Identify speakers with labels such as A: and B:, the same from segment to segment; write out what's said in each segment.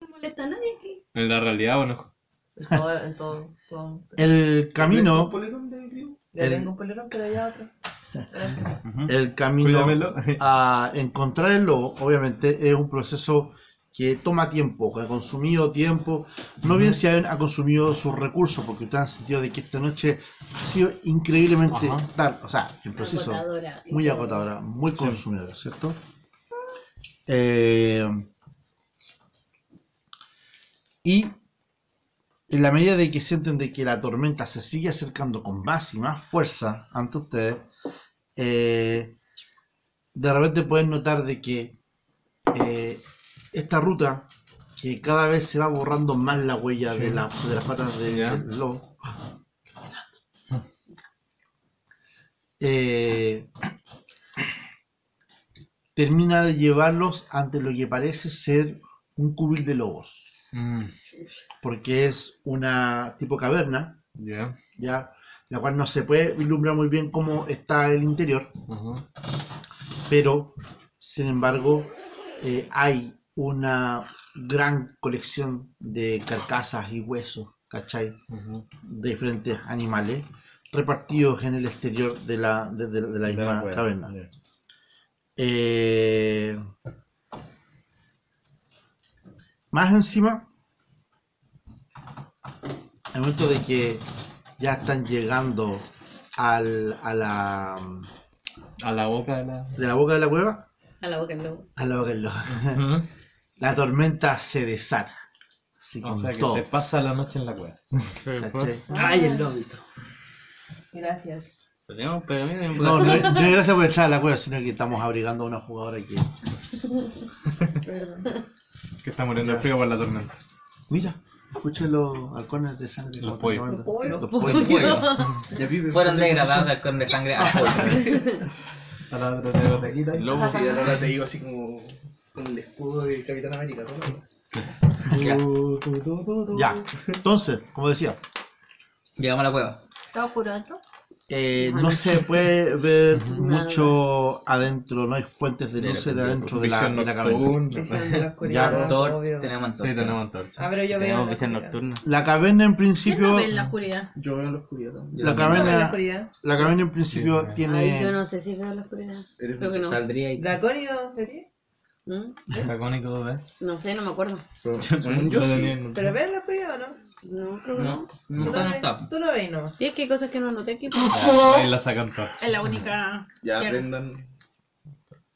A: respeta a nadie aquí.
B: En la realidad, bueno.
C: En todo, en todo, todo.
D: El camino,
C: Ya
D: El-
C: tengo un polerón, pero ya otro. Gracias.
D: el camino
B: Cuídamelo.
D: a encontrar el lobo, obviamente, es un proceso que toma tiempo, que ha consumido tiempo. No bien si han- ha consumido sus recursos, porque ustedes han sentido de que esta noche ha sido increíblemente
B: Ajá.
D: tal, o sea, en proceso
A: Agotadora.
D: Pues muy agotadora, muy consumidora, ¿cierto? Eh, y en la medida de que sienten de que la tormenta se sigue acercando con más y más fuerza ante ustedes, eh, de repente pueden notar de que eh, esta ruta, que cada vez se va borrando más la huella
B: Sí.
D: de, la- de las patas de-
B: Ya.
D: del lobo, eh, termina de llevarlos ante lo que parece ser un cubil de lobos
B: Mm,
D: porque es una tipo caverna,
B: Ya.
D: ya, la cual no se puede vislumbrar muy bien cómo está el interior,
B: Ajá.
D: pero sin embargo eh, hay una gran colección de carcasas y huesos, ¿cachai?
B: Ajá.
D: De diferentes animales repartidos en el exterior de la, de, de- de la
E: De la
D: misma
E: wea.
D: caverna.
E: Ya.
D: Eh, más encima, al momento de que ya están llegando al- a la,
B: A la boca de la.
D: de la boca de la cueva,
A: A la boca del lobo.
D: a la boca del lobo,
B: Ajá.
D: la tormenta se desata. Así
B: O
D: con
B: sea que
D: todo,
B: se pasa la noche en la cueva.
C: pues.
D: ¿cachai?
F: Ay, el lobito.
C: Gracias.
E: Tenemos pegamento en
D: No, no, es- no es gracias por entrar a la cueva, sino que estamos abrigando a una jugadora que.
C: Perdón.
B: Que está muriendo de frío por la tormenta.
D: Mira, escuchen los halcones de sangre.
B: Los
D: como
B: pollos.
D: están
C: Los
D: llamando.
E: pollos.
F: Fueron degradados al con de sangre. Ah, pues.
B: A la otra de botequita.
E: El lobo.
G: Y ahora te digo así como con el escudo del Capitán América. ¿no?
F: Ya.
B: Tu, tu, tu, tu, tu.
D: Ya, entonces, como decía,
F: Llegamos a la cueva.
A: ¿Está oscuro adentro?
D: Eh, no se puede ver
B: Ujú.
D: mucho adentro, no hay fuentes de luces de adentro de la, de la caverna.
C: Visión de la
D: Ya,
C: oscuridad.
F: Doctor,
C: obvio.
F: tenemos
B: Sí, tenemos antorcha.
C: Ah, pero yo veo.
E: Tenemos
C: la
E: visión
C: oscuridad.
E: nocturna.
D: La caverna en
A: ¿Quién
D: principio,
A: no ve en la oscuridad?
G: Yo veo la oscuridad también.
D: la
C: ¿No ves la
D: caverna,
C: oscuridad?
D: la caverna en principio
B: Sí.
A: Ay, yo
D: tiene,
A: no sé si veo en la oscuridad.
G: Eres
A: Creo que no.
F: Saldría y.
C: ¿Dracónido sería?
A: ¿Mm?
B: ¿Eh? Dracónico, ¿ves?
A: No sé, no me acuerdo.
E: Según yo,
B: tenía-
C: ¿Pero ves la oscuridad o no?
A: No, creo que
F: No,
A: no.
C: Tú
F: nunca
C: la
F: no
C: ves-
F: está.
C: Tú lo ves, ¿no?
A: Y es que hay cosas que no noté aquí.
B: Ya, Ahí la sacan antorcha.
A: Es la única.
G: Ya
A: cierta.
G: aprendan.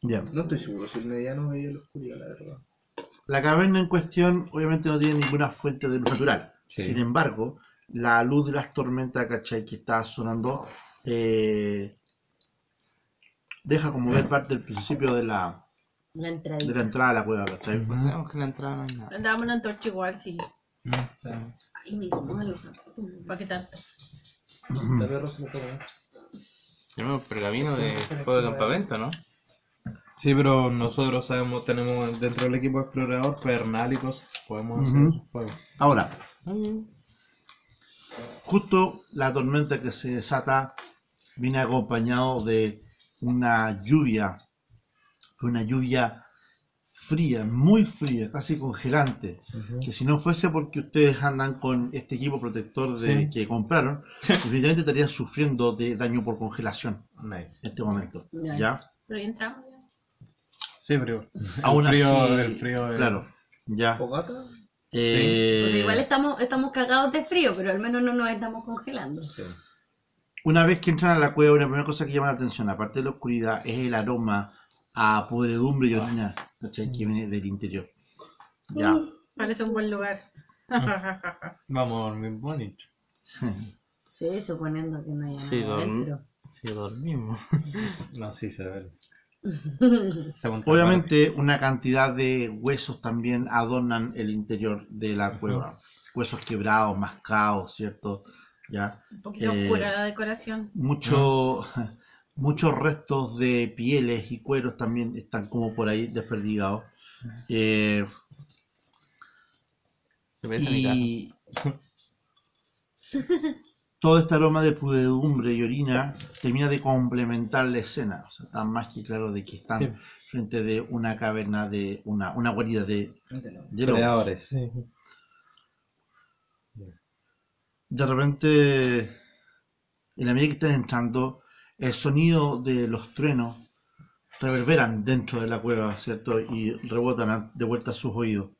D: bien.
G: No estoy seguro si el mediano veía la oscuridad, la verdad.
D: La caverna en cuestión obviamente no tiene ninguna fuente de luz natural.
B: Sí.
D: Sin embargo, la luz de las tormentas, ¿cachai? Que está sonando, eh, deja como ver parte del principio de la,
A: La
D: de
A: entradita.
D: la entrada a la cueva, ¿cachai?
B: Ujú.
E: Tenemos que la entrada no hay nada.
A: Dame una antorcha igual, sí.
B: Mm, está.
A: Ay, me incomodan los zapatos. ¿Para qué tanto?
G: La perra se lo come.
E: Tenemos pergamino de juego de campamento, ¿no?
B: Sí, pero nosotros sabemos, tenemos dentro del equipo explorador pernal y cosas. Podemos hacer
D: Ujú.
B: fuego.
D: Ahora, justo la tormenta que se desata viene acompañado de una lluvia, una lluvia fría, muy fría, casi congelante, que si no fuese porque ustedes andan con este equipo protector de,
B: Sí.
D: que compraron, definitivamente estarían sufriendo de daño por congelación
B: Nice.
D: en este momento,
A: Ya.
D: ¿ya?
A: Pero ya entramos. ya.
B: Sí, pero
D: Aún
B: el frío,
D: así,
B: el frío es-
D: claro, ya.
G: ¿Fogata?
D: Eh,
A: O sea, Pues igual estamos, estamos cagados de frío, pero al menos no nos estamos congelando.
B: Sí.
D: Una vez que entran a la cueva, una primera cosa que llama la atención, aparte de la oscuridad, es el aroma a podredumbre y orina, ¿cachai?
B: Mm.
D: Que viene del interior. Ya.
A: Mm. Parece un buen lugar.
B: Vamos a dormir bonito.
A: Sí, suponiendo que no hay nada
E: Sí, dorm-
A: adentro.
E: Si dormimos.
B: No, sí, se ve. Según te
D: Obviamente, una cantidad de huesos también adornan el interior de la cueva. Huesos quebrados, mascados, ¿cierto? Ya.
A: Un poquito
D: Eh,
A: oscura la decoración.
D: Mucho, Muchos restos de pieles y cueros también están como por ahí desperdigados. Eh,
E: ¿Qué piensa mi casa?
D: Y todo este aroma de pudedumbre y orina termina de complementar la escena. O sea, está más que claro de que están
B: Sí.
D: frente de una caverna, de una, una guarida de, de lobos.
B: Depredadores. Sí.
D: De repente, en la medida que están entrando, el sonido de los truenos reverberan dentro de la cueva, ¿cierto? Y rebotan a- de vuelta a sus oídos.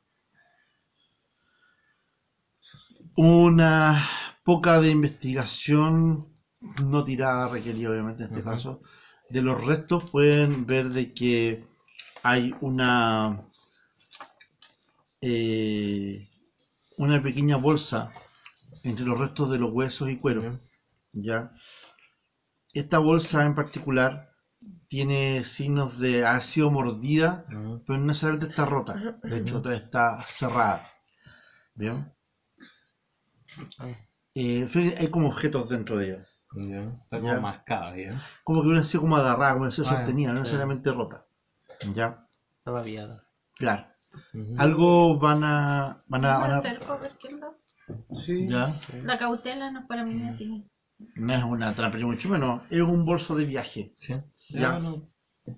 D: Una poca de investigación no tirada requerida, obviamente, en este
B: Ujú.
D: caso. De los restos pueden ver de que hay una... eh, una pequeña bolsa entre los restos de los huesos y cuero. ¿ya? Esta bolsa en particular tiene signos de haber sido mordida,
B: Ujú.
D: pero no necesariamente está rota. De hecho, todavía está cerrada. ¿Bien? Eh, fíjate, hay como objetos dentro de ella.
B: Ya, Está
D: Ya.
B: como mascada, ¿ya?
D: Como que hubiera sido como agarrada, como hubiera sido
B: Ah, ya,
D: sostenida, no
B: sí.
D: necesariamente rota. ¿Ya?
E: Estaba viada.
D: Claro.
B: Ujú.
D: Algo van a... Van a, van a-
H: Ser joven, que no.
B: Sí.
D: ¿Ya?
H: La cautela no es para
D: Mm.
H: mí así.
D: No es una trampa ni mucho menos, es un bolso de viaje.
B: Sí.
D: Ya.
B: Ya, bueno,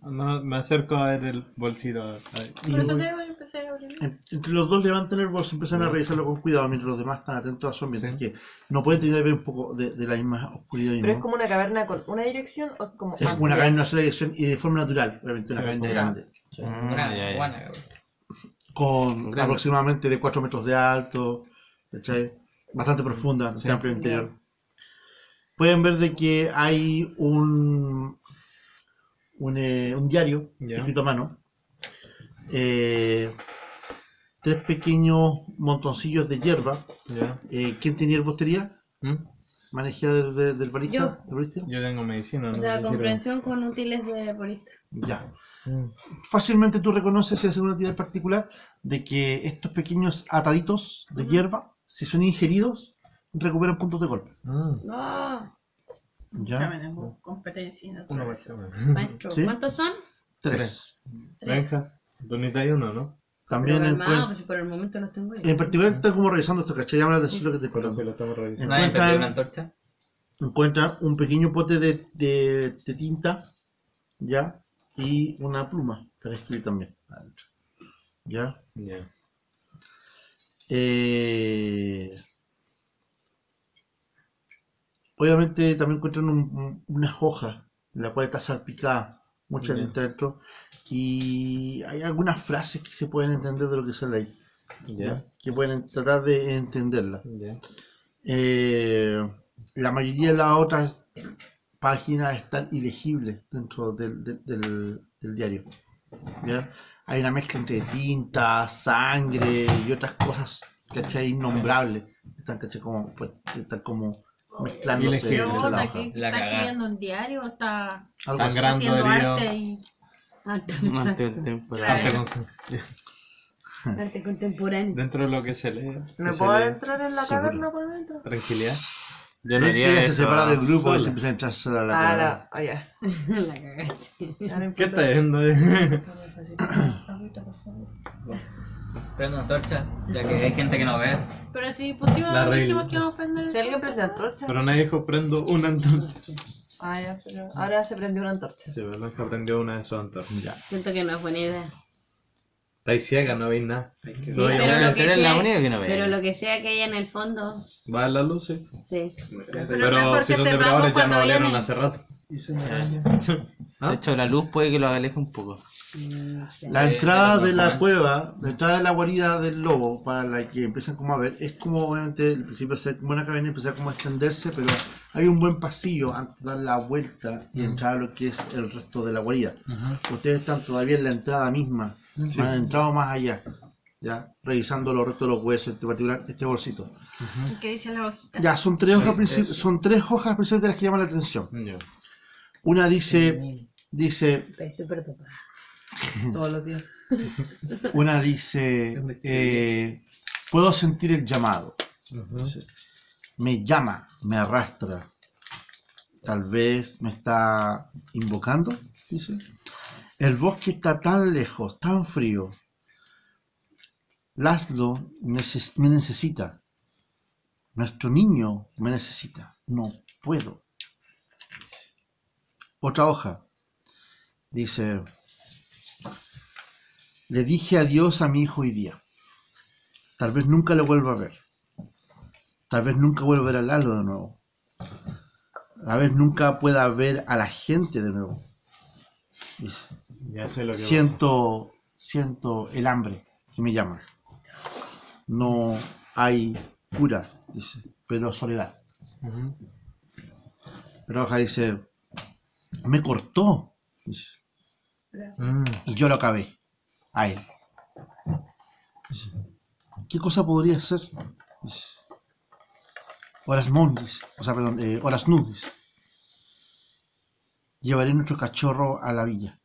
B: no, me acerco a ver el bolsito.
E: Ah,
B: a- a-
H: Por eso te digo, yo empecé a abrir.
D: En- Entre los dos levantan el bolso, empiezan a revisarlo con cuidado, mientras los demás están atentos a su ambiente, así que no pueden tener un poco de, de la misma oscuridad.
C: Pero es
D: ¿no?
C: como una caverna con una dirección o como. ah,
D: Sí, es como una cadena en una sola dirección y de forma natural, obviamente una
B: Sí,
D: cadena
B: como-
D: grande,
B: Mm,
F: Una
E: ya, ya.
F: guana, cabrón.
D: con
E: Grande.
D: aproximadamente de 4 metros de alto, ¿cachai? bastante profunda, bastante
B: Sí.
D: amplio interior. Pueden ver de que hay un, un, eh, un diario
B: Ya.
D: escrito a mano, eh, tres pequeños montoncillos de hierba.
B: Ya.
D: Eh, ¿Quién tenía herboristería?
B: ¿Mm?
D: ¿Manejada del, del, del barista? ¿Del barista?
B: Yo tengo medicina,
A: O
B: no
A: sea,
B: sé si sirve.
A: comprensión con útiles de porista.
D: Ya.
B: Mm.
D: Fácilmente tú reconoces, si es una entidad particular, de que estos pequeños ataditos de hierba, si son ingeridos, recuperan puntos de golpe.
B: Ah,
H: No. Ya
D: ¿Ya?
H: tenemos competencia. ¿no?
B: una persona.
H: Maestro,
D: ¿Sí?
A: ¿Cuántos son?
D: Tres.
B: Benja, tú necesitas uno, ¿no?
A: Pero
D: También Eh,
A: calmado,
D: encuentran...
A: pues por el momento los tengo ahí.
D: En particular están como revisando esto, ¿cachai? Llama la atención lo que te
B: Por
D: encuentran.
B: eso lo estamos revisando.
F: ¿Nadie
D: Encuentran-
F: perdió una antorcha?
D: Encuentran un pequeño pote de, de- de tinta, ¿ya? Y una pluma para escribir también. adentro. ¿Ya?
B: Ya.
D: Eh, obviamente también encuentran un- un- unas hojas, la cual está salpicada, muchas
B: Ya.
D: tinta dentro, y hay algunas frases que se pueden entender de lo que sale ahí,
B: Ya.
D: ¿ya? que pueden tratar de entenderla.
B: Ya.
D: Eh, la mayoría de las otras páginas están ilegibles dentro del, del- del- del diario. ¿ya? Hay una mezcla entre tinta, sangre y otras cosas, ¿cachai? Innombrables. Están, ¿cachai? Como, pues, están como mezclándose
B: Ilegibles.
D: entre
H: Pero,
D: la
H: ¿Está
D: hoja.
H: que-
F: La
H: está
F: cagá.
H: escribiendo un diario o está
D: Algo
B: Tan
D: así.
B: grande.
H: haciendo
B: herido.
H: arte y Ah,
A: Arte,
E: Durante
A: exacto.
E: el tiempo.
B: Arte Pues, con-
A: Arte contemporáneo.
B: Dentro de lo que se lee. que
C: ¿Me
B: se
C: puedo
B: lee.
C: adentrar en la
D: Seguro.
C: caverna por dentro?
B: Tranquilidad.
E: Yo no
D: Ella
E: haría
D: se
E: eso.
D: separa del grupo y
E: sola.
D: se empieza a entrarse a la
C: Ah,
D: palabra.
C: la. Ah, ya.
A: La cagaste.
C: Ya no
B: ¿Qué
C: importa.
B: está viendo? eh?
C: Agüita, por favor.
F: Prende una antorcha, ya que hay gente que no ve.
H: Pero pues, si pusimos,
B: La regla.
H: dijimos que íbamos a prender el
C: Si alguien
H: techo.
C: prende antorcha.
B: Pero nadie dijo prendo una antorcha.
C: Ah, ya, pero ahora se prendió una antorcha.
B: Sí, Benja prendió una de sus antorchas.
D: Ya.
A: Siento que no es buena idea.
B: Estáis ciega, no veis nada.
A: Sí,
B: Oye,
A: pero,
E: bueno,
A: lo
E: tú
A: que
E: eres la
A: sea,
E: única que no ve.
A: pero lo que sea que haya en el fondo,
B: Va a las luces.
A: sí.
H: Pero es
B: Pero
H: mejor
B: si
H: que
B: son
H: sepamos
B: depredadores ya
H: cuando
B: no valieron
H: vienen.
B: hace rato. ¿Ah?
E: De hecho, la luz puede que lo aleje un poco.
D: La entrada
F: de
D: de la
F: Normal.
D: cueva, la entrada de la guarida del lobo, para la que empiezan como a ver, es como obviamente el principio ser como una caverna y empezar como a extenderse, pero hay un buen pasillo antes de dar la vuelta y entrar a lo que es el resto de la guarida. Ustedes están todavía en la entrada misma, no han entrado más allá, ya, revisando los restos de los huesos, en particular este bolsito.
H: ¿Y ¿Qué dice la hojita?
D: Ya, son tres hojas princip- son tres hojas principales de las que llaman la atención.
B: Ya.
D: Una dice, dice
A: Estoy súper topada.
C: Todos los días.
D: Una dice, eh, puedo sentir el llamado. Dice, Me llama, me arrastra. Tal vez me está invocando, dice. El bosque está tan lejos, tan frío. Laszlo neces- me necesita. Nuestro niño me necesita. No puedo. Otra hoja. Dice, le dije adiós a mi hijo hoy día. Tal vez nunca lo vuelva a ver. Tal vez nunca vuelva a ver a Lalo de nuevo. Tal vez nunca pueda ver a la gente de nuevo. Dice,
B: Ya sé lo que
D: siento, siento el hambre que me llama. No hay cura, dice, pero soledad.
B: pasa. Ujú.
D: Pero hoja dice, me cortó, dice,
B: Mm.
D: y yo lo acabé a él. Dice, ¿Qué cosa podría ser? Dice, Horas mondis, o sea, perdón, eh, horas nudis. Llevaré nuestro cachorro a la villa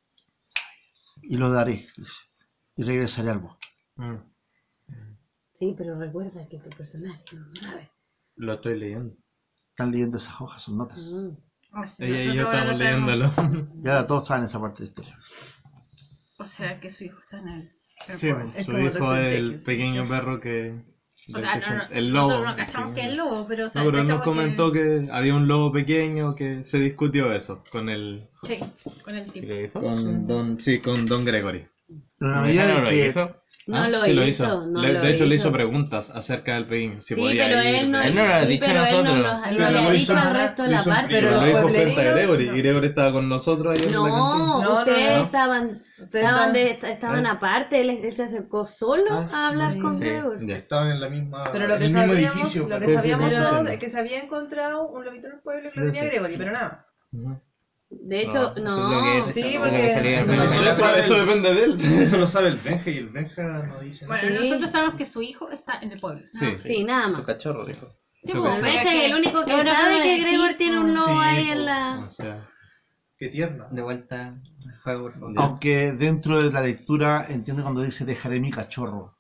D: y lo daré, dice, y regresaré al bosque.
B: Mm.
A: Sí, pero recuerda que tu personaje no lo sabe.
B: Lo estoy leyendo.
D: Están leyendo esas hojas, son notas.
A: Mm.
C: Ah,
H: Así
B: Ella y
H: nosotros
B: yo
H: ahora
B: estamos
H: lo sabemos.
B: leyéndolo.
D: Y ahora todos saben esa parte de la historia.
H: O sea que su hijo está en el. el
B: Sí,
H: poder.
C: Es
B: su
C: como
B: hijo
C: Dr.
B: es el
C: Jekyll.
B: pequeño perro que.
H: O
B: del
H: sea,
B: que se-
H: no, no,
B: el lobo.
H: nosotros no cachamos que es el lobo, pero. O sea,
B: No, Ah, pero él nos
H: cachamos
B: comentó que había un lobo pequeño que se discutió eso con el.
H: Sí, con el tipo.
B: Con Don. Sí, con Don Gregory.
D: Pero en la
E: ¿Me
D: medida
E: dejaron
D: de
E: lo
D: que-
E: hizo?
A: No
B: Ah,
A: lo
B: sí,
A: hizo.
B: lo hizo.
A: no
B: Le-
A: lo
B: de hecho, le hizo preguntas acerca del pequeño. Si
A: Sí,
B: podía
A: pero
B: ir,
A: él no,
E: Él no lo ha
A: sí,
E: dicho
A: pero
E: a
A: él
E: nosotros.
A: no nos- no
C: Él no
A: le
C: lo
A: ha
C: hizo
A: dicho al
C: nada,
A: resto de
B: lo
A: la
B: hizo-
A: parte.
B: pero
C: Pero
B: lo
C: los
B: dijo frente a
C: pueblerinos,
B: Gregory.
C: no.
B: Y Gregory estaba con nosotros ahí en la cantina.
A: No,
C: No, no,
A: ustedes
C: no.
A: estaban,
C: Ustedes
A: estaban,
C: están-
A: de- estaban
B: ¿Eh?
A: aparte, él, él se acercó solo
B: Ah,
A: a hablar
C: sí,
A: con
E: sí.
A: Gregor.
B: Ya.
G: Estaban en la misma,
C: Pero lo
G: en
C: que
G: el mismo
C: sabíamos,
G: edificio.
C: lo que
B: Sí, sí,
C: sabíamos
B: sí, sí,
C: todos
B: sí.
C: es que se había encontrado un lobito en el pueblo que lo tenía
B: Sí, sí.
C: Gregory, pero nada.
B: Ujú.
A: De hecho, no.
E: Lo que es,
C: Sí,
E: lo
C: porque-
E: que salía
G: Eso
E: del-
G: no
B: Eso,
G: sabe-
B: eso- eso depende de él.
G: Eso lo sabe el Benja y el Benja no dice nada.
H: Bueno,
A: Sí.
H: nosotros sabemos que su hijo está en el pueblo.
B: Sí.
H: ¿no?
A: Sí, nada más.
E: Su cachorro, dijo.
H: Sí,
B: Su
H: pues,
B: cachorro.
A: Ese es el único que
H: Ahora
A: sabe
H: puedo
A: que
H: decir,
A: Gregor tiene un
H: pues,
A: lobo
G: sí,
A: ahí
G: pues,
A: en la...
B: O sea,
G: Qué tierna.
F: De vuelta al juego, por favor.
D: Aunque dentro de la lectura entiendo cuando dice dejaré mi cachorro.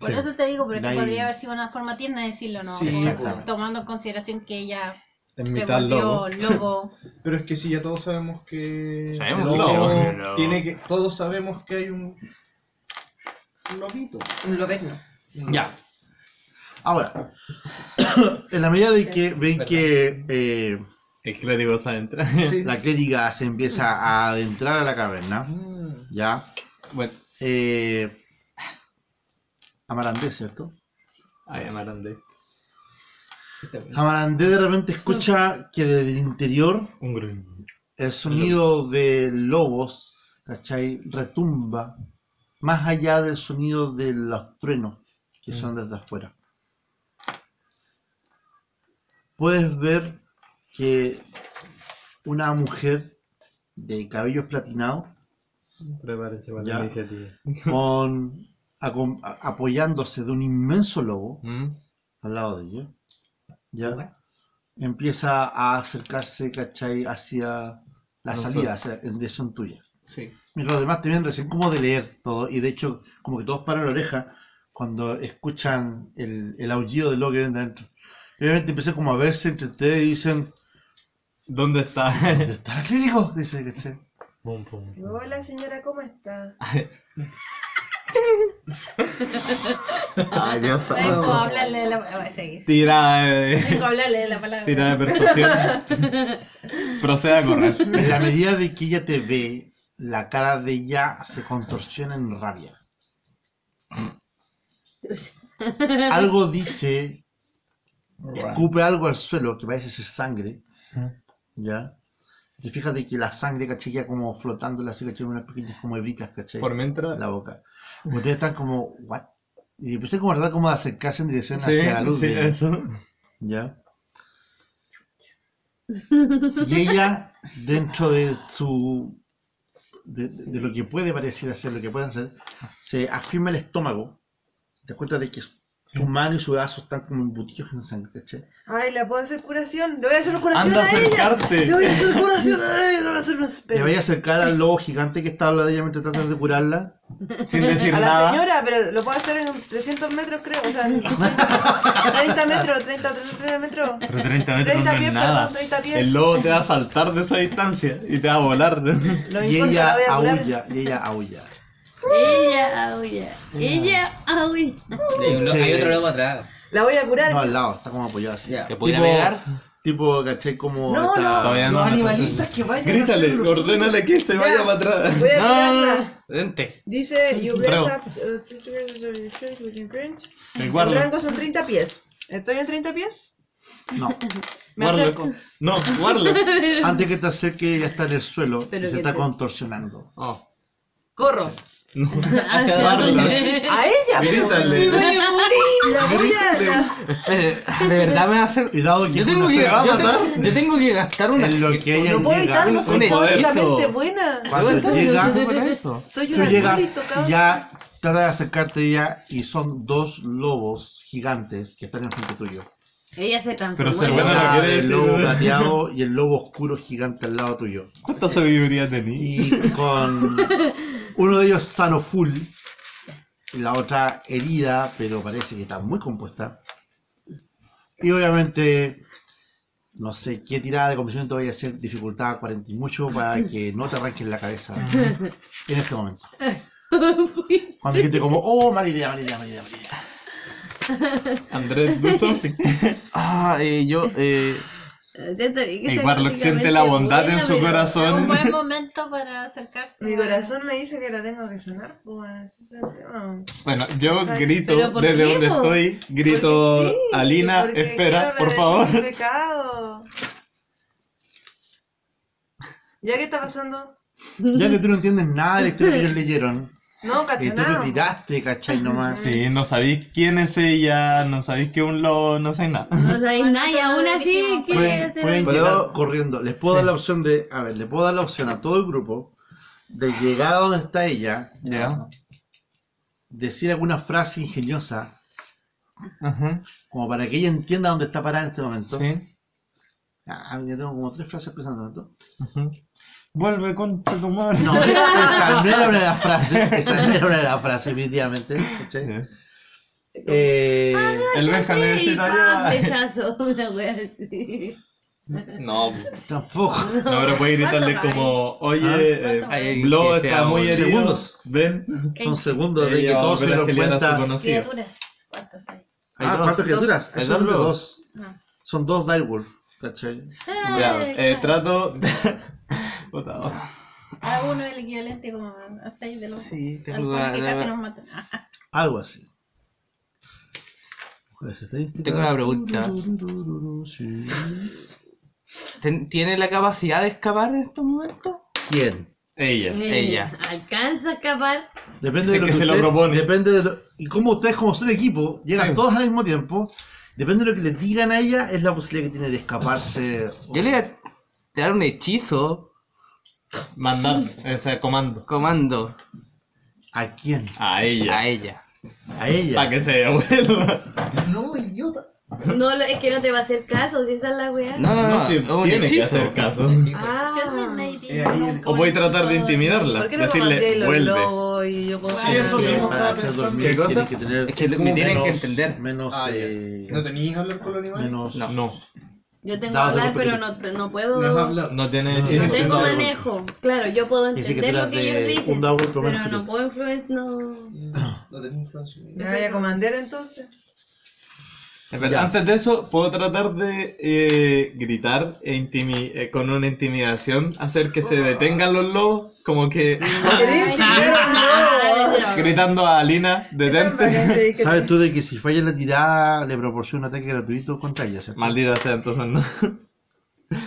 H: Por
B: sí.
H: eso te digo, pero
D: De ahí-
H: podría haber sido una forma tierna de decirlo, ¿no?
G: Sí,
H: Como
D: claro.
H: tomando en consideración que ella
B: en
H: se
B: mitad lobo.
H: volvió lobo.
G: Pero es que sí, ya todos sabemos que.
E: Sabemos
G: el
E: que
G: lobo
E: tenemos un lobo.
G: Tiene que... Todos sabemos que hay un. un lobito.
C: Un lobezno.
D: Ya. Ahora, en la medida de que ven que eh,
B: El clérigo sabe entrar.
G: Sí.
D: la clériga se empieza a adentrar a la caverna,
G: Mm.
D: ya.
B: Bueno,
D: Eh, Amarandé, ¿cierto?
B: ahí llamaron de
D: Amarandé de repente escucha que desde el interior
B: un gruñido.
D: el sonido de lobos, ¿cachai? Retumba más allá del sonido de los truenos que son desde afuera. Puedes ver que una mujer de cabellos platinados,
B: Prepárense para
D: Ya.
B: la iniciativa.
D: con, acom- a- apoyándose de un inmenso lobo
B: Mm.
D: al lado de ella, ya empieza a acercarse, ¿cachai? Hacia la
B: Nosotros.
D: salida, hacia, en dirección tuya.
G: Sí.
D: Y los demás te vienen recién como de leer todo, y de hecho, como que todos paran la oreja cuando escuchan el, el aullido del lobo que ven de adentro. Y obviamente empiezan como a verse entre ustedes y dicen,
B: ¿Dónde está?
D: ¿dónde está el clínico? Dice, ¿cachai?
B: Pum, pum, pum.
C: Hola señora, ¿cómo está?
B: Ay, Dios
H: Vengo
B: santo.
H: a hablarle de la voy a seguir.
B: Tira de,
H: Vengo a hablarle de la palabra.
B: tira de persuasión. Proceda a correr.
D: En la medida de que ella te ve, la cara de ella se contorsiona en rabia. Algo dice, escupe algo al suelo que parece ser sangre, ¿ya? Y fíjate que la sangre, ¿cachai? Ya como flotándola así, ¿cachai? Unas pequeñas como hebritas, ¿cachai?
B: Por mientras.
D: En la boca. Ustedes están como, ¿what? Y empiezan como a tratar como de acercarse en dirección hacia la luz.
B: sí,
D: de-
B: eso.
D: ¿Ya? Y ella, dentro de su. De, de lo que puede parecer hacer, lo que puede hacer, se afirma el estómago. Te das cuenta de que su su mano y su brazo están como embutidos en sangre, ¿cachai?
C: Ay, la puedo hacer curación. Le voy a hacer curación
B: Anda a
C: a ella. Le
B: acercarte.
C: voy a hacer curación a ella. Le voy a hacer una
D: Le vaya a acercar al lobo gigante que está al lado de ella mientras tratas de curarla.
B: Sin decir
C: A la
B: nada.
C: señora, pero lo puedo hacer en 300 metros, creo. O sea, 30 metros, 30, 30 metros.
B: Pero 30 metros
C: 30
B: no
C: pies,
B: es nada.
C: perdón, 30 pies.
B: El lobo te va a saltar de esa distancia y te va a volar.
C: Lo
D: y
C: importa, la
D: ella
C: voy a curar.
D: aúlla, y ella aúlla.
A: Ella aulla, ella aulla.
F: Hay un lo-
D: Sí.
F: hay otro lobo atrás.
C: La voy a curar.
D: No, al lado, está como apoyado así.
F: Ya.
E: ¿Te podría
D: Tipo-
E: pegar?
D: Tipo, ¿cachai? Como.
C: No,
D: está-
C: no.
B: Todavía no.
G: Los
B: no te-
G: animalistas que vayan. a hacer
B: Grítale,
G: los-
B: ordénale que él se
C: Ya.
B: vaya para atrás.
C: Voy a
E: No, no,
C: curarla.
E: no. Vente.
C: Dice, you bless
B: Bravo.
C: up uh, three together, so you should be in French.
B: El
C: El
B: guarda.
C: rango son 30 pies. ¿Estoy en 30 pies?
D: No.
C: Me
B: Warlock.
C: acerco.
B: No, Warlock.
D: Antes que te acerque, ya está en el suelo
A: Pero
D: y se
A: que
D: está
A: te-
D: contorsionando.
E: Oh.
C: Corro.
B: No,
F: Ah, Hacia
B: Warlock.
C: A ella.
B: Grítale.
C: La voy a. la-
F: Eh, de verdad me va a hacer.
D: Y dado que
F: Yo
D: uno
F: tengo
D: se
F: que,
D: va a
F: yo
D: matar,
F: tengo- yo tengo que gastar una.
D: en lo que ella
C: No puedo
D: llega,
C: evitarlo, soy
F: un poder.
C: caóticamente buena.
D: Cuando
F: Yo gasto-
D: llega-
F: yo gasto para eso.
C: Soy
D: tú
C: una
D: llegas
C: bully tocada.
D: y ya trata de acercarte ya y son dos lobos gigantes que están enfrente tuyo.
A: Ella se
B: pues. Pero
A: transformó.
B: se
A: en
B: Bueno,
A: lobo.
B: la
D: Está
B: quiere
D: el
B: decir,
D: lobo
B: ¿no?
D: plateado y el lobo oscuro gigante al lado tuyo.
B: ¿Cuánta sabiduría tenía?
D: Y con uno de ellos sano full, y la otra herida, pero parece que está muy compuesta. Y obviamente, no sé qué tirada de convencimiento voy a hacer, dificultad 40 y mucho, para que no te arranquen la cabeza en este momento. Cuando gente como, oh, mala idea, mala idea, mala idea, mala idea.
B: Andrés, do something.
F: Ah, eh, yo. Eh,
A: Siento que
B: El
A: soy
B: Warlock siente la
A: prácticamente
B: bondad en
A: buena,
B: su
A: pero
B: corazón.
A: es Un buen momento para acercarse.
C: Mi
A: a-
C: corazón me dice que la tengo que sanar. Pues, ese es el tema.
B: Bueno, yo grito
A: ¿Pero por
B: desde
A: qué,
B: donde
A: po?
B: estoy, grito,
C: Porque sí,
B: Alina,
C: porque
B: espera,
C: quiero
B: por
C: redimir
B: favor.
C: mi pecado. ¿Ya qué está pasando?
D: Ya que tú no entiendes nada de la historia que ellos leyeron,
C: No,
D: y tú te
C: cachanado.
D: tiraste, cachai, nomás.
B: Sí, no sabéis quién es ella, no sabéis que un lobo, no sabéis nada.
A: No sabéis nada y aún así
B: pues.
A: quiere
D: Pueden,
A: hacer
D: pueden
A: algo.
D: llegar corriendo. Les puedo dar la opción de. A ver, les puedo dar la opción a todo el grupo de llegar a donde está ella,
B: Ya.
D: decir alguna frase ingeniosa,
B: Ajá.
D: como para que ella entienda dónde está parada en este momento.
B: Sí.
D: Ah, ya tengo como tres frases pensando en esto.
B: Ujú. Vuelve con tu madre.
D: No, esa no era una de las frases. Esa no era una de las frases, definitivamente. ¿cachai?
B: Ya.
D: Eh,
B: El Benja
A: Sí,
B: necesita
A: pa,
B: ayuda.
A: flechazo, una wea así.
E: No.
D: tampoco.
B: No, pero puede gritarle
H: ¿Cuánto
B: como, oye,
H: ¿Cuánto
B: eh,
F: hay alguien
B: lobo
F: que
B: está
F: sea
B: muy
F: un-
B: herido.
D: Segundos.
B: Ven.
D: Son segundos de que
B: Ella va a
D: todos se
B: volver a
D: den
B: pelear a su
D: cuenta.
B: conocido.
A: Criaturas. ¿Cuántas hay?
D: Ah, ¿cuántas criaturas?
B: Hay
D: Hay
B: dos
D: solamente
B: lobos.
D: dos.
H: No.
D: Son dos Direwolf, ¿cachai?
B: Ya,
A: Ay,
B: eh,
A: claro.
B: trato. Puta, oh.
H: A uno el equivalente como a seis de los.
F: sí, tengo
H: Algunos que casi nos
F: una,
H: matan. Ah,
D: Algo así. Las estadísticas.
F: tengo una pregunta.
D: Sí.
F: ¿Ten- ¿Tiene la capacidad de escapar en estos momentos?
D: ¿Quién?
B: Ella.
A: Eh,
F: ella.
A: Alcanza a escapar.
D: Depende
B: Dice
D: de lo
B: que
D: que,
B: se lo
D: usted-
B: propone.
D: Depende de lo- y como ustedes como son equipo, llegan
B: Sí.
D: todos al mismo tiempo. Depende de lo que le digan a ella, es la posibilidad que tiene de escaparse.
F: Yo le voy a dar un hechizo
B: Mandar, o sea, comando.
F: comando
D: ¿A quién?
B: A ella.
F: a ella.
D: A ella.
B: Para que se devuelva.
G: No, idiota.
A: No, lo- es que no te va a hacer caso, si esa es la wea.
F: No, no, no,
B: No, si
F: es un
B: tiene que
F: hechizo.
B: hacer caso.
A: Ah,
G: Eh, ahí el-
B: O voy a tratar de intimidarla.
C: ¿Por qué no
B: decirle,
C: me mandé los
B: vuelve.
C: lobos y yo puedo
G: Sí,
B: Ah,
G: eso
D: Porque
G: mismo
D: para
G: estaba
D: hacer
G: pensando.
D: dormir
B: ¿Qué cosa?
D: tiene que tener
F: Es que me tienen
D: menos-
F: que entender.
D: Menos.
G: Ah, ya.
D: eh,
G: ¿No tenéis que hablar con los animales?
D: menos.
B: No. No,
A: Yo tengo que
D: Dado
A: hablar,
D: otro
A: pero no, no puedo.
G: No es
A: No
G: hablar.
B: tiene
D: No,
B: hechizo.
D: no
A: tengo
D: no.
A: manejo. Claro, yo puedo
D: Dice que
A: entender
D: tú
A: lo que
D: eras de
A: ellos
D: un
A: dicen.
D: Dagwood, por lo menos
A: Pero
D: que
A: no
D: tú.
A: puedo influenciar. No.
G: No tenéis influencia.
C: Me voy a comandero entonces.
B: Espera,
D: Ya.
B: Antes de eso, puedo tratar de eh, gritar e intimi- eh, con una intimidación, hacer que se detengan los lobos, como que gritando a Alina, detente.
D: ¿Sabes tú de que si falla la tirada le proporciona un ataque gratuito contra ella? ¿cierto?
B: Maldita sea, entonces no.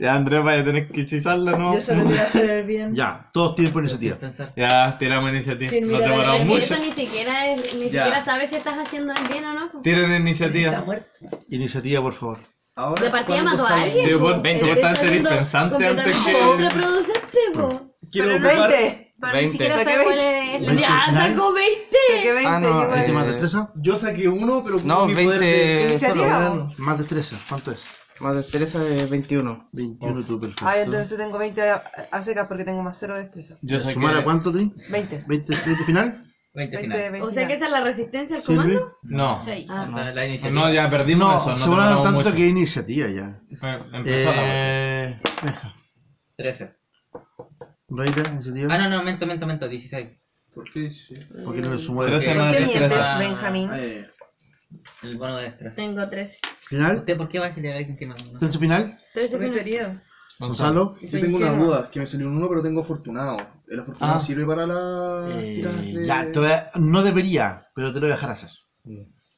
B: Ya Andrés vaya a tener que hechizarla, ¿no?
C: Yo solo voy a hacer el bien.
D: Ya, todos tienen por iniciativa.
B: Ya, tiramos iniciativa.
C: Sin
B: No
C: mirar
B: te
C: a la
B: moramos
A: Es que
B: mucho.
A: eso ni siquiera, es, ni
G: Ya.
A: siquiera sabes si estás haciendo el bien o no. po.
B: Tiren
G: Está
B: iniciativa.
G: muerto.
D: Iniciativa, por favor.
G: Ahora,
A: De partida
G: ¿cuándo
A: mató a
G: sale?
A: alguien.
B: Sí,
A: po.
B: vos-
A: Te
B: vos
A: estás
B: estás
A: haciendo
B: pensante antes
A: completamente
B: que-
A: contraproducente, po.
C: Pero
B: Quiero
C: no
B: ocupar-
C: 20.
A: Pero ni
F: 20.
A: siquiera
C: Saqué
A: sabes cuál es.
D: 20
A: Ya,
D: final.
A: sacó 20.
C: Saqué 20
F: Ah, no,
D: ¿Este
C: igual.
D: más
F: Eh,
D: destreza?
G: Yo saqué uno, pero con
F: No,
G: mi poder de...
F: 20
C: ¿Iniciativa
F: solo.
C: o?
D: Más destreza, ¿cuánto es?
F: Más destreza de 21.
D: 21 tú, perfecto.
C: Ay, entonces tengo 20 a, a secas porque tengo más 0 de destreza.
B: Yo sé
D: ¿Sumar a
B: que...
D: cuánto, Tri?
C: 20.
D: 20, 20 final?
F: 20
C: 20 de 20.
A: O sea que esa es la resistencia al
D: ¿Sirve?
A: comando.
E: No.
A: Sí.
F: No, la iniciativa.
B: No, ya perdimos
D: No,
B: eso. No
D: se
B: te
D: volaron
B: moramos
D: tanto
B: mucho.
D: que iniciativa ya.
B: Eh, Empezó la wea.
D: Eh, Benja,
F: 13.
D: Reira,
F: Ah,
D: iniciativa.
F: no, no, mento, mento, mento, 16.
G: ¿Por qué? Sí.
D: Porque no le sumo
B: Trece
D: destreza.
B: más
C: ¿Por qué
B: destreza.
C: mientes, Benjamín?
G: Ah, ya, ya.
I: El bono de destreza.
A: Ah, Tengo 13.
D: ¿Final?
I: ¿Usted por qué va a generar alguien que no? no?
D: ¿Entonces final?
A: 13
C: Soy
A: final.
C: querido.
D: Gonzalo.
C: Y
G: Yo
C: soy
G: tengo una
C: ingenua.
G: duda, que me salió un uno, pero tengo afortunado. ¿El afortunado
I: Ah.
G: sirve para las
D: Eh,
G: tiras Ah, de...?
D: ya, te voy a- no debería, pero te lo voy a dejar hacer.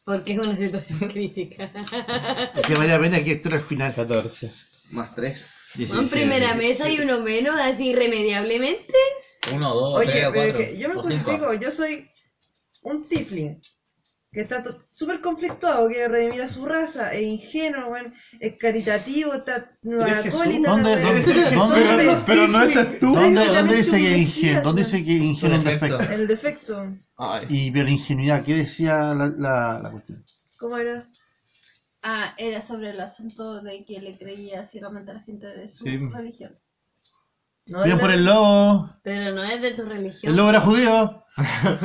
A: Porque es una situación crítica.
D: Que vale la pena que esto era el final.
E: 14.
G: Más tres.
A: Bueno, en primera mesa y uno menos, así irremediablemente.
I: Uno, dos, tres
C: Oye,
I: o
C: pero
I: cuatro.
C: que yo me
I: o cinco.
C: justifico, yo soy un tifling que está to- súper conflictuado, quiere redimir a su raza, es ingenuo, weón, es caritativo, está nueva acólita,
D: ¿Dónde-
C: la
D: dónde-
C: weá.
D: dónde-
C: Soy
D: pero-
C: imbécil.
B: pero no ese es tú.
D: ¿Dónde,
C: Prácticamente
D: dónde dice
C: un
D: que
C: mesías,
D: ingenio? ¿Dónde
C: weón.
D: dice que ingenio es
I: Perfecto.
D: defecto?
C: El defecto,
D: Y pero ingenuidad, ¿qué decía la, la, la cuestión?
C: ¿cómo era?
H: Ah, era sobre el asunto de que le creía ciegamente a la gente de su
B: Sí.
H: religión.
C: No,
D: Bien
C: de-
D: por el lobo.
A: Pero no es de tu
D: El
A: religión.
D: lobo era judío.
A: Bueno,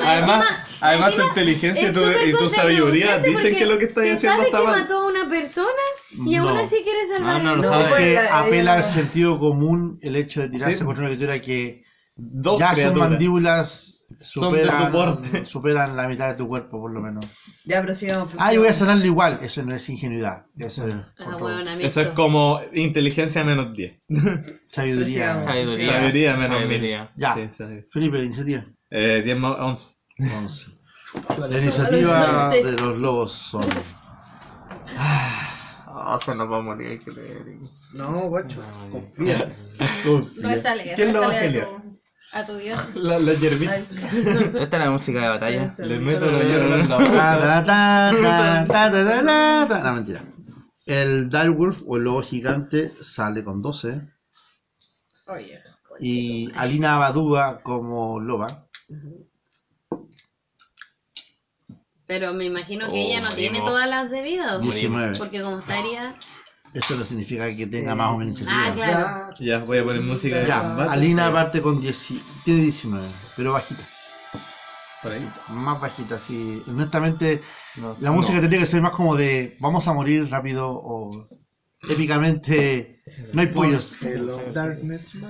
B: Además,
A: encima-
B: además tu
A: encima
B: inteligencia y
A: es
B: tu,
A: súper
B: y tu sabiduría
A: contraproducente
B: dicen
A: porque
B: que lo que estás
A: se
B: haciendo
A: sabe
B: está
A: que
B: mal.
A: mató a una persona y
D: No.
A: aún así quiere salvar
E: No, no,
A: a
E: no.
D: No,
C: No,
D: es que
C: pues, la-
D: apela
C: la-
D: al sentido común el hecho de tirarse
B: Sí.
D: contra una criatura que
B: Dos
D: ya sus
B: criaturas.
D: mandíbulas
B: Son de soporte.
D: superan, superan la mitad de tu cuerpo, por lo menos.
C: Ya, pero sigamos.
D: Ah, y voy a sanarlo igual. Eso no es ingenuidad. Eso es
A: Ah,
D: otro-
A: weón, amigo.
B: Eso es como inteligencia menos 10.
D: sabiduría.
C: Preciado.
E: Sabiduría.
B: Sabiduría
E: Ah,
B: menos
E: Sabiduría.
D: Ya.
B: Sí, sabiduría.
D: Felipe, iniciativa.
B: Eh, 10 más 11.
D: Once. La iniciativa
A: Once.
D: de los lobos son.
E: Oh, se nos va a morir el que le...
G: No, guacho, confía.
H: Rézale,
B: ¿Quién lo va a
H: rézale a
B: pelear?
H: tu, a tu Dios.
B: La, la hierbita.
E: Esta es la música de batalla.
B: Le meto la hierba en la boca.
D: Ta, ta, ta, ta, ta, ta, ta, ta, ta. No, mentira. El Direwolf o el lobo gigante sale con 12.
H: Oye.
D: Y Alina Abadúa como loba.
A: Pero me imagino que
E: Oh,
A: ella no tiene
E: morimos.
A: todas las de vida. ¿o?
D: 19.
A: Porque como estaría.
D: Eso no significa que tenga más o menos
A: Ah,
D: iniciativa.
A: claro.
B: Ya, voy a poner música de
D: Ya,
B: combate.
D: Alina parte con 10, tiene 19, pero bajita.
B: Por ahí.
D: Más bajita, sí. Honestamente,
E: No,
D: la música tendría que ser más como de vamos a morir rápido o épicamente no hay pollos.
G: Hello, darkness, my...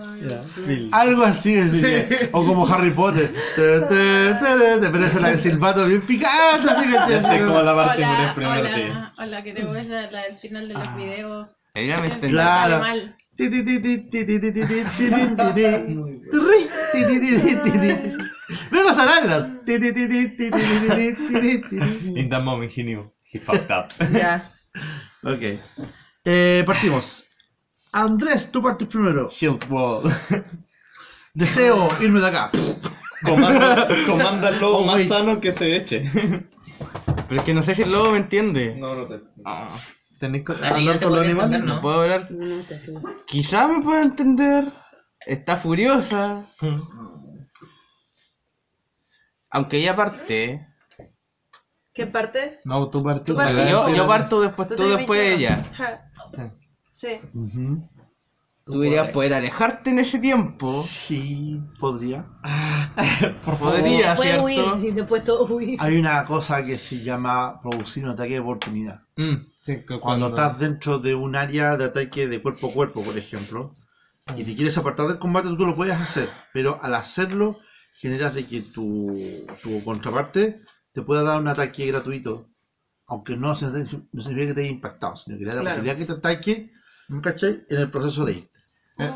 B: Mil.
D: Algo así, es decir, o como Harry Potter. Te, te, te, te, pero esa es la del silbato bien picante, así que
B: Ya sé cómo la parte por el
H: Hola,
B: primer día. Ah.
H: hola, hola, que te ves la, la del final de los videos.
E: No. Ella me está-
D: Claro.
H: Mal.
D: Ti, ti, ti, ti, ti, ti, ti, ti, ti, ti, ti, ti, ti. Turri, ti, ti, ti, ti, ti, ti. Vengo a sanarla. Ti, ti, ti, ti, ti, ti, ti, ti, ti, ti, ti, ti.
B: In that moment he knew he fucked up.
C: Ya.
D: Ok. Eh, partimos. Andrés, tú partes primero.
B: Shield wall.
D: Deseo irme de acá.
B: Comanda, comanda al lobo
D: Oh,
B: más
D: wait.
B: sano que se eche.
E: Pero es que no sé si el lobo me entiende.
G: No, no te...
E: Ah,
B: Tenéis que
I: Ah, ya
B: hablar
I: te
B: con los
I: podría
B: animales.
I: entender,
E: No puedo hablar. Quizá me pueda entender. Está furiosa. Aunque ella parte.
C: ¿Qué parte?
B: No, tú partiste.
C: Tú partiste.
E: Yo, yo parto después,
C: Tú
E: tú después de
C: de
E: ella.
C: Sí.
D: Ujú.
E: Tú deberías
C: pues.
E: poder alejarte en ese tiempo.
D: Sí, podría.
E: Podría,
A: Puede huir
E: ¿cierto?
A: y después todo huir.
D: Hay una cosa que se llama producir un ataque de oportunidad.
B: Mm,
D: Cuando estás dentro de un área de ataque de cuerpo a cuerpo, por ejemplo, y
C: Mm.
D: te quieres apartar del combate, tú lo puedes hacer, pero al hacerlo generas de que tu, tu contraparte te pueda dar un ataque gratuito, aunque no, se- no significa que te haya impactado, sino que le da la
C: Claro. Mm.
D: posibilidad que te ataque, ¿cachai? En el proceso de irte.
C: Eh,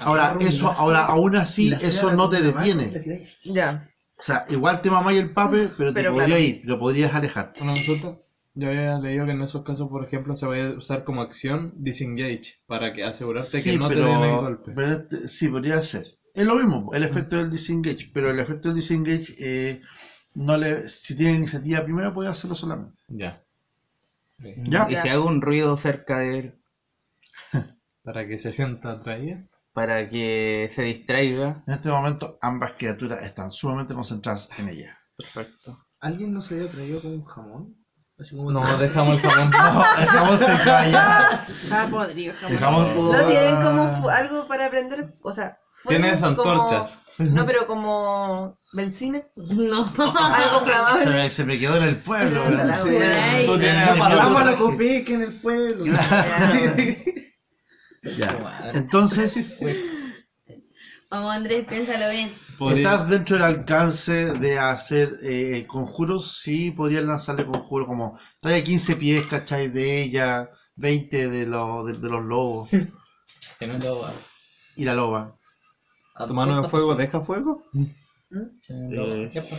D: Ahora, eso, ahora, aún así, eso no te detiene.
C: Ya.
D: O sea, igual te mamáis el papel, pero te
C: Pero
D: podrías
C: claro.
D: ir, pero podrías alejarte.
B: Una consulta. Yo había leído que en esos casos, por ejemplo, se vaya a usar como acción disengage para que asegurarte que no te den el golpe.
D: pero este- sí, podría ser. Es lo mismo, el efecto del disengage, pero el efecto del disengage, eh, no le, si tiene iniciativa primero, puede hacerlo solamente.
B: Ya.
D: ¿Ya?
E: Y si hago un ruido cerca de él
B: Para que se sienta atraída.
E: para que se distraiga.
D: En este momento, ambas criaturas están sumamente concentradas en ella.
E: Perfecto.
G: ¿Alguien no se había traído con un jamón? Así como...
B: No, dejamos el jamón.
D: Dejamos el calla.
B: Ah,
H: Está podrido, jamás.
D: Dejamos
C: ¿No tienen como fu- algo para aprender? O sea, fuego
B: Tienes
C: como-
B: antorchas.
C: No, pero como benzina.
A: No.
C: Algo
D: Se
C: flamable.
D: me, se me quedó en el pueblo.
C: La
D: ¿verdad?
C: wea.
A: Ay,
B: Tú tienes
D: Ya,
G: Pasamos a la
D: ya,
G: copeca en el pueblo.
D: Claro. Ya. Entonces,
A: Vamos, Andrés, piénsalo bien.
B: Podría-
D: Estás dentro del alcance de hacer eh, conjuros, sí podrías lanzarle conjuros como trae 15 pies, ¿cachai? De ella, 20 de, los de, de los lobos
I: Tremendo. ah. a-
D: y la loba.
I: a-
B: ¿Tu mano en fuego deja fuego?
I: Tremendo.
B: Eh,
I: Epa.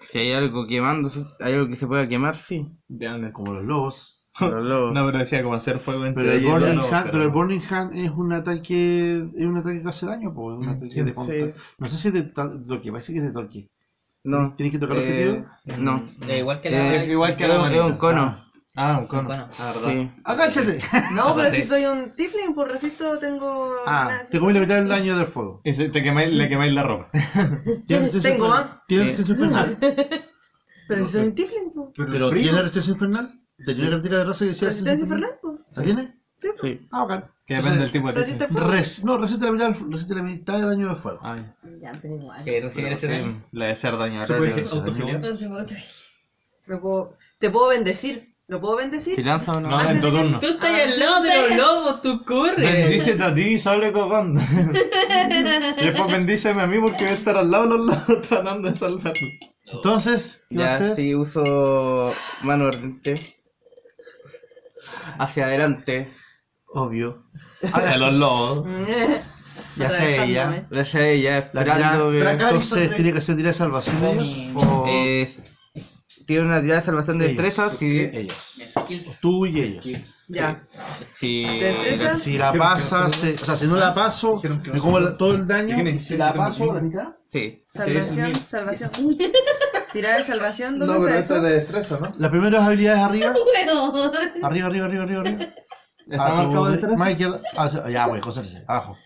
E: Si hay algo quemando, hay algo que se pueda quemar, sí.
B: Ya, no.
D: Como los lobos.
E: Pero luego-
B: No, pero decía como hacer fuego entre
D: Pero el,
B: ellos, ya
D: Burning
B: no,
D: Hand,
B: pero-
D: pero el Burning Hand es un ataque, es un ataque que hace daño, po, es un ataque de contra- No sé si te to- toque, parece que te toque.
E: no.
D: ¿Tienes que tocar los
E: eh,
D: objetivos?
E: No.
I: Eh, igual que la.
E: Eh,
B: igual que la
E: es un- es un
B: manita.
E: cono.
B: Mm, Ah, un cono.
I: Bueno,
B: Ah, verdad.
E: Sí.
D: ¡Agáchate!
C: No, pero si
B: sí.
C: soy un tifling, por recito tengo.
D: Ah, te comí la mitad del daño del fuego.
B: Y se- te quemáis, le quemáis la ropa.
D: ¿Tienes resistencia
C: Tengo, ah.
D: infernal? ¿Tienes resistencia infernal?
C: Pero si soy un tifling, pues.
D: ¿Pero tiene resistencia infernal? ¿Te tiene característica de raza que sea
C: ¿Resistencia infernal? pues.
D: ¿La tiene?
E: Sí.
D: Ah, bacán.
B: Que
D: Entonces,
B: depende del tipo de
C: ¿Resiste
B: tifling.
C: al fuego?
D: Res, no, resiste la mitad, resiste la mitad de daño de fuego.
B: Ah, ya.
A: Ya, pero igual.
I: Que recibir ese
E: Sí.
I: daño.
B: La de hacer daño.
E: Sí,
B: ¿Se puede
E: pero se
B: autogiliar?
A: Entonces, puta.
C: Me puedo- Te puedo bendecir. ¿Lo puedo bendecir?
E: Si lanza o no.
B: No, en tu turno.
I: Tú estás al lado de los lobos, tú corres.
B: Bendícete a ti, sale cagando. y después bendíceme a mí porque voy a estar al lado de los lobos tratando de salvarlo.
D: Entonces, ¿qué va a
E: Ya,
D: hacer?
E: sí, uso mano ardente. Hacia adelante.
D: Obvio.
B: Hacia los lobos.
E: Ya sé ella.
C: Atravesándome.
E: Ya sé ella,
D: La
E: esperando
D: tira-
E: que.
D: entonces tiene que hacer tirada de salvación ellos o
E: Eh, tiene una tirada de salvación de
D: Ellos.
E: destrezas si,
D: ellos.
I: Skills.
D: Tú y ellos.
C: Ya.
E: si
C: Destrezas.
D: Si la pasas, eh, o sea, si no la paso,
G: Dijeron que
D: me
G: no.
D: como la- todo el daño.
B: Dijeron que
D: y Si
B: sí,
D: la
B: yo tengo
D: paso,
B: cinco.
D: la mitad.
E: sí.
C: Salvación, salvación. Tirada de salvación, ¿dónde
G: No, pero
C: está
G: esto es
C: eso?
G: de destreza, ¿no?
D: Las primeras habilidades arriba.
A: Huevón.
D: Arriba, arriba, arriba, arriba. arriba.
B: ¿Está
D: A tu-
B: marcado detrás?
D: Más izquierda. Ah, sí, ya, güey, coserse. Abajo.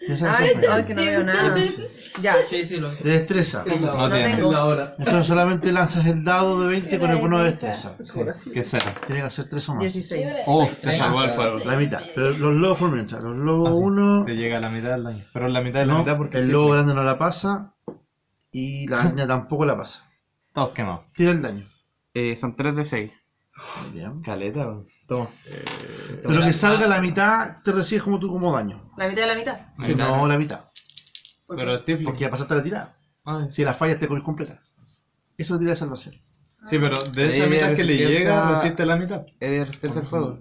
D: Tienes
C: Ay,
D: razón,
C: ay,
D: Fran.
C: que no veo nada. Ya.
I: Sí, sí, lo.
D: De destreza.
B: No
C: tengo.
B: tiene.
G: Es la hora.
D: Entonces solamente lanzas el dado de 20 con el bono de destreza.
B: Que sea.
D: Tiene que hacer 3 o más. Oh,
C: 16.
B: Uf, Oh, se salvó el fuego.
D: La mitad. Pero los lobos por mientras. Los lobos
B: Ah, sí.
D: 1.
B: Te llega a la mitad del daño. Pero la mitad de la
D: No,
B: mitad porque
D: el lobo grande no la pasa. Y la niña tampoco la pasa.
B: Todos quemados.
D: Tira el daño.
E: Eh, son 3 de 6.
D: Bien.
B: Caleta, weón. Toma.
D: Pero que salga la mitad, te recibes como tú como daño.
C: La mitad de la mitad.
D: Si no, la mitad.
B: Pero el tifling.
D: Porque ya pasaste la tirada.
B: Ah,
D: Si la fallas, te comes completa. Eso es tirada de salvación.
B: Sí, pero de esa
E: Ella
B: mitad que le
E: resistió
B: llega,
E: esa-
B: resiste la mitad.
E: Es de resistencia al fuego.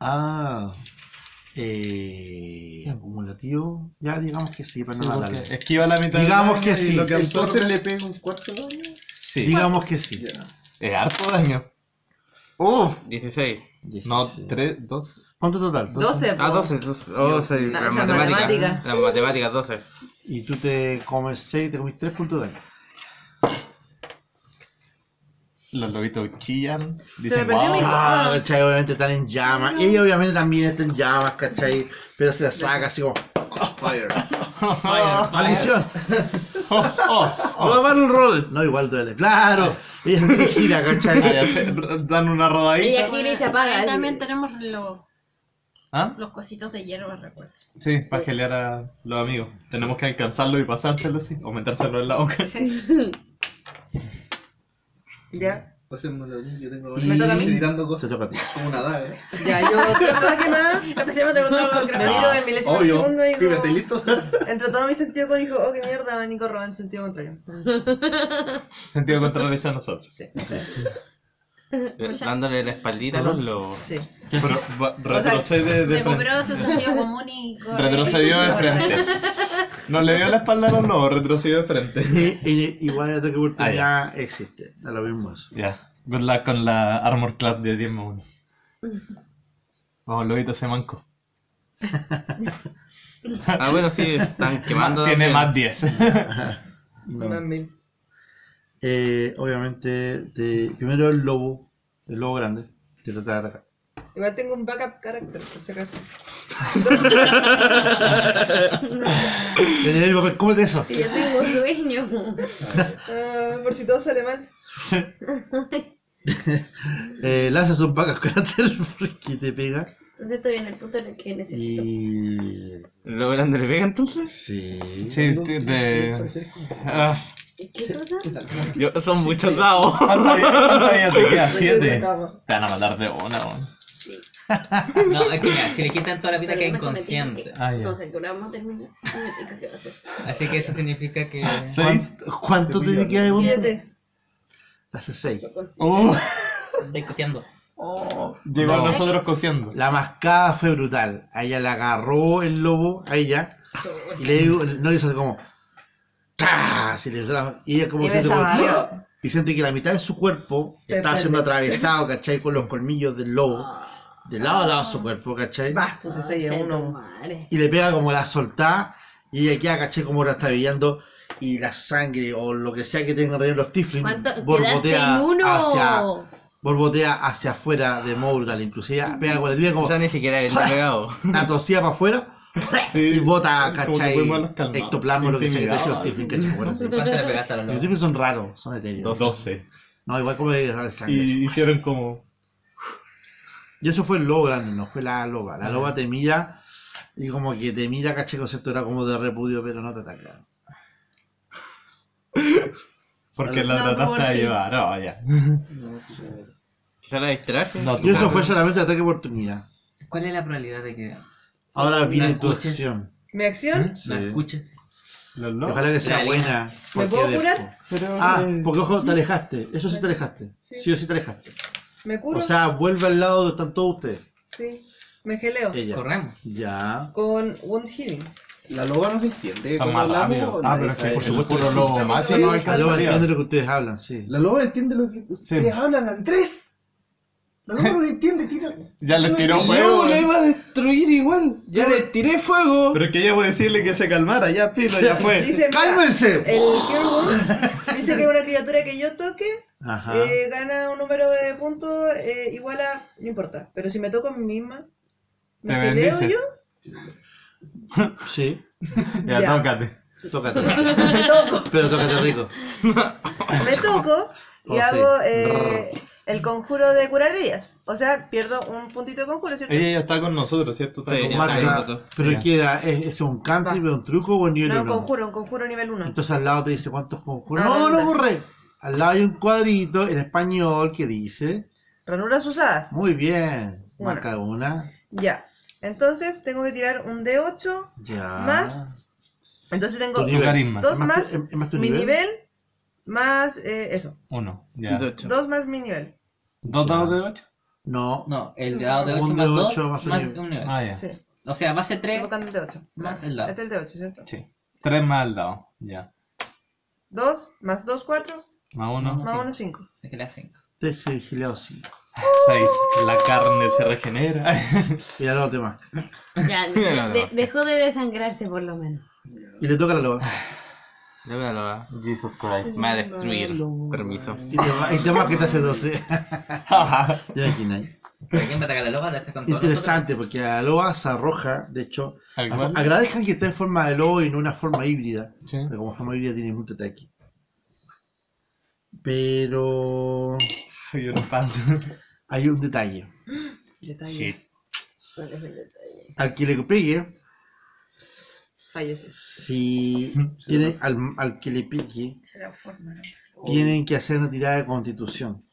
D: Ah. Eh, acumulativo. Ya digamos que sí, para no matarle.
B: Esquiva la mitad
D: Digamos
B: del daño
D: que sí.
B: y lo que absorbe-
G: Entonces le pego un cuarto daño.
B: Sí.
D: Digamos que sí.
B: Es harto daño. Uf.
E: 16.
B: No,
D: 16.
B: 3, 2.
D: ¿Cuánto total?
C: 12.
E: Ah,
C: po.
E: 12. 12. Oh, sí,
C: No, esa
E: las
C: es matemática.
E: matemáticas. Las matemáticas, 12.
D: Y tú te comes 6, te comes 3 puntos de daño.
B: Los lobitos chillan.
C: me
B: Dicen,
C: perdió
B: wow.
C: mi-
D: Ah, ¿cachai? Obviamente están en llamas. Ella obviamente también está en llamas, ¿cachai? Pero se la saca así como... ¡Ah,
G: Fire.
D: ¡Maldición!
B: Oh, oh,
E: Voy a
B: oh.
E: dar un roll.
D: No, igual duele. ¡Claro! Ella se tiene gira,
B: Ahí
D: ¿cachai?
B: hace- Dan una rodadita.
A: Ella gira y se apaga.
H: Ahí también tenemos los,
B: ¿Ah?
H: los cositos de hierba, recuerda.
B: Sí, para gelear a los amigos. Tenemos que alcanzarlo y pasárselo así. O metérselo en la boca.
C: Ya.
G: Pasémoslo a mí, yo tengo
D: Y-
G: Me toca a mí tirando
D: Te
G: cosas
D: toca a ti.
G: como una daga. ¿eh?
C: Ya, yo todo quemada.
H: Empecemos a contar
C: Me miro en milésimo de
G: Obvio.
C: segundo y
G: Pibe, ¿estáis
C: digo...
G: listo?
C: Entre todo mi sentido con dijo, oh, qué mierda, abanico roba en sentido contrario.
B: Sentido contrario a nosotros.
C: Sí. Pues
E: Eh, Dándole la espaldita a los lobos.
C: Sí.
B: Pero va- retrocede de frente.
H: Recuperó su sentido común y corre.
B: Retrocedió de frente. No le dio la espalda a los lobos, retrocedió de frente.
D: Y- y- Igual el ataque de oportunidad existe. Da lo mismo eso.
B: Ya. Good luck con la Armor Class de 10 más 1. Vamos, lobito ese manco.
E: Ah, bueno, sí, están quemando.
B: Tiene
E: también.
B: más 10.
D: No.
C: Más mil.
D: Eh, obviamente, te- primero el lobo, el lobo grande, te trata de atacar.
C: Igual tengo un backup character, por si acaso.
D: Le digo, Eh, ¿Cómo te eso?
A: Yo tengo sueño.
C: Ah, por si todo sale mal.
D: Eh, lanzas un vaca cráter que te pega
A: Entonces estoy en el punto en el que necesito.
D: y...
E: ¿Lo grande le pega entonces?
D: Sí.
B: Sí, t- de. Ah,
A: ¿Qué cosa?
E: Yo, son muchos dados.
B: ¿Cuánto ya- cuánto ya te queda?
C: Pues Yo
B: 7.
C: te acabo.
B: Te van a matar de una, weón.
I: No, es que ya, si le quitan toda la vida queda
A: Problemas que me
I: inconsciente.
A: tienen
E: Ah, ya.
A: No sé, que ahora vamos a terminar. Mítica, ¿qué va a hacer?
I: Así que eso significa que.
B: Seis.
D: ¿Cuán- ¿Cuánto
B: Te
D: tiene
B: pillo.
D: que haber?
C: Siete.
D: Hace seis.
A: Lo consigo.
D: Oh,
I: Estoy coteando.
B: Llegó
D: No.
B: a nosotros cogiendo.
D: la mascada fue brutal. A ella la agarró el lobo, a ella, y le digo, no le hizo así como. ¡Tas! Y, le hizo la- y ella como
C: Y me
D: siente como- ¡Ah!
C: sabadeó.
D: y siente que la mitad de su cuerpo
C: Se
D: está siendo
C: perdió.
D: atravesado, ¿cachai? Con los colmillos del lobo, de lado a lado su cuerpo, ¿cachai?
C: Vasco se sella
A: Ay,
C: uno.
A: madre.
D: y le pega como la soltá y ella queda caché como la está brillando y la sangre o lo que sea que tenga en los tiflins
A: ¿Cuánto? ¿Quedaste en
D: borbotea hacia
A: uno?
D: borbotea hacia afuera de Mourtal inclusive pega con la tibia
B: Oh.
D: como
E: Quizás ni siquiera él está pegado.
D: la tosía para afuera
B: Sí,
D: y bota
B: como que
D: cachai
B: fuimos a los calmados.
D: ectoplasma lo que sea que te hace los
B: Intimidados.
D: tiflins cachai bueno, sí.
I: ¿Cuánto le pegaste a los
D: los
I: lobos?
D: tiflins son raros son etéreos
B: 12.
D: no igual como que sale sangre
B: Y hicieron como.
D: Y eso fue el lobo grande, no fue la loba. La loba te mira y como que te mira, caché, concepto era como de repudio, pero no te ataca.
B: Porque la
H: No, por
B: trataste de
H: fin.
B: llevar. Oh, ya.
E: Quizás la distraje.
D: Y eso fue solamente ataque de oportunidad.
I: ¿Cuál es la probabilidad de que
D: Ahora
I: Una
D: viene tu
I: escuche.
D: acción.
C: Mi acción.
I: la escuches?
B: Los
D: Y
B: lobos.
D: Ojalá que sea
I: La
D: buena.
C: ¿Me
D: porque
C: puedo
D: de-
C: curar? eh,
D: Ah, porque ojo, te alejaste. Eso sí te alejaste.
C: Sí.
D: Sí o sí te alejaste.
C: Me curo.
D: O sea, vuelve al lado donde están todos ustedes.
C: sí. Me geleo.
D: Ella.
I: Corremos.
D: Ya.
C: Con Wound Healing.
G: La loba no se entiende.
B: Está
G: cuando
B: más
G: hablamos,
B: rápido.
G: nadie
B: Ah, pero es que
G: sabe.
B: por
D: el
B: supuesto
D: puro
B: el lobo
D: sí.
B: macho no
D: La loba entiende
B: alcanzaría.
D: lo que ustedes hablan, sí.
G: La loba entiende lo que ustedes
B: Sí.
G: hablan, Andrés. La loba no entiende, tira.
B: Ya le tiró
E: No,
B: fuego.
E: lo iba a destruir igual. Ya le tiré fuego.
B: Pero es que ya voy a decirle que se calmara. Ya, pilo, ya fue.
C: Dice, mira, eh,
D: ¡Cálmense!
C: El Cure Wounds dice que una criatura que yo toque
D: Ajá.
C: eh, gana un número de puntos eh, igual a. No importa. Pero si me toco a mí misma, me
B: Te
C: peleo
B: bendices.
C: yo.
D: Sí.
B: Ya,
C: Ya.
B: tócate.
D: Tócate. Pero tócate rico.
C: Me toco y
D: Oh, sí.
C: hago eh, el conjuro de curar heridas. O sea, pierdo un puntito de conjuro, ¿cierto?
B: Ella ya está con nosotros, ¿cierto? Está
E: Sí,
B: con
E: ya
B: Marco.
E: está
D: Marca,
E: ahí, Toto.
D: pero
B: Sí, ya.
D: que era, es, es un cantrip, un truco o nivel
C: No, un
D: 1.
C: conjuro, un conjuro nivel 1.
D: Entonces al lado te dice cuántos conjuros.
C: Ah,
D: no, no
C: ranura.
D: corre. Al lado hay un cuadrito en español que dice,
C: Ranuras usadas.
D: muy bien,
C: Bueno.
D: marca una,
C: Ya. Entonces tengo que tirar un D8.
D: ya.
C: Más Entonces tengo
D: Tu nivel.
B: Carisma.
C: dos
D: tu-
C: más,
D: es- es más tu
C: mi
D: nivel.
C: nivel, más eh, eso.
B: Uno. Ya.
E: De ocho.
C: Dos más mi nivel.
B: ¿Dos dados de ocho?
D: No,
I: No, el dado de
D: Un
I: 8
D: de
I: más 2
D: ocho
I: más
D: más un nivel.
I: un nivel.
B: Ah, ya.
C: Sí.
I: O sea, base
C: Estoy
I: 3
C: buscando el D8.
I: más el dado.
C: Este es el D8, ¿cierto?
B: Sí. Tres más al dado. Ya.
C: Dos más dos, cuatro.
B: Más uno.
C: Más
I: Cinco.
C: uno, cinco.
I: Se queda 5.
D: te se vigilado 5.
B: Seis. La carne se regenera.
D: Mira los demás.
A: Ya,
E: Mira,
A: de- dejó de desangrarse por lo menos.
D: Y le toca la loba.
E: Ya me la loba.
B: Jesus Christ.
E: Me va a destruir. Permiso.
D: Y te va- y te más que te hace 12. Ya imagináis.
I: ¿Pero quién va a atacar la loba? La está con todos
D: Interesante, porque la loba se arroja, de hecho,
B: Al
D: a-
B: cual.
D: agradezcan que está en forma de lobo y no una forma híbrida.
B: Sí.
D: Pero como forma híbrida tiene mucho ataque. Pero
B: Yo no paso.
D: hay un detalle.
C: Detalle.
D: Al que le pegue,
C: Falleces.
D: si tiene, al, al que le pique, tienen que hacer una tirada de constitución.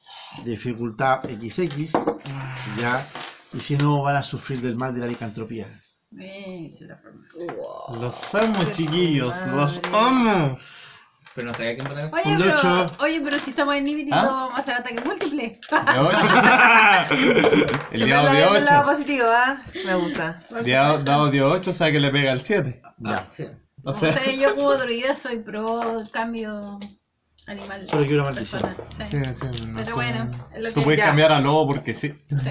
D: Dificultad XX, ya. Y si no, van a sufrir del mal de la licantropía.
H: Eh, se la forma.
B: Los amo, chiquillos. Los
C: Madre.
B: amo.
I: lados. Pero no sabía quién va a atacar.
H: Oye,
D: Un de
H: pero,
D: ocho.
H: oye, pero si estamos en límite,
B: ¿Ah?
H: no vamos a hacer ataque múltiple.
B: De ocho. El
C: Siempre
B: dado
C: la
B: de
C: veo del lado
B: 8.
C: positivo, ¿ah? Me gusta.
B: Dado de 8, o sea que le pega al 7.
D: Ya.
I: Ah, Sí.
B: O
H: No
B: sea,
H: sé, yo como druida soy pro cambio animal.
D: Solo quiero una maldición.
H: persona, sí.
B: sí, sí, no
H: Pero
B: está-
H: bueno, es lo
B: Tú
H: que
B: puedes
H: ya.
B: cambiar a lobo porque sí.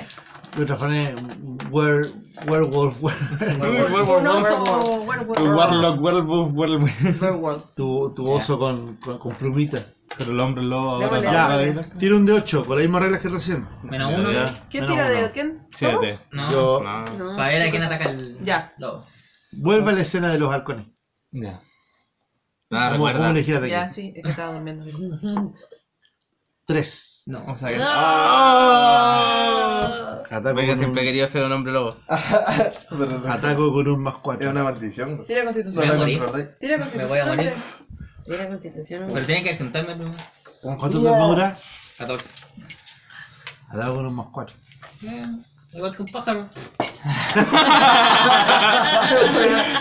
D: Lo transformé en were- werewolf.
I: Werewolf.
H: Un oso,
C: Werewolf.
H: werewolf.
B: Tu Warlock, Werewolf, Werewolf.
C: Werewolf.
D: Tu, tu oso con, con, con plumita.
B: Pero el hombre lobo ahora
C: Démosle
B: no
C: la
B: va a
C: regla.
B: ir.
D: Tira un de 8 con las mismas reglas que recién.
I: Menos uno.
D: Ya.
C: ¿Quién
D: Menos
C: tira
D: uno.
C: de quién?
B: Siete.
I: No.
D: Yo
E: No.
C: No.
I: Para ver a quién ataca el
C: Ya.
I: lobo.
D: vuelvo a la escena de los halcones.
B: Ya.
E: Ah,
D: ¿Cómo,
E: recuerda.
D: cómo elegir ataque?
C: Ya, sí, es que estaba durmiendo.
D: Tres.
I: No.
B: O sea que.
A: Ah.
D: Ataco
E: Venga,
D: con,
E: siempre he
D: un,
E: querido ser un hombre lobo.
D: ataco con un más
G: Es
D: cuatro.
G: una maldición.
C: Tira
I: Me
G: No
C: constitución.
I: voy a
G: la
I: morir.
G: controláis.
C: Tira
I: Me
C: constitución.
I: voy a morir.
C: hombre.
A: Mira constitución.
I: Pero tienen que pues. accentarme primero.
D: ¿Cuánto tu armadura?
I: 14.
D: Ataco con un más cuatro.
I: Bien. Eh, Igual que un pájaro.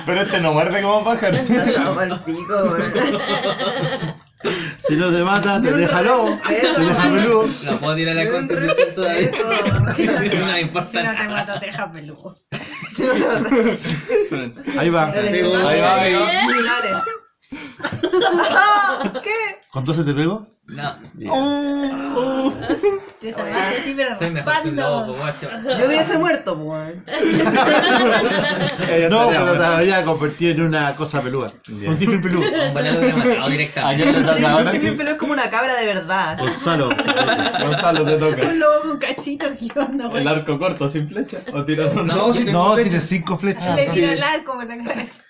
B: Pero este no muerde como pájaro.
C: Pasado pa'l pico, weón.
D: Si no te mata, te deja lobo, te deja peludo.
I: No puedo tirar a la
C: Ni un
I: constitución todavía. No me
A: Si no
I: importa.
A: te mato, te deja peludo.
D: Ahí va.
C: Ahí
B: Ahí va, ahí va.
C: Dale. Ah, ¿Qué?
D: ¿Con 12 te pego? Oh.
I: No,
A: Te salvaste, sí, pero
I: soy mejor que un lobo, pues,
A: raspando.
I: guacho.
C: Yo hubiese muerto, po, weón.
B: Ella estaría
D: No, pero te
B: buena.
D: habría convertido en una cosa peluda.
B: Ya.
D: Un tifin peludo.
I: Ojalá lo hubiera matado
B: ¿A
I: directamente.
B: quién le toca ahora?
C: Este pelo es como una cabra de verdad.
D: Gonzalo.
B: Gonzalo, te toca.
H: Un lobo con cachito, ¿qué onda, güey?
B: El arco corto, sin flecha. O tiro
I: No,
G: si
D: No, tiene 5 flechas.
H: Le tiro el arco por la cabeza.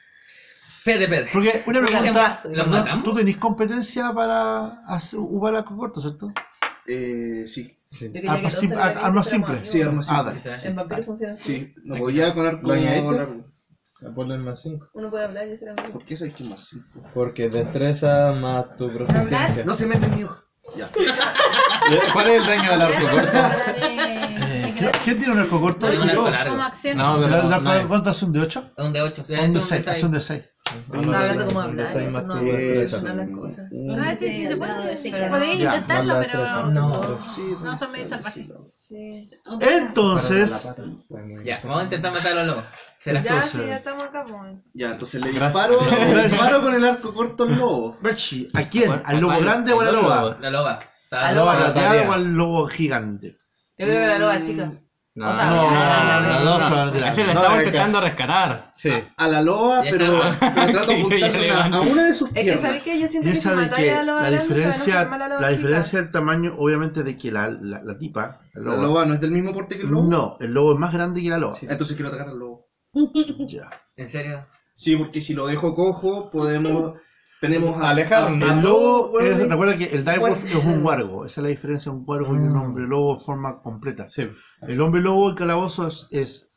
I: Pede, pede.
D: Porque una pregunta,
I: ¿Los
D: perdón,
I: matamos?
D: ¿tú tenés competencia para hacer un balaco corto, cierto?
G: Eh, sí,
D: Armas simple- ar- armas simples.
G: sí, armas
D: Ah,
G: simples.
D: dale.
I: Quizás.
D: Sí, vale.
H: funciona
G: Sí, no podía con arco largo.
B: Ponle más 5.
H: Uno puede hablar y hacer
G: ¿Por qué soy quien más? cinco?
B: Porque destreza más tu
A: proficiencia.
G: No se mete en mi hoja. Ya.
B: ¿Cuál es el daño del arco corto?
D: Eh, ¿quién- ¿Quién tiene un arco corto?
I: Tengo un arco largo.
H: Como acción.
E: No,
D: ¿El
E: pero
D: arco
E: no, no.
D: corto hace un de 8?
I: Es un de 8.
D: Un de 6, hace un de 6.
C: Está hablando como hablar.
B: Seis
C: eso
B: más
C: No,
B: tu
C: no,
B: destreza.
C: no, las cosas.
G: Un-
H: No, Ah, sí, sí, se puede.
A: Sí,
H: Pero
A: ya.
H: Podéis
D: Ya,
H: intentarlo,
B: más la
H: pero
B: destreza,
I: No.
H: no son medio salvajes.
C: Sí.
D: Entonces,
I: Ya, vamos a intentar matar a los lobos. Será.
C: Ya, sí, ya estamos acá, pues. po, weón.
G: Ya, entonces le
B: Gracias.
G: disparo, le disparo con el arco corto al lobo.
D: Berchi, ¿a quién? ¿Al lobo
E: ¿Cuál?
D: grande o a la
I: El
D: loba?
I: lobo, La loba.
D: ¿Al
I: Está-
D: lobo
E: loba
D: plateado
E: plateada.
D: o al lobo gigante?
C: Yo creo que la
D: Mm,
C: loba chica.
E: No,
C: O sea,
E: no,
C: la-
E: no,
D: la-
E: no,
D: la-
E: no.
D: la-
E: Ese
B: la-
E: lo
B: la-
E: estamos intentando rescatar.
B: Sí.
G: A la loba,
I: Ya
G: pero,
I: está.
G: pero trato de
I: Sí, yo ya
G: apuntarle una-
I: levanto.
G: a una de sus
C: Es que,
G: piernas.
C: ¿sabes qué? Yo siento
D: Y
C: que si
D: esa de que
C: matáis a la loba
D: la
C: grande, se van a
D: diferencia,
C: enfermar la loba
D: la
C: chica.
D: diferencia del tamaño, obviamente, de que la, la, la tipa, la
G: La
D: loba,
G: loba no es del mismo porte que el lobo.
D: no, el lobo es más grande que la loba.
G: Sí, Entonces quiero atacar al lobo.
D: Ya.
I: ¿En serio?
G: Sí, porque si lo dejo cojo, podemos. Tenemos a
B: Alejarnos.
G: a- a
D: El lobo,
B: oh,
G: dos,
D: es-
G: weón,
D: recuerda que el dire wolf
G: Guardia.
D: es un wargo, esa es la diferencia entre un wargo y un
B: Mm.
D: hombre lobo en forma completa.
C: Ah,
B: Sí.
D: El hombre lobo, el calabozo, es, es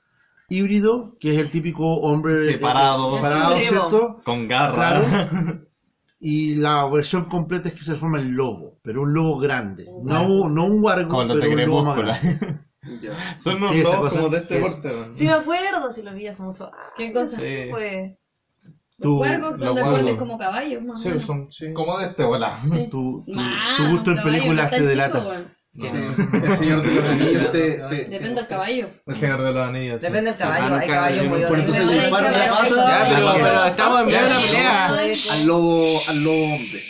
D: híbrido, que es el típico hombre
B: Separado.
D: eh, parado,
C: Sí,
D: ¿cierto?
B: Con garra.
D: Claro. Y la versión completa es que se forma el lobo, pero un lobo grande. No, un- no un wargo,
B: Como los
D: pero
B: de
D: un lobo más
B: Crepúsculo.
D: grande.
G: Ya.
B: Son unos
D: Sí, esa
B: lobos
D: cosa.
B: como de este
D: Eso.
B: porte, man.
C: Sí, me acuerdo si lo vi hace mucho. Ah,
A: ¿Qué cosa?
B: Sí.
C: Pues.
A: Los
D: Tu-
A: cuervos
B: los
A: son de cortes
B: cuervos.
A: como caballos, más o
B: Sí,
A: menos.
B: son como de este, bola.
D: Tu, tu- tu gusto en películas te delata.
G: El señor de los anillos este, te. te-
A: Depende del caballo.
B: El señor de los anillos. sí.
C: Depende del caballo, hay
E: nunca-
C: caballos muy
G: Por entonces
A: Ahora
G: le
A: hay
G: disparo en la
A: caballos.
G: pata
E: Ya, pero,
D: Ya,
E: pero estamos en medio de una pelea.
C: horribles.
G: al lobo, al lobo hombre.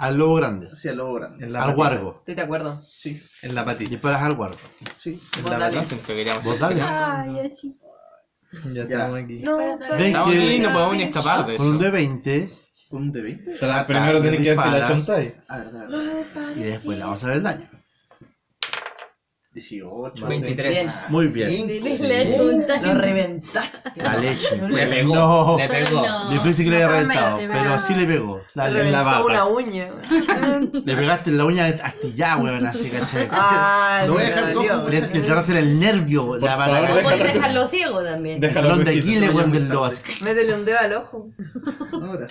D: Al lobo grande,
G: Hacia el lobo grande.
B: En la
D: al
B: patita.
D: wargo.
C: Estoy de acuerdo.
G: Sí,
B: En la patilla.
D: Disparas al wargo.
G: sí.
C: Vos dale.
D: Vos dale.
H: Ay, así.
B: Ya estamos aquí.
C: No,
D: Ven
E: Estamos
D: que-
E: aquí, no podemos ni escapar de
D: Con un
E: eso.
D: D20
G: Con un D20.
B: Tra- Primero tenés que ver si la
D: disparas.
B: chontáis.
G: A ver, a ver.
H: Ah,
D: y después le vamos a ver el daño.
G: 18.
B: Vale.
I: 23.
D: Muy bien.
A: Le he hecho un
C: Lo
A: daño.
C: reventaste.
D: La leche.
I: Le pegó.
D: No.
I: Le pegó.
A: No.
D: Difícil que le haya reventado,
H: Normalmente,
D: pero
H: ¿verdad?
D: sí le pegó.
C: Le
D: Dale, en la
C: reventó una
D: baba.
C: uña.
D: Le pegaste en la uña astillada, weón, así, ¿cachai?
C: Ah,
G: Lo voy a
C: sí, me
G: dejar
C: dolió.
G: cojo,
D: Le, le enterraste en el nervio, la
B: favor,
D: balada.
A: Puedes
B: Déjalo.
A: dejarlo ciego también.
D: El talón de
B: rojito.
D: Aquiles, weón, del lobo.
C: Métele un dedo al ojo.
G: Ahora.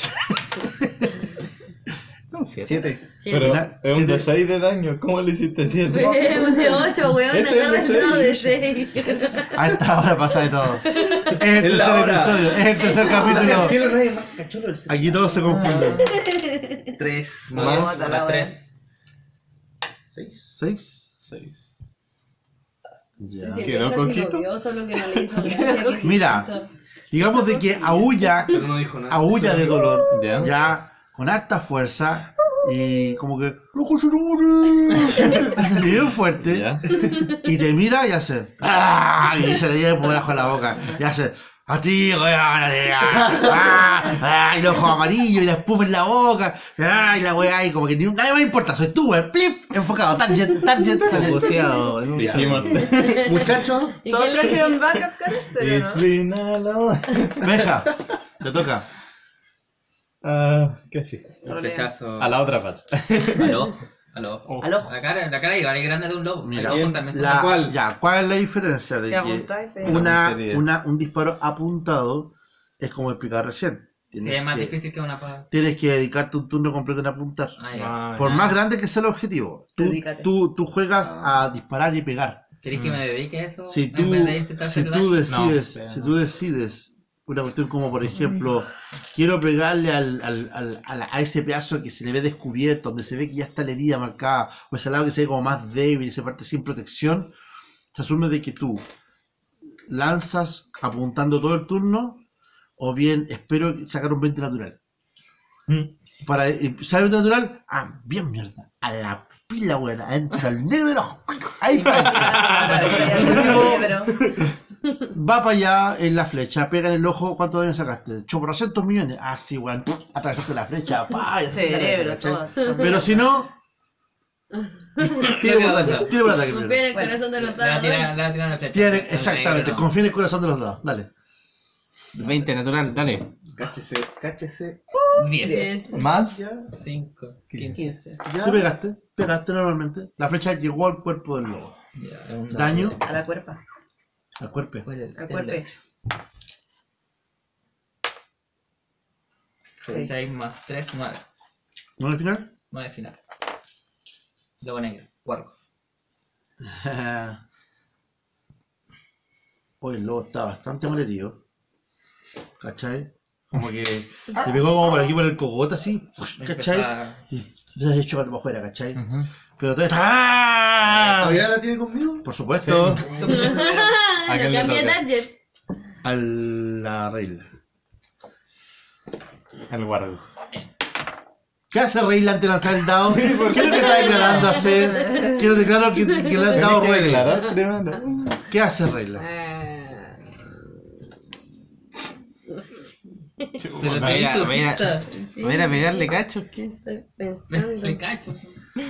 E: Son siete.
G: 7.
B: Pero
D: Mira,
B: es un
D: siete.
B: de 6 de daño. ¿Cómo le hiciste 7?
A: Un de 8, weón.
B: Este es
A: Agarra
B: de
A: el
B: seis.
A: dado de 6.
D: A esta hora pasa de todo. Es el
G: Es
D: tercer
G: la hora.
D: episodio, es el tercer
G: El
D: capítulo.
G: cielo no es más cachorro.
D: Aquí todos se confunden.
G: 3.
I: Más
C: mata la wea.
I: más tres.
G: 6.
D: ¿Seis?
B: 6.
D: Ya.
B: ¿Quedó coquito?
A: solo que no le hizo gracia, que
D: Mira.
A: siento.
D: Digamos de que aúlla,
G: Pero no dijo nada.
D: aúlla de dolor.
B: Ya.
D: ya con harta fuerza y como que hace así bien fuerte
B: Ya.
D: y te mira y hace ¡Ah! y se le lleva el pomerajo a la boca y hace a ti weón, así, ¡Ah! ¡Ah! y el ojo amarillo y la espuma en la boca ¡Ah! y la weá y como que ni nadie me importa soy tú weón plip enfocado target target sale
E: Negociado.
B: Dijimos.
G: Muchachos,
A: ¿Y
C: Todos
A: quién le dijo?
C: trajeron backup con esto, ¿no?
B: It's been a long-
D: Benja te toca
B: Ah, ¿Qué sí?
I: Un flechazo.
B: A la otra parte.
I: Al ojo. Al ojo.
C: Al ojo.
I: La cara, la cara igual es grande de un lobo.
D: Mira,
I: el ojo también se
D: la-
I: tapa.
G: ¿Cuál?
D: ya, ¿cuál es la diferencia de
C: Te
D: que
C: apuntáis, pero-
D: una,
B: Tontería.
D: una- un disparo apuntado es como explicaba recién?
I: Sí,
D: Tienes,
I: es más
D: que,
I: difícil que una paja.
D: tienes que dedicarte un turno completo en apuntar.
I: Ah, ya.
D: Por más grande que sea el objetivo, tú,
C: Dedícate.
D: tú, tú juegas a disparar y pegar.
I: ¿Querés que me dedique a eso?
D: Mm. Si
I: en
D: tú,
I: vez de intentar
D: si
I: saludar?
D: tú decides,
E: pero
D: si tú decides una cuestión como por ejemplo, quiero pegarle al, al- al- a, la- a ese pedazo que se le ve descubierto, donde se ve que ya está la herida marcada, o ese lado que se ve como más débil, esa parte sin protección, se asume de que tú lanzas apuntando todo el turno, o bien espero sacar un 20 natural. Para eh, sale el 20 natural, ah, bien mierda, a la pila buena, entra el negro del ojo, ahí va. Va para allá en la flecha, pega en el ojo, ¿cuánto daño sacaste? 800 millones. Ah, sí, weón. puf, Atravesaste la flecha, pa, y así la
C: Cerebro,
D: cabeza, ¿cachai?
C: todo.
D: Pero si no. Tira por ataque, tira por ataque
A: Confía en
D: primero.
A: el corazón de los
I: Le va a tirar-
A: dados.
I: le va a tirar la flecha.
D: Tiene-
I: No,
D: exactamente,
I: negro, no.
D: confía en el corazón de los dados. Dale.
E: 20 natural, dale.
G: Cáchese, cáchese.
I: 10,
E: Más.
I: 5, 15.
C: 15.
D: Si pegaste, pegaste normalmente. La flecha llegó al cuerpo del lobo. Daño
C: A la cuerpa,
D: al cuerpo.
C: al cuerpo.
I: 6 más 3, 9.
D: ¿No al final?
I: 9 final. Lobo negro, cuarco.
D: Hoy el lobo está bastante mal herido. ¿Cachai? Como que te pegó como por aquí por el cogote así.
I: Me
D: ¿Cachai?
I: empezaba-
D: Le has hecho para afuera, ¿cachai? Pero todavía está. ¡Ah!
G: ¿Todavía la tiene conmigo?
D: Por supuesto,
B: ¿A quién
A: No
B: le
A: Ah, cambié
B: toca?
A: target.
D: a la Reila.
E: Al guardo.
D: ¿Qué hace Reila ante lanzar el dado? ¿Qué es lo que está declarando hacer? Quiero declarar que, que le han dado regla. ¿Qué hace Reila?
A: Ah,
I: Pero te
E: Mira,
I: hizo
E: mira.
I: pista.
E: ¿A ver a pegarle cachos qué?
A: estoy
I: Le
A: pensando.
I: cacho.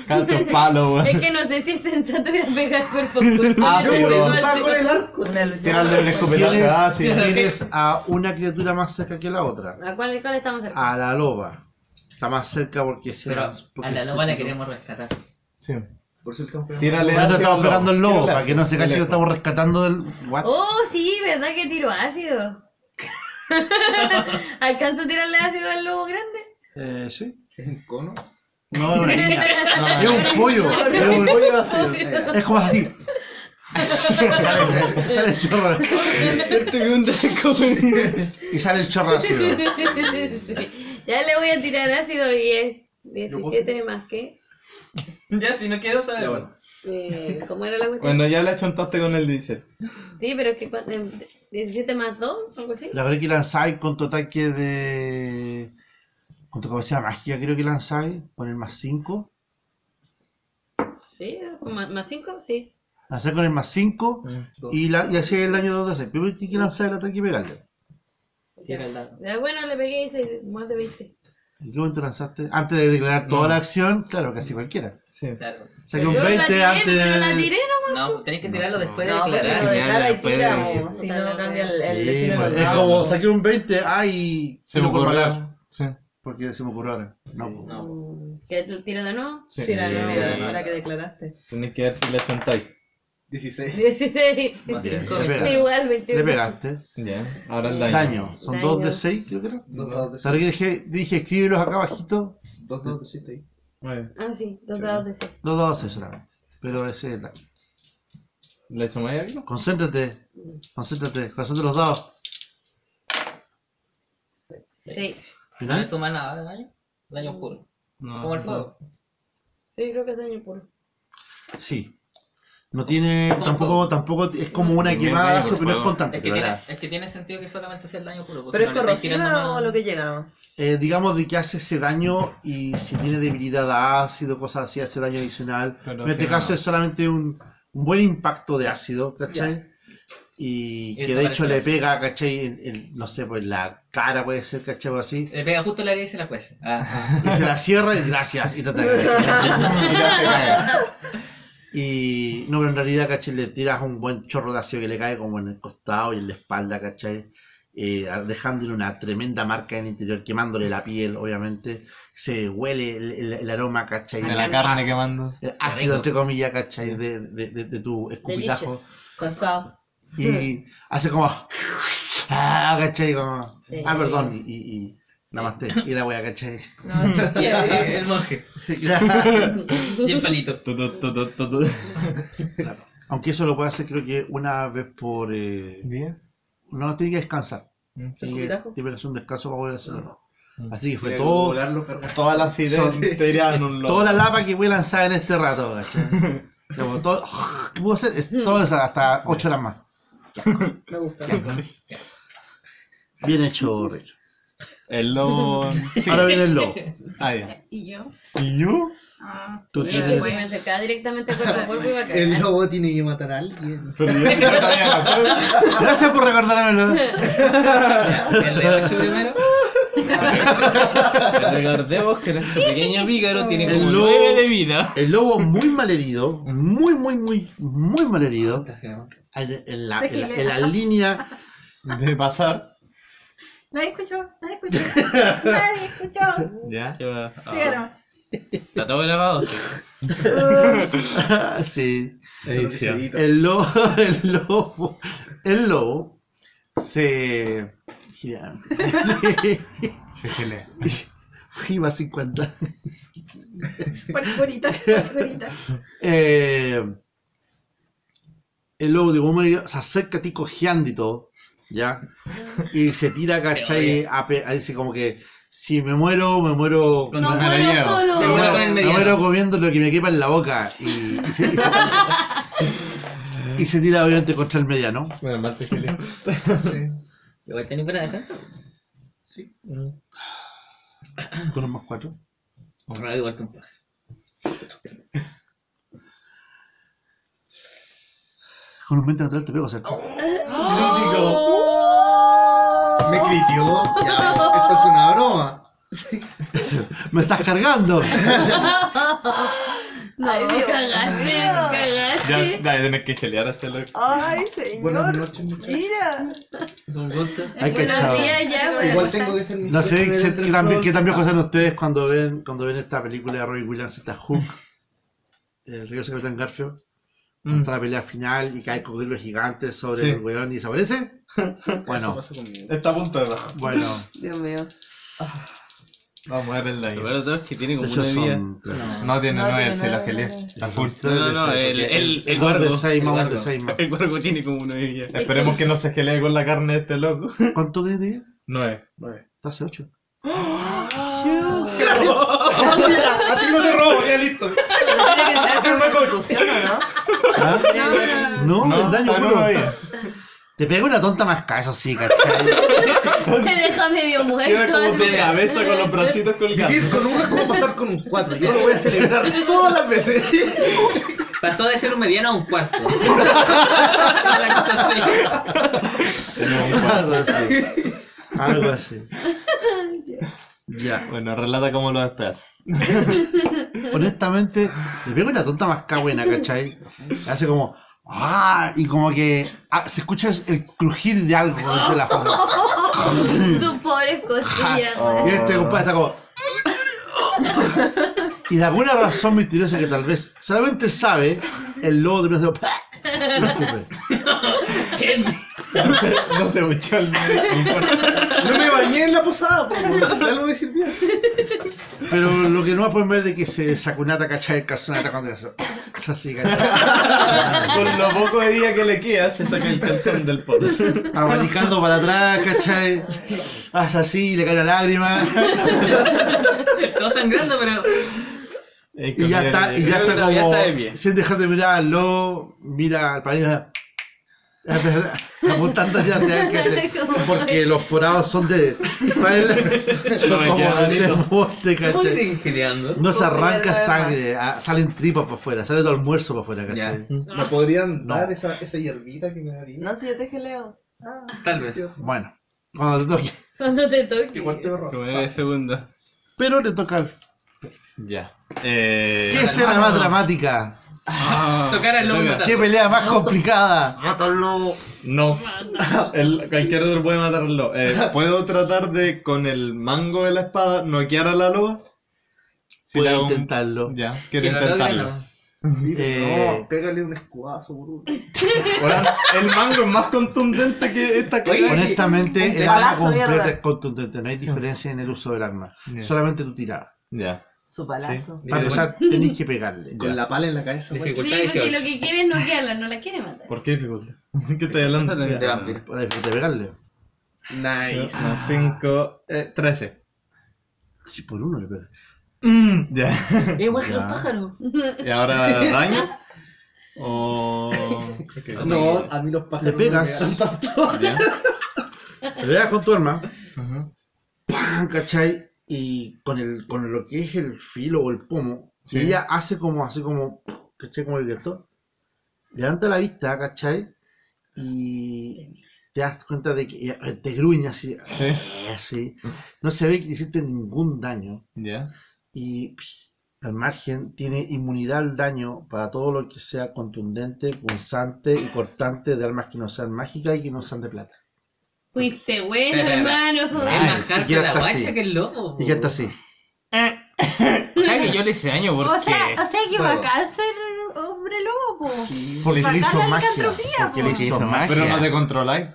B: Cacho palo, weón.
A: Es que no sé si es sensato ir a pegar cuerpo a cuerpo.
E: Ah, sí,
A: Por
E: pero-
A: suerte.
G: Estaba con el arco.
C: Una lucha.
B: Tirarle un escopetazo. Ah, sí.
D: Tienes a una criatura más cerca que la otra.
A: ¿A cuál, cuál estamos cerca?
D: A la loba. Está más cerca porque se
I: Pero
D: porque
I: a la
D: se-
I: loba la queremos rescatar.
B: Sí.
G: Por eso el campeón.
B: Tírale
D: Por eso
B: ácido al
D: estamos
B: lobo.
D: pegando el lobo,
B: Tírale
D: para que no se
B: ácido.
D: cache que lo estamos rescatando del. What?
A: Oh, sí, ¿verdad que tiro ácido? ¿Alcanzo a tirarle ácido al lobo grande?
D: Eh, ¿Sí?
G: ¿Es un cono?
D: No, es una niña. Es un pollo. Es un pollo Es como así. Sale- sale el chorro.
A: Este
D: Y sale el chorro ácido.
A: Ya le voy a tirar ácido y es 17 más que.
I: Ya, si no quiero saber.
A: Eh, ¿Cómo era la cuestión?
B: Bueno, ya la chontaste con el dice.
A: Sí, pero es que cuan- em, 17 más 2, algo así.
D: La verdad que lanzáis con tu ataque de. Con tu capacidad mágica, creo que lanzáis. Con el más 5.
A: Sí, más, más 5, sí.
D: Lanzáis con el más 5.
A: Mm,
D: Y, la, y así el daño 2 de 6. Primero tienes que lanzar el ataque y pegarle.
I: Tira el dado.
A: Ya, bueno, le pegué y se- más de 20.
D: ¿En qué momento lanzaste? Antes de declarar toda la acción, claro, casi cualquiera.
B: Sí.
I: Claro.
D: Saqué un
A: Pero la
D: 20
A: tiré,
D: antes
A: pero la
D: de.
A: tiré nomás.
I: No, tenés que tirarlo después de
C: No, pues si
I: declarar.
C: lo
E: ya
C: declara y
E: después
C: tira,
E: de-
C: po, si no cambia el, el
D: Sí,
C: destino de
D: pues,
C: los
D: es
C: dados,
D: como
C: po.
D: saqué un 20, ay,
B: Se
D: y
B: me
D: no puedo
B: ocurrió.
D: parar,
B: Sí.
D: porque se me ocurrió ahora. No, pues.
I: No.
A: ¿Que lo tiro de nuevo?
C: Sí, la,
I: Sí,
C: la,
I: la-
C: la que declaraste.
B: Tienes que ver si la chontáis.
G: 16.
A: 16.
I: Más
D: Bien,
I: 5
D: le
A: Sí,
D: pega.
A: Igual, 21.
D: le pegaste.
B: Ya. Ahora el daño.
D: Daño, son
A: Daño.
D: 2 de 6, creo que era.
G: Dos dados de
D: Ahora
G: siete.
D: que dije, dije escríbelos acá abajito,
G: Dos dados de siete ahí.
B: Bueno,
A: Ah, sí, dos dados de 6.
D: 2 dados de 6 solamente. Pero ese es el daño.
B: ¿Le sumáis algo?
D: Concéntrate, concéntrate, corazón de los dados.
A: 6.
I: No me
D: Final.
I: suma nada de daño. Daño puro. Como el fuego.
A: Sí, creo que es daño puro.
D: Sí. No tiene,
I: ¿Cómo
D: tampoco,
I: fuego?
D: tampoco, es como una
E: Bien,
D: quemada,
E: daño
D: eso,
E: por
D: pero es
E: fuego.
D: constante.
I: Es que,
D: la
I: tiene,
D: verdad.
I: es que tiene sentido que solamente sea el daño puro. porque
C: ¿Pero
I: si
C: es
I: no le estáis tirando
C: corrosiva
I: nada.
C: o lo que llega nomás?
D: Eh, digamos de que hace ese daño y si tiene debilidad a ácido, cosas así, hace daño adicional.
B: Pero
D: en este
B: sí,
D: caso
B: no.
D: es solamente un, un buen impacto de ácido, ¿cachai? Y que de hecho le pega, ¿cachai? En- en, no sé, pues en la cara puede ser, ¿cachai? O así.
I: Le pega justo la herida y se la cuesta. Ah,
D: Y se la cierra y gracias. Y, te ataca. Y te hace caer. Y no, pero en realidad, ¿cachai? Le tiras un buen chorro de ácido que le cae como en el costado y en la espalda, ¿cachai? Eh, dejándole una tremenda marca en el interior, quemándole la piel, obviamente. Se huele el, el- el aroma, ¿cachai?
B: De
D: El
B: la carne
D: ácido-
B: quemándose.
D: el ácido,
I: Rico.
D: entre comillas, ¿cachai? De, de- de- de tu escupitajo.
A: Delicious.
C: Con sal.
D: Y hace como. Ah, ¿cachai? Como,
A: Sí.
D: ah, perdón. Y, y, y namaste. Y la wea, ¿cachai?
C: No,
I: ah. Y el, el monje.
D: Claro.
I: Y el palito.
B: Tu, tu, tu, tu, tu, tu.
D: Claro. Aunque eso lo puede hacer creo que una vez por... eh,
B: ¿Día?
D: no, tiene que descansar.
B: Mm.
D: Tiene que,
C: ¿Escupitajo?
D: tiene que hacer un descanso para poder hacerlo.
B: Mm.
D: Así que fue
G: Mira,
D: todo,
G: volarlo, perro.
B: Toda la acidez
D: Son-
B: te irían un loco.
D: toda la lapa que voy a lanzar en este rato. ¿cachai? O sea, como todo, ¿Qué puedo hacer? Es todo eso, hasta 8 horas más.
C: Me gusta.
D: Bien hecho, Rick.
B: El lobo. Sí.
D: Ahora viene el lobo.
B: Ah, ya.
H: ¿Y yo?
B: ¿Y yo?
H: Ah,
D: Tú
A: Mira,
D: tienes-
A: pues, me acercaba directamente cuerpo a cuerpo y va a cagar.
G: El lobo tiene que matar a alguien.
B: Pero yo yo todavía no puedo.
D: Gracias por recordármelo.
I: El de ocho primero. Recordemos que nuestro pequeño pícaro tiene
D: El
I: como
D: lobo.
I: nueve de vida.
D: El lobo muy mal herido, muy, muy, muy, muy mal herido. En, en la, en la- en la línea
B: De pasar.
H: nadie escuchó, nadie escuchó, nadie escuchó.
B: Ya.
H: Llegaron.
I: Está todo grabado. sí.
D: sí.
B: Edición.
D: El lobo, el lobo, el lobo se gira.
B: Se gelea.
D: Iba a 50.
H: Pachurita, pachurita.
D: Eh, el lobo de Gomorra se acerca a ti cojeando y todo, ¿ya? Y se tira, ¿cachai? A, pe- a- dice como que, si me muero, me muero...
I: Con
D: me
A: No
I: Me
A: muero
B: miedo.
A: solo.
I: Me muero con el
D: me
I: mediano.
D: muero comiendo lo que me quepa en la boca. Y, y se, y se- y se tira obviamente contra el mediano.
B: Bueno, mal te gelea.
I: Igual tenés buena defensa.
D: Con un más cuatro.
I: Ahora igual que un paja.
D: Con un 20 natural te pego,
A: Oh.
D: ¡Oh! ¿cierto?
G: Me critió. Ya, esto es una broma.
D: ¡Me estás cargando!
A: No, cagaste,
B: Ya,
A: cagaste.
B: dale, tenés que gelear a este loco.
C: Ay,
G: Buenas
C: señor.
G: noches. muchachos.
C: Mira.
I: Don Gusta.
D: Ay, qué
A: Buenos
D: chavo.
A: días ya, pues.
G: Igual tengo que ser.
D: No sé
G: tener
D: qué,
G: entre
D: qué también,
G: flor.
D: qué también cosas ustedes cuando ven, cuando ven esta película de Robbie Williams, esta Hook, el río Capitán Garfio, cuando está la pelea final y cae con los gigantes sobre
B: Mm. Sí.
D: el weón y desaparece. Bueno,
B: Está a punto de bajar.
D: bueno,
C: Dios mío.
B: Vamos a ver el
I: Lo
B: daño.
I: peor de todo es que tiene
D: de
I: como
D: hecho
I: nueve vidas.
D: son tres.
B: No tiene
C: No
B: nueve,
C: tiene
B: se la
C: nueve,
B: gelea.
C: no, no.
B: La full.
D: Tres
I: No, no,
D: de
I: no,
D: seis, porque
I: el, el, el
D: dos de
I: guardo.
D: seis más
I: el
D: un de seis más.
I: El guardo tiene como una vida.
B: Esperemos que no se gelee con la carne de este loco.
D: ¿Cuánto tiene de vida?
B: Nueve. Nueve.
D: Está hace ocho. Ah.
G: A ti no te robo, ya listo.
C: Tiene que ser con constitución, ¿o no?
D: ¿Ah? No, el daño
B: está en
D: puro.
B: una vida.
D: Te pega una tonta masca, eso sí, ¿cachai?
A: Te deja medio
B: Queda
A: muerto.
B: como tu cabeza con los bracitos colgando.
G: Vivir con uno es como pasar con un cuatro. Yo lo voy a celebrar todas las veces.
I: Pasó de ser un mediano a un cuarto. La cosa así.
D: Algo así. Algo así. Ya.
B: Bueno, relata cómo lo despedas.
D: honestamente, le pega una tonta más buena, ¿cachai? Le hace como, ¡ah! Y como que ah, se escucha el crujir de algo dentro de la forma.
A: Sus pobres cosillas,
D: Y
A: weón.
D: este compadre está como. Y de alguna razón misteriosa que tal vez solamente él sabe, el lobo termina haciendo. y escupe.
B: No se buchó el medio. no importa.
G: No me bañé en la posada, por favor. Ya lo voy a decir bien.
D: Pero lo que no va a poder ver de que se sacunata, ¿cachai? El calzonata cuando se Es así, ¿cachai?
B: Con lo poco de día que le queda, se saca el calzón del poto.
D: Abanicando para atrás, ¿cachai? Hace así, le cae una lágrima.
I: Todo sangrando, pero.
D: Y ya está, y ya
I: Creo que
D: está
I: todavía
D: como,
I: está de pie.
D: sin dejar de mirar al lobo, mira al parido, apuntando ya hacia el cachete, porque los forados son de, están
B: No me
D: como
B: queda
D: de
B: bonito.
D: deporte,
I: ¿Cómo que
D: ¿cachai?
I: siguen peleando?
D: No se
C: Como
D: arranca
C: que
D: sangre, ah, salen tripas para afuera, sale tu almuerzo para afuera, ¿cachai?
G: ¿Me podrían
D: No.
G: dar esa, esa hierbita que me da bien?
C: No, si yo te geleo.
I: Tal vez.
D: Bueno, cuando te toque.
A: Cuando te
G: Que
A: toque.
G: cuarto de rojo.
I: Como nueve segundos.
D: Pero le toca al-
B: Ya. Eh, ah,
D: ¿Qué escena más dramática?
I: Tocar al lobo y matarlo.
D: ¿Qué pelea más complicada?
B: No. El, cualquier otro puede matarlo. Eh, ¿Puedo tratar de, con el mango de la espada, noquear a la loba? Si le
D: Puedes
B: hago un-
D: intentarlo.
B: Ya, quiero
I: Si lo
B: intentarlo.
I: logra,
D: Eh.
G: No, pégale un escudazo, boludo.
B: Ahora, el mango es más contundente que esta
I: Oye,
B: cagada.
D: Honestamente,
C: Un
D: el arma
C: balazo,
D: completa
C: mierda.
D: es contundente, no hay diferencia en el uso del arma,
B: Ya.
D: solamente tu tirada.
B: Ya.
J: Su palazo.
D: Para empezar, tenéis que pegarle.
G: Con la pala en la cabeza, güey.
A: Sí,
I: Dificultad
A: pero pues, si lo
I: 18.
A: que quiere es noquearla, no la quiere matar.
B: ¿Por qué dificultad? ¿Qué estoy hablando?
E: De hambre.
D: Para disfrutar de ah. pegarle.
G: Nice.
B: 5, 13.
D: Si por uno le pegas.
B: Mm, ya.
J: Es igual que
D: Ya.
J: un pájaro.
B: ¿Y ahora daño? O. ok.
G: No, a mí los pájaros.
D: Le pegas.
G: no me pegan.
B: Ya.
D: Le pegas con tu arma.
B: Ajá.
D: ¡pam! ¿Cachai? Y con, el, con lo que es el filo o el pomo,
B: Sí.
D: y ella hace como, así como, ¿cachai? Como el director. Levanta la vista, ¿cachai? Y te das cuenta de que ella- eh, te gruña así, eh,
B: Sí.
D: así. No se ve que le hiciste ningún daño.
B: Ya.
D: Y pss, al margen tiene inmunidad al daño para todo lo que sea contundente, punzante y cortante de armas que no sean mágicas y que no sean de plata.
A: Fuiste bueno,
I: Espera,
A: hermano.
I: Es más
D: y
I: carta
D: queda
I: la
D: hasta
I: guacha
D: así.
I: que el loco.
D: Y que está así.
F: Eh.
E: O sea que yo le hice daño porque.
H: O sea, o sea que
I: Fuego.
H: bacán ser hombre lobo, po.
D: Porque le
H: Fatal
D: hizo
H: la
D: magia.
H: licantropía,
D: Porque le
H: po.
D: hizo
E: Hizo
D: magia.
B: Pero no te controláis.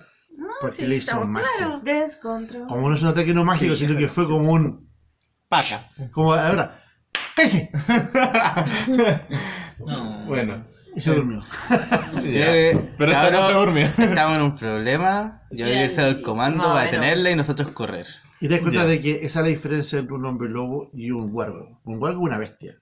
D: Porque
H: sí,
D: le hizo
H: estamos
D: magia.
H: claros.
C: Descontrol.
D: Como no es un ataque no mágico, sino que fue como un.
B: Paca.
D: Como ahora. ¡Cállese!
I: No.
B: Bueno.
D: Y se durmió.
B: ya.
E: Eh,
B: Pero esta no se durmió.
E: Estamos en un problema. Yo le hice el comando
J: Más o
E: para
J: menos.
E: detenerla y nosotros correr.
D: Y te das cuenta
B: Ya.
D: de que esa es la diferencia entre un hombre lobo y un huargo. Un huargo es una bestia.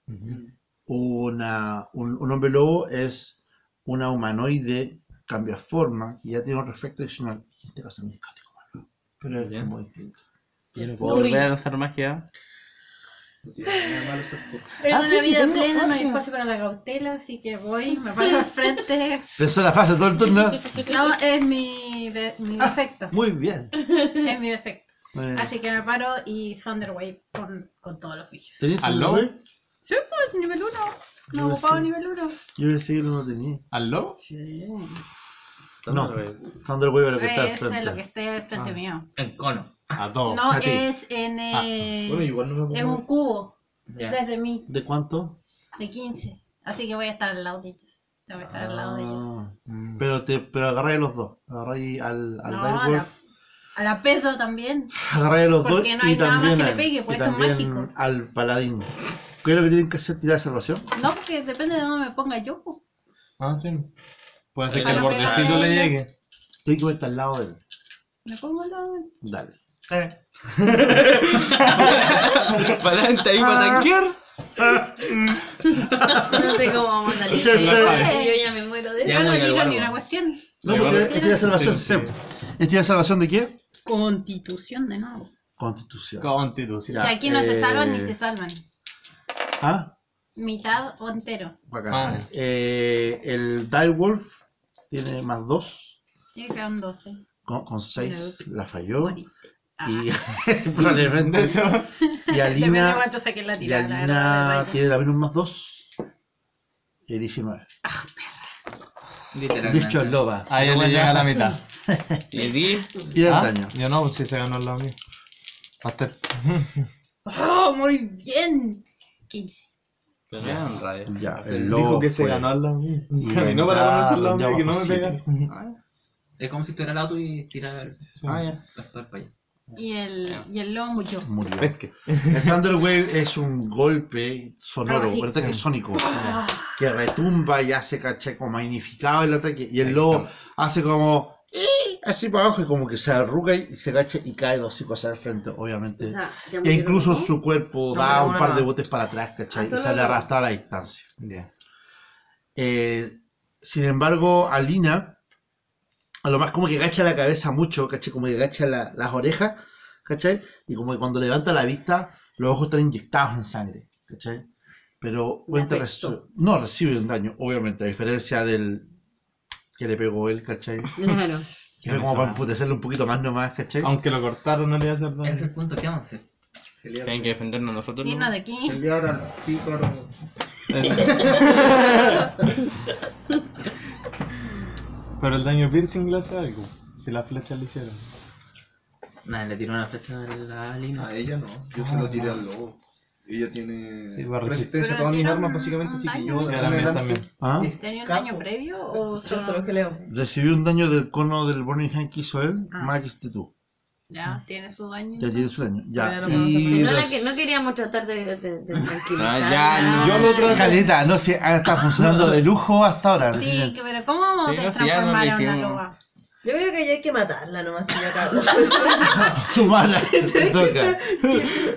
D: Una, un, un hombre lobo es una humanoide, cambia forma y ya tiene otro efecto adicional. En Este caso es un escático humano. Pero es
I: Ya.
D: muy distinto.
E: Yo no puedo volver a usar magia.
H: Pero
E: Ah,
H: en
E: sí,
H: la
E: sí,
H: vida
E: tengo
H: plena no hay
E: magia.
H: espacio para la cautela, así que voy, me paro al frente.
D: Pensó la fase todo el turno.
H: No, es mi, de- mi defecto.
D: Muy bien.
H: Es mi defecto.
D: Muy bien.
H: Así que me paro y Thunderwave con, con todos los bichos.
D: ¿Tenías
B: ¿Al
D: un
B: lobo?
D: lobo?
H: Sí, pues nivel 1.
D: Yo
H: No ocupaba
D: sí.
H: nivel 1.
D: Yo pensé que no lo tenía.
B: ¿Al lobo?
D: No, Thunderwave es lo que está al
H: Es en lo Eh,
D: frente.
H: que
D: Ah.
H: está al frente mío.
I: En cono.
B: A todos.
H: No,
D: a ti. Ah,
H: es en. eh,
G: Bueno, igual no me
H: es
G: pongo.
H: un cubo.
I: Ya.
H: Desde mí,
D: ¿De cuánto?
H: de 15. Así que voy a estar al lado de ellos. Tengo que estar al lado de ellos.
D: Ah, Pero te pero agarráis a los dos. Agarráis al, al
H: No, a la,
D: Direwolf,
H: a la peso también.
D: agarráis a los dos
H: porque no hay
D: y
H: nada más
D: también,
H: que le
D: al-
H: pegue, pues,
D: y
H: esto es
D: también
H: mágico.
D: al paladín. ¿Qué es lo que tienen que hacer? ¿Tirar salvación?
H: No, porque depende de dónde me ponga yo. po.
B: Ah, sí. Puede ser
I: A
B: que el
H: la
B: bordecito
H: pega
B: le
H: de ella.
B: llegue.
D: Tú que estar al lado de él.
H: Me pongo al lado de él.
D: Dale.
E: Para ahí para
C: Ah.
E: tanquear.
A: No sé cómo vamos a salir.
D: Sí, sí.
A: Yo ya me muero de
I: Ya
H: Ah,
A: eso.
H: no
I: voy al
H: tiro ni
I: guardo.
H: una cuestión.
D: No,
B: Le
D: porque
B: agarra-
D: es tirar salvación, sí, sí. ¿Es tirar salvación de qué?
H: Constitución de nuevo.
D: Constitución.
B: Constitución.
D: Ya,
H: que aquí no
D: eh,
H: se salvan ni se salvan.
D: Ah,
H: Mitad o entero.
D: bacán.
I: Ah.
D: Eh, el Direwolf tiene más dos.
H: Tiene que ser un 12.
D: Con, con seis la falló.
H: Moriste. Ah.
D: Y probablemente. Y
H: Depende de
D: Alina.
H: cuánto saqué la
D: Y
H: tirada. la verdad, la
D: Alina
H: verdad.
D: tiene la menos más 2. Y 19.
I: Literalmente.
D: Dicho loba.
B: A ella le llega la mitad.
E: Le di.
D: Tira el
B: ¿Ah?
D: daño.
B: Yo no, si se ganó el lado mío. Hasta-
H: ¡Oh, muy bien! 15.
D: Ya, el lobo.
B: Dijo que se
D: fue.
B: ganó al lado mío.
D: pues. Y
B: Caminó para
D: vendrá
B: ganarse al lado
D: donde
B: mío que no
D: abajo
B: me
D: siete.
B: pegara.
I: Es como si estuviera al auto y tirara
E: Ah, ya.
I: la espada para allá.
H: Y el, y el lobo murió.
D: Murió.
B: Es que.
D: El Thunderwave es un golpe sonoro,
H: Ah, sí.
D: un ataque sónico. Que retumba y hace caché como magnificado el ataque. Y el lobo hace como. "Ih", Así para abajo y como que se arruga y se agacha y cae dos hijos al frente, obviamente.
J: O sea,
H: Ah,
J: ya
D: e
J: murieron
D: incluso
J: los dos.
D: su cuerpo
J: No,
D: da
J: no,
D: un
J: no,
D: par
J: no.
D: de botes para atrás, ¿cachai?
J: Ah,
D: y
J: solo
D: sale
J: no.
D: arrastrada a la distancia. Eh, sin embargo, Alina, a lo más como que agacha la cabeza mucho, ¿cachai? Como que agacha la- las orejas, ¿cachai? Y como que cuando levanta la vista, los ojos están inyectados en sangre, ¿cachai? Pero cuenta
J: afectó.
D: resu- no recibe un daño, obviamente, a diferencia del que le pegó él, ¿cachai?
J: Claro.
D: Que fue
J: ¿eh?
D: como para emputecerle un poquito más nomás, ¿cachai?
B: Aunque lo cortaron, no le iba a hacer
I: Ese es
B: daño.
I: el punto, ¿qué vamos a hacer?
E: Tienen que defendernos nosotros.
H: Digna
E: ¿no?
H: de aquí.
G: Enviar al pícaro.
B: Pero el daño piercing le hace algo. Si las flechas le hicieron.
I: Nada, le tiró una flecha a la línea.
G: A ella no, yo se lo tiré al lobo. Ella tiene
B: Sí, va a resistir.
G: resistencia a todas mis
H: Pero
G: armas,
H: tiene
G: básicamente,
H: un
G: así que
H: daño.
G: yo de
B: Y a
G: ahora
B: la
G: en
B: mía
G: adelante-
B: también.
D: ¿Ah?
H: ¿Tenía un
G: Capo.
H: daño previo o
C: Yo solo que leo.
A: Ah.
D: Recibió un daño del cono del Burning Hand que hizo él, más que hiciste este tú.
H: Ya, tiene su baño.
D: Ya tiene su daño. Ya.
C: Bueno,
D: Y
A: No, la
D: des-
A: que, no queríamos tratar de, de, de tranquilizar.
E: ya, no.
B: Yo lo traté.
D: Caleta, no sé, ah, está funcionando de lujo hasta ahora.
H: Sí, que- pero ¿cómo vamos
E: Sí,
H: a
E: no, si ya no lo
H: transformar a una
E: hicimos.
H: loba?
C: Yo creo que ya hay que matarla nomás si ya cago.
D: Su mala. Te toca.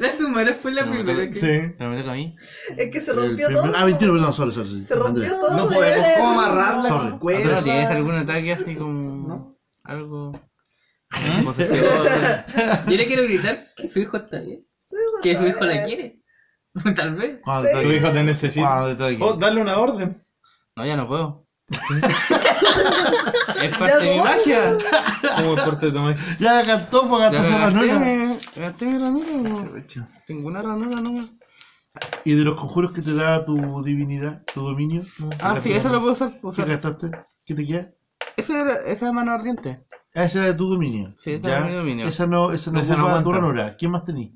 F: La sumara fue la
E: No,
F: primera
E: no,
F: que...
B: Sí.
E: Pero me toca a mí.
C: es que se rompió
D: El primer-
C: todo.
D: Ah, 21, perdón, sorry, sorry. sorry.
C: Se rompió
D: Andrés.
C: todo.
G: No
C: se
G: podemos
C: ve.
G: como amarrarla
D: Sorry.
G: con cuerdas.
E: ¿No tienes algún ataque así como... Algo... Posesión.
I: Yo le quiero gritar que su hijo está bien.
C: Sí, no
I: Que su
C: sabe.
I: hijo la quiere. Tal vez.
D: Cuando te
B: Tu
D: toque.
B: hijo te necesita.
D: Cuando te
B: Oh,
D: toque.
B: dale una orden.
E: No, ya no puedo. es parte de mi magia.
B: Como corte tu magia.
D: Ya la cantó pues, porque
E: Ya
D: gastó
E: me
D: su
E: gasté
D: ranura.
E: mi- me gasté mi ranura. po. Tengo una ranura nueva.
D: Y de los conjuros que te da tu divinidad, tu dominio.
E: Ah, sí, esa la puedo usar. puedo
D: ¿Qué
E: usar.
D: gastaste? ¿Qué te queda?
E: Esa era, esa es mano ardiente.
D: Ah, Esa era de tu dominio.
E: Sí, esa era de mi dominio.
D: Esa no, esa no
E: Esa no
D: ocupa tu
E: aguanta.
D: ranura. ¿Quién más tenía?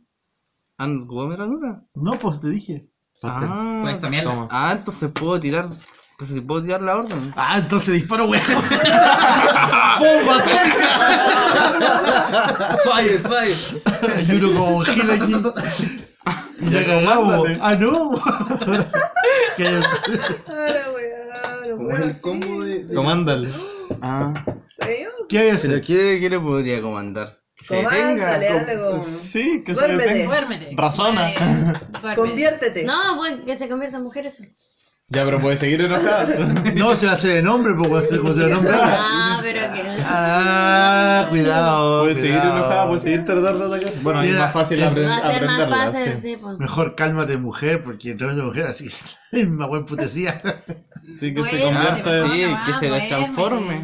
E: Ah, ¿no ¿Ocupó mi ranura?
D: No, pues te dije.
I: Puedes
E: Ah,
I: cambiarla.
B: Toma.
E: ah, entonces puedo tirar. Entonces puedo tirar la orden.
D: Ah, entonces disparo, weón. ¡Pumba atómica!
I: Fire, fire.
D: Y uno como gila aquí. Y ya cagamos.
B: Mándale.
D: Ah, no. Que-
C: Ahora, weón, ahora,
G: Como es
C: weón.
G: el combo de. de-
B: Comándale.
E: Ah.
C: ¿Sabes?
D: ¿Qué hay que
E: ¿Pero
D: hacer?
E: qué, qué le podría comandar? Que se detenga.
C: Comándale
E: co-
C: algo.
B: Sí, que se
C: Duérmete.
B: detenga.
H: Duérmete.
B: Razona.
H: Duérmete.
C: Conviértete.
A: No, pues que se convierta en mujeres.
B: Ya, pero puede seguir enojada.
D: No, se va a hacer el nombre, pues, porque va a ser como se va a nombrar.
A: Ah, pero que.
D: Ah, cuidado.
B: Puede seguir
D: cuidado.
B: enojada, puede seguir tratar de atacar. Bueno, ahí es
D: Mira,
B: más fácil
D: eh,
B: apre-
A: Va a ser más
B: aprenderla.
A: fácil,
B: sí.
A: sí, pues.
D: Mejor cálmate, mujer, porque no es de mujer, así que es una buena putecía.
B: Sí, que se
H: Duérmete,
B: convierta en.
H: persona,
E: Sí,
H: va,
E: que se
H: duérmete.
E: transforme.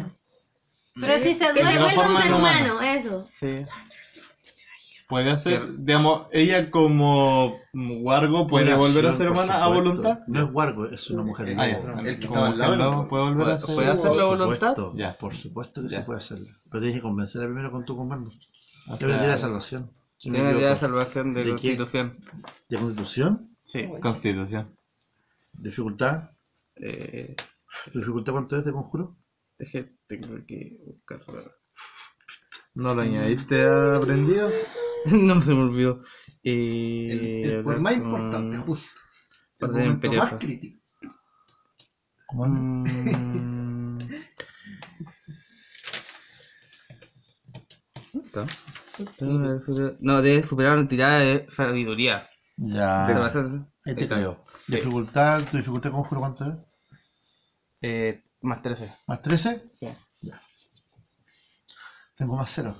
H: Pero si se
A: Que se vuelva
H: duerme,
A: un
B: transforma en
A: ser
B: humano.
A: humano, eso.
E: Sí.
B: Puede hacer, digamos, ella como Wargo puede
D: Una
B: volver a ser
D: acción, por
B: humana a
D: supuesto.
B: voluntad.
D: No es Wargo, es una mujer.
B: Ah, ya.
D: Por
G: El que
B: Como
G: estaba al lado,
B: Carlos,
G: ¿no?
B: puede volver a ser.
E: Puede hacerlo a voluntad.
D: supuesto,
B: Ya.
D: Por supuesto que se
B: Ya. Ah,
D: puede hacerlo. Pero tienes que convencerla primero con tu comando.
B: O
D: Tiene una idea de
B: sea,
D: salvación. Si no me
E: Tiene la idea de
D: equivoco.
E: salvación de,
D: ¿De qué?
E: constitución.
D: ¿De constitución?
E: Sí.
B: Constitución.
D: ¿Dificultad?
E: Eh,
D: ¿Dificultad cuánto es de conjuro?
E: es que tengo que buscarla.
B: ¿No lo añadiste a aprendidos?
E: no se me olvidó. Eh,
G: El, el
E: hablar
G: por más
E: con-
G: importante, justo. El
E: Parte
G: momento
E: imperiosa.
G: más crítico.
E: Mm. No, debe superar una tirada de sabiduría.
D: Ya.
E: Salvación-
D: Ahí te
E: está.
D: creo. ¿Dificultad? ¿Tu dificultad de conjuro cuánto es?
E: Eh, más 13.
D: ¿Más 13?
E: Sí.
D: Ya. Tengo más 0.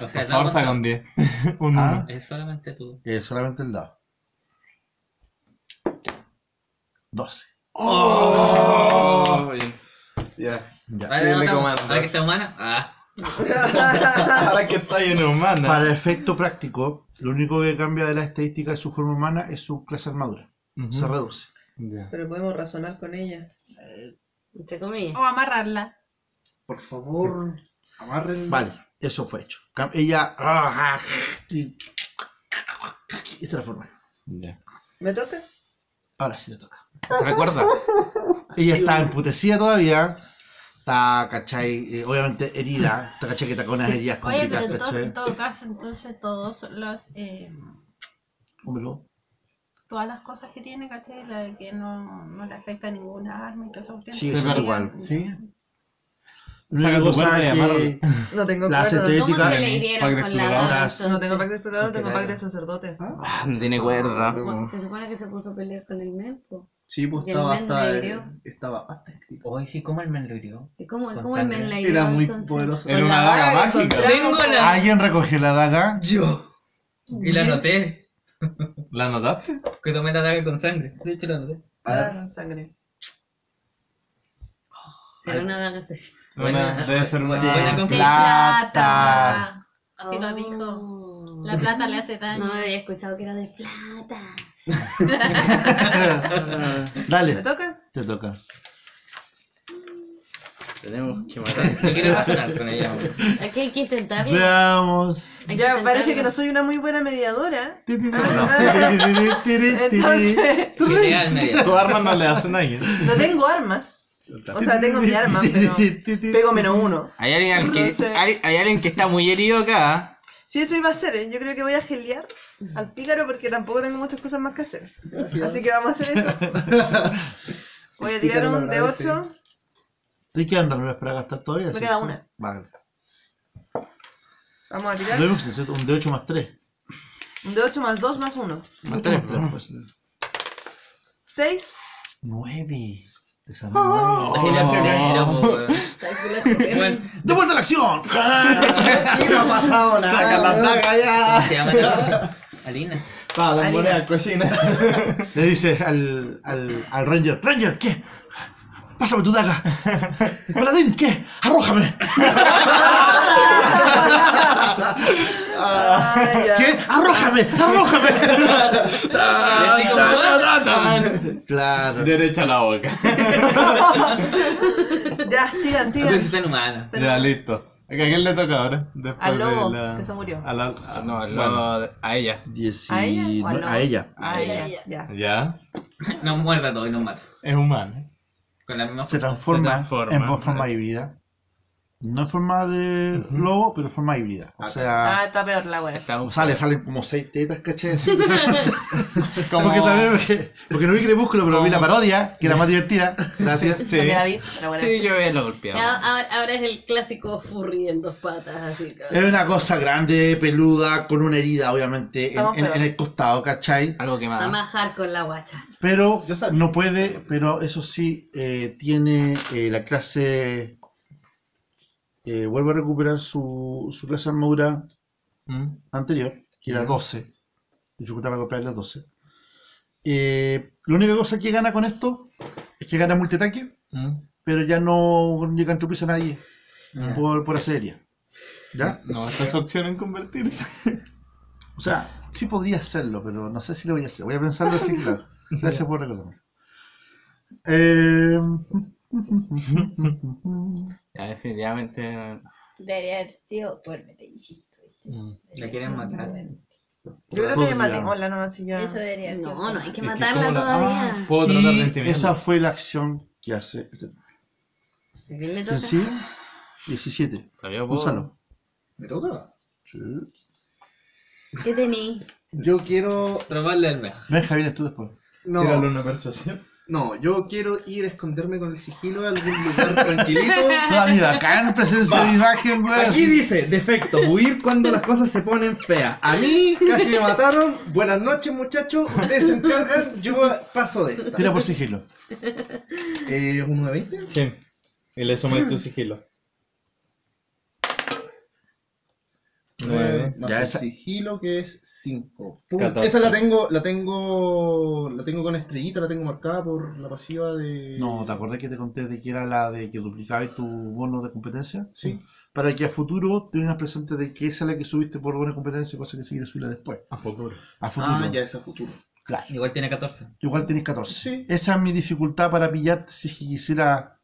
I: O sea,
B: Por favor,
I: no,
B: saca un 10. Un
D: Ah.
B: uno.
I: Es solamente tú.
D: Eh, solamente el dado. 12.
E: Oh, bien.
B: Ya.
D: Ya.
I: Ahora,
B: Tiene
I: no, no,
B: comandos.
I: ahora que está humana. Ah,
B: Ahora que está lleno humana.
D: Para efecto práctico, lo único que cambia de la estadística de su forma humana es su clase armadura.
B: Ujú.
D: Se reduce.
B: Ya.
C: Pero podemos razonar con ella.
A: Entre comillas.
H: O amarrarla.
G: Por favor, amarren.
D: Vale, eso fue hecho. Cam- Ella. ah, ah, Y, y se reforma.
B: Ya.
C: ¿Me toca?
D: Ahora sí te toca.
E: ¿Se recuerda?
D: Ella está emputecida todavía. Está, ¿cachai? Eh, obviamente herida. Está, ¿cachai? Que está con unas heridas
H: Oye, pero
D: complicadas,
H: entonces, en
D: ¿cachai?
H: todo caso, entonces todos los, eh,
D: Hombre, lobo.
H: todas las cosas que tiene, ¿cachai? La de que no, no le afecta ninguna arma y todas esas cuestiones.
D: Sí,
B: Sí,
D: es
B: pero-
D: igual.
B: Sí.
D: Única
B: Saca tu
D: cosa
B: cuerda y
D: que
B: amárrala.
C: No tengo
D: La
C: cuerda.
D: CTE.
A: ¿Cómo
D: Ética
A: se le
B: de-
A: hirieron
B: pack de
A: con la
D: exploradoras.
A: lanza?
C: No tengo pack de explorador, tengo pack de sacerdote.
E: Ah, no tiene cuerda.
A: Se supone que se puso a pelear con el Mempo.
G: Sí, pues
A: Y el
G: estaba
A: men
G: hasta.
A: le hirió.
G: Estaba hasta escrito.
I: hoy sí, ¿cómo el men lo hirió?
A: ¿Y cómo,
I: Con
A: cómo el
I: sangre.
A: men la hirió?
G: Era muy
A: entonces?
G: poderoso.
B: Era una daga mágica.
I: Tengo la.
D: ¿Alguien recoge la daga?
G: Yo.
I: Y la anoté.
B: ¿La notaste?
I: Que tomé la daga con sangre. De hecho, la anoté.
C: Ah, sangre.
A: Era una daga especial.
B: Una- debe ser una-
I: buena
D: De
I: confusión.
D: plata.
H: Así lo dijo.
A: dijo.
H: La plata le hace daño.
A: Oh. No había escuchado que era de plata.
C: ¿Me
D: Dale,
C: toca?
D: te toca.
E: Tenemos que matar.
I: No quiero razonar con ella. güey.
A: Aquí hay que intentarlo.
D: Veamos.
A: Hay que
C: Ya parece que
A: intentarlo.
C: no soy una muy buena mediadora.
D: Entonces,
C: Entonces,
I: Ideal, media.
B: Tu arma no le hace a nadie.
C: no tengo armas. O sea, tengo mi arma, pero pego menos uno.
E: Hay alguien, al que,
C: Entonces-
E: hay, hay alguien que está muy herido acá.
C: Si eso iba a ser, ¿eh? yo creo que voy a gelear al pícaro porque tampoco tengo muchas cosas más que hacer. Así que vamos a hacer eso. Voy a tirar
G: Pícaro
C: un de
G: lo agradece.
C: 8.
D: ¿Te quedan ranuras para gastar todavía?
C: Me
D: sí?
C: queda una.
D: Vale.
C: Vamos a
D: Lo
C: tirar
D: mismo, ¿cierto? Un de 8 más 3.
C: un de 8 más 2 más 1.
D: Más 3, pues.
C: 6.
D: 9.
I: Bueno,
D: ¡De vuelta a la acción!
G: Aquí no ha pasado nada.
B: Saca la daga
I: ¿cómo
B: ya.
I: se llama? la- Alina.
B: Pa, la
C: Alina.
B: moneda cochina.
D: Le dice al, al, al Ranger: ¡Ranger, qué! ¡Pásame tu daga! ¡Paladín, qué! ¡Arrójame!
C: Ah, ya.
D: ¿Qué? ¡Arrójame! ¡Arrójame!
I: así como,
D: Tan, tan, tan, tan. Claro.
B: Derecha a la boca.
C: Ya, sigan,
I: No
C: sigan.
I: necesitan humana.
B: Ya, listo. ¿A quién le toca ahora? Después
C: Al lobo,
B: de la...
C: que se murió.
B: A la... a-
E: Ah, No, al
B: bueno,
E: lado- a ella.
D: Dieci-
C: ¿A ella o al
D: Ah, no,
C: lobo?
D: a ella.
C: Ah, ya, ya.
B: Ya.
I: No muerda todo y no mata.
B: Es humano.
I: Con la misma
D: Se
I: fuerza.
D: transforma,
E: transforma.
D: en forma híbrida. No en forma de lobo, pero forma híbrida. O sea,
C: Ah, está peor la wea.
E: Está un-
D: sale, salen como seis tetas, ¿cachai? Así, Porque también me- porque no vi Crepúsculo, pero vi la parodia, que era más divertida. Gracias.
B: Sí.
C: También la vi, pero bueno.
E: Sí, yo había lo golpeado.
A: Ya, ah. ahora, ahora es el clásico furry en dos patas, así que...
D: Es una cosa grande, peluda, con una herida, obviamente, en,
C: Estamos
D: en-
C: peor.
D: en el costado, ¿cachai?
E: Algo que
A: Está
E: más.
A: más hardcore la guacha.
D: Pero no puede, pero eso sí, eh, tiene eh, la clase. eh, vuelve a recuperar su, su clase de armadura
E: ¿Mm?
D: anterior, que era 12. Dificultad para comprar las 12. Eh, la única cosa que gana con esto es que gana multiataque, pero ya no llega en tropieza a nadie por, por hacer herida. ¿Ya?
B: No, esta es su opción en convertirse.
D: O sea, sí podría hacerlo, pero no sé si lo voy a hacer. Voy a pensarlo así, claro. Gracias por recordarme. Eh,
E: Ya, definitivamente.
J: Debería haber sido, duérmete, hijito. ¿viste?
I: La quieren matar.
C: Yo creo que me maté. Hola, no, así ya.
J: Eso debería haber sido.
A: No, no, hay que
B: Es que
A: matarla
B: como la- Ah.
A: todavía.
B: Puedo tratar de
D: Ah, y
B: intimidarlo.
D: esa fue la acción que hace. este-
A: ¿A quién le toca?
D: ¿Quién sigue? 17.
E: Todavía puedo.
D: Gonzalo.
G: ¿Me toca?
D: Sí.
A: ¿Qué tení?
G: Yo quiero.
I: Robarle el mejor.
D: Benja, vienes tú después.
B: Tírale
G: No,
B: una persuasión.
G: no, yo quiero ir a esconderme con el sigilo a algún lugar tranquilito.
D: Toda mi bacán presencia de imagen, güey.
G: Aquí dice, defecto, huir cuando las cosas se ponen feas. A mí casi me mataron. Buenas noches, muchachos. Ustedes se encargan, yo paso de esta.
D: Tira por sigilo.
G: Eh, ¿Un 920?
B: Sí. Y le sumas tu sigilo. Nueve.
G: Más
D: Ya,
G: el
D: esa-
G: sigilo que es 5.
B: Catorce.
G: Esa la tengo, la tengo, la tengo con estrellita, la tengo marcada por la pasiva de...
D: No, ¿te acordás que te conté de que era la de que duplicabas tu bono de competencia?
G: Sí.
D: Para que a futuro tengas presente de que esa es la que subiste por bono de competencia, cosa que si quieres subirla después.
G: A futuro.
D: A futuro.
G: Ah, ya, esa futuro.
D: Claro.
I: Igual tiene 14.
D: Igual tenés 14.
G: Sí.
D: Esa es mi dificultad para pillarte si es que quisiera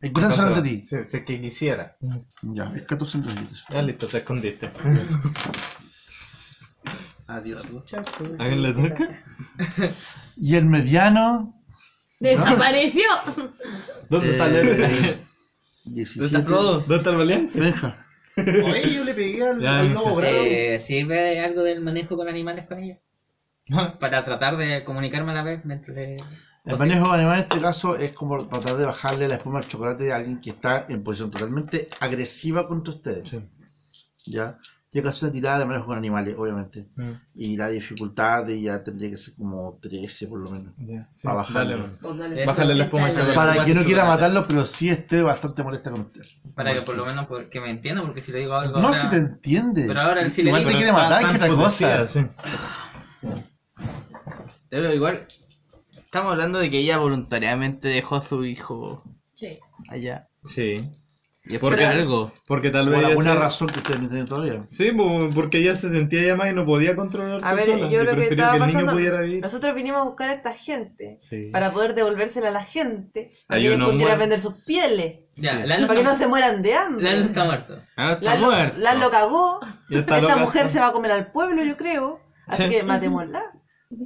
D: encontrar solamente a ti.
B: Sí, sí, que quisiera.
D: Ya, es 14 entonces.
B: Ya Ah, listo, te escondiste.
G: Adiós, muchachos.
B: ¿A quién le toca?
D: Y el mediano.
A: ¡Desapareció!
B: ¿Dónde está el
D: eh,
B: héroe?
D: 17.
B: ¿Dónde está el valiente?
D: Benja.
G: Oye, yo le pegué al,
B: Ya,
G: al lobo bravo.
I: Eh, ¿Sirve algo del manejo con animales con ella?
D: ¿Ah?
I: Para tratar de comunicarme a la vez mientras le...
D: El manejo animal en este caso es como tratar de bajarle la espuma al chocolate a alguien que está en posición totalmente agresiva contra ustedes. ¿Ya? Tiene que hacer una tirada de manejo con animales, obviamente. Y la dificultad de ya tendría que ser como 13 por lo menos.
B: Ya, sí,
D: Para bajarle.
B: dale, man.
A: Póngale
B: Bájale la
A: eso,
B: espuma al
A: déjalo.
B: chocolate.
D: Para que no quiera
I: chocolate.
D: matarlo, pero sí esté bastante molesta con usted.
I: Para que por lo menos por- que me entienda, porque si le digo algo...
D: No,
I: ahora-
D: si te entiende.
I: Pero ahora si le
D: Igual te
I: digo...
D: quiere matar,
B: Tan
D: que otra cosa.
B: potenciada, sí.
E: Pero igual. Estamos hablando de que ella voluntariamente dejó a su hijo
J: Sí.
E: allá.
B: Sí.
E: Y es
B: ¿Por
E: por
B: qué?
E: algo.
B: Porque tal
D: Por
B: vez. ella
D: alguna
B: se-
D: razón que ustedes no tienen todavía.
B: Sí, po, porque ella se sentía ya más y no podía controlarse
C: A ver,
B: sola.
C: yo
B: y
C: lo que
B: prefirió
C: estaba
B: que el
C: pasando.
B: niño pudiera vivir.
C: Nosotros vinimos a buscar a esta gente
B: Sí.
C: para poder devolvérsela a la gente. Para
B: Hay
C: que ellos
B: uno
C: pudieran
B: muerto.
C: vender sus pieles.
I: Ya,
B: Sí.
I: Lalo
C: Para que no
I: está,
C: se mueran de
I: Lalo
C: hambre.
I: está muerto.
E: Ah, está
C: Lalo,
E: muerto.
C: Lalo cagó.
B: Y esta
C: Esta
B: loca-
C: mujer se va a comer al pueblo, yo creo. Así
B: Sí.
C: que matémosla.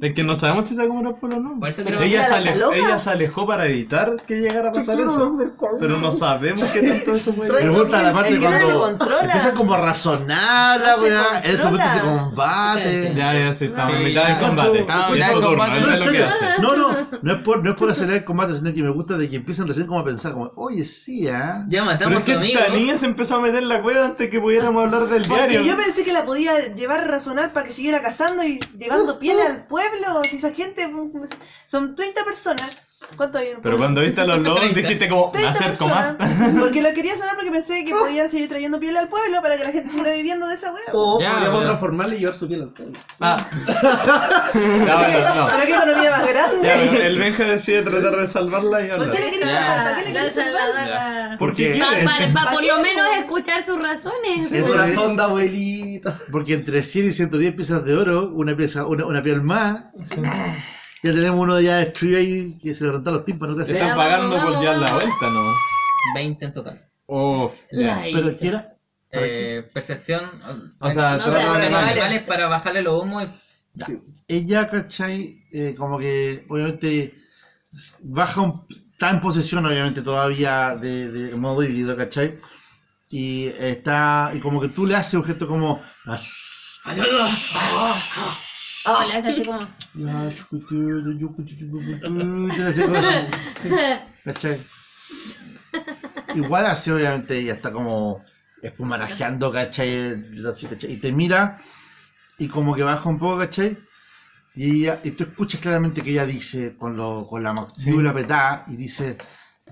B: Es que no sabemos si se acomodará por o no.
I: Por eso creo
B: Ella
I: que-
B: se, ale-
I: ¿Loca?
B: ella se alejó para evitar que llegara a pasar eso. Pero no sabemos qué tanto eso puede
D: Me gusta la parte
C: El que no se
D: cuando
C: controla.
D: empieza como a razonar la
C: No se
D: weá, en estos
C: controla.
D: momentos de combate.
B: Ya, ya, sí, estamos en
E: Sí,
B: mitad del
E: ya,
B: combate.
E: estamos en
B: Y es
E: mitad del
B: su turno,
E: combate.
B: él
D: No, en
B: es lo que
D: serio,
B: hace.
D: no, no, no es por, no es por acelerar el combate, sino que me gusta de que empiecen recién como a pensar, como, oye, sí, ¿ah?
I: Ya
B: Pero
I: matamos
B: es
I: a tu
B: que
I: amigo.
B: esta niña se empezó a meter la cueva antes que pudiéramos hablar del
C: Porque
B: diario.
C: yo pensé que la podía llevar a razonar para que siguiera cazando y llevando piel al pueblo. Si esa gente mm, son 30 personas. ¿Cuánto hay? en el
B: Pero
C: pueblo?
B: cuando viste a los lobos dijiste como, me
C: 30
B: acerco más.
C: personas. Porque lo quería sanar porque pensé que podían seguir trayendo piel al pueblo para que la gente siguiera viviendo de esa hueá.
G: O
E: Ya,
G: podríamos
E: Ah, ya.
G: transformarle y llevar su piel al pueblo.
B: Ah. Ya, Ah, bueno, no.
C: Pero qué economía más grande.
B: Ya, pero el Benja decide tratar de salvarla y
C: ¿Por
B: hablar.
C: qué le quería salvar? ¿Para qué le
A: La
C: quería salvar?
A: salvadora.
B: Porque quiere.
A: Para, por lo
C: ¿Para qué?
A: menos escuchar sus razones.
D: Sí,
G: El
D: bueno,
G: corazón de abuelita.
D: Porque entre 100 y 110 piezas de oro, una pieza, una, una piel más, ya tenemos uno ya destruido ahí que se le levantan los tímpanos
B: Se
D: casi.
A: Ya,
B: están
A: vamos,
B: pagando por
A: vamos,
B: llevar la
A: vamos.
B: vuelta, ¿no?
I: 20 en total.
B: Uf.
A: La
D: Pero
A: hice.
D: quiera,
I: Eh, percepción.
E: O sea,
A: No,
E: trata
A: se
E: de
A: roba,
E: animales.
A: vale.
I: animales para bajarle los humos. y-
D: ella, ¿cachai? Eh, como que obviamente s- baja un, está en posesión obviamente todavía de, de modo híbrido, ¿cachai? Y está, y como que tú le haces un gesto como, "Ah, shh,
J: Oh, le hace así como.
D: ya, chucutudo, yucutututututu", y se le hace como así, ¿cachai? Igual así obviamente ella está como espumarajeando, ¿cachai? Así, ¿cachai? Y te mira y como que baja un poco, ¿cachai? Y, ella- y tú escuchas claramente que ella dice con, lo, con la mandíbula apretada y dice,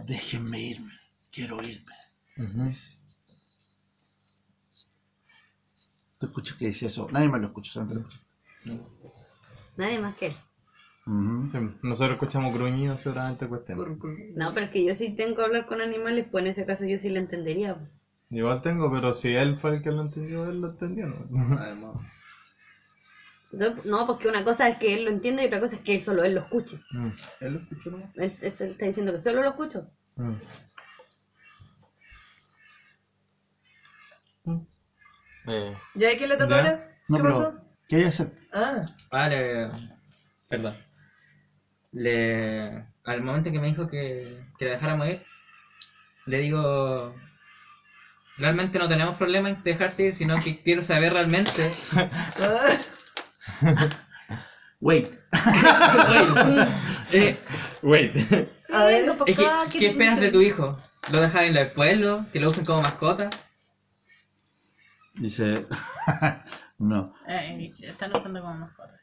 D: déjenme irme, quiero irme. Dice. Tú escuchas que dice eso, nadie más lo escucha, solamente lo escuchas.
A: Nadie más que él.
D: Ujú.
B: Sí, Nosotros escuchamos gruñidos seguramente cuestión.
A: No, pero es que yo sí tengo que hablar con animales, pues en ese caso yo sí lo entendería. pues.
B: Igual tengo, pero si él fue el que lo entendió, él lo entendió, ¿no?
G: Además.
A: No, no, porque una cosa es que él lo entienda y otra cosa es que solo él lo escuche.
B: Mm,
G: Él lo escuchó nomás.
A: Es- Eso él está diciendo que solo lo escucho.
B: mm.
E: Eh,
C: ¿Y a quién le tocó
B: Ya.
C: ahora?
D: No,
C: ¿Qué
D: pero,
C: pasó?
D: ¿qué hay que hacer?
C: Ah,
I: Vale. Perdón. Le. Al momento que me dijo que, que la dejáramos ir, le digo. Realmente no tenemos problema en dejarte ir, sino que quiero saber realmente.
C: ah.
D: Wait,
I: Eh,
B: Wait.
C: A ver,
A: Vengo pa'
I: es que,
H: Ah,
A: acá, que
I: ¿Qué
A: te-
I: esperas de tu hijo? ¿Lo dejas en el pueblo? ¿Que lo usen como mascota?
D: dice, no.
H: Eh, están usando como mascota.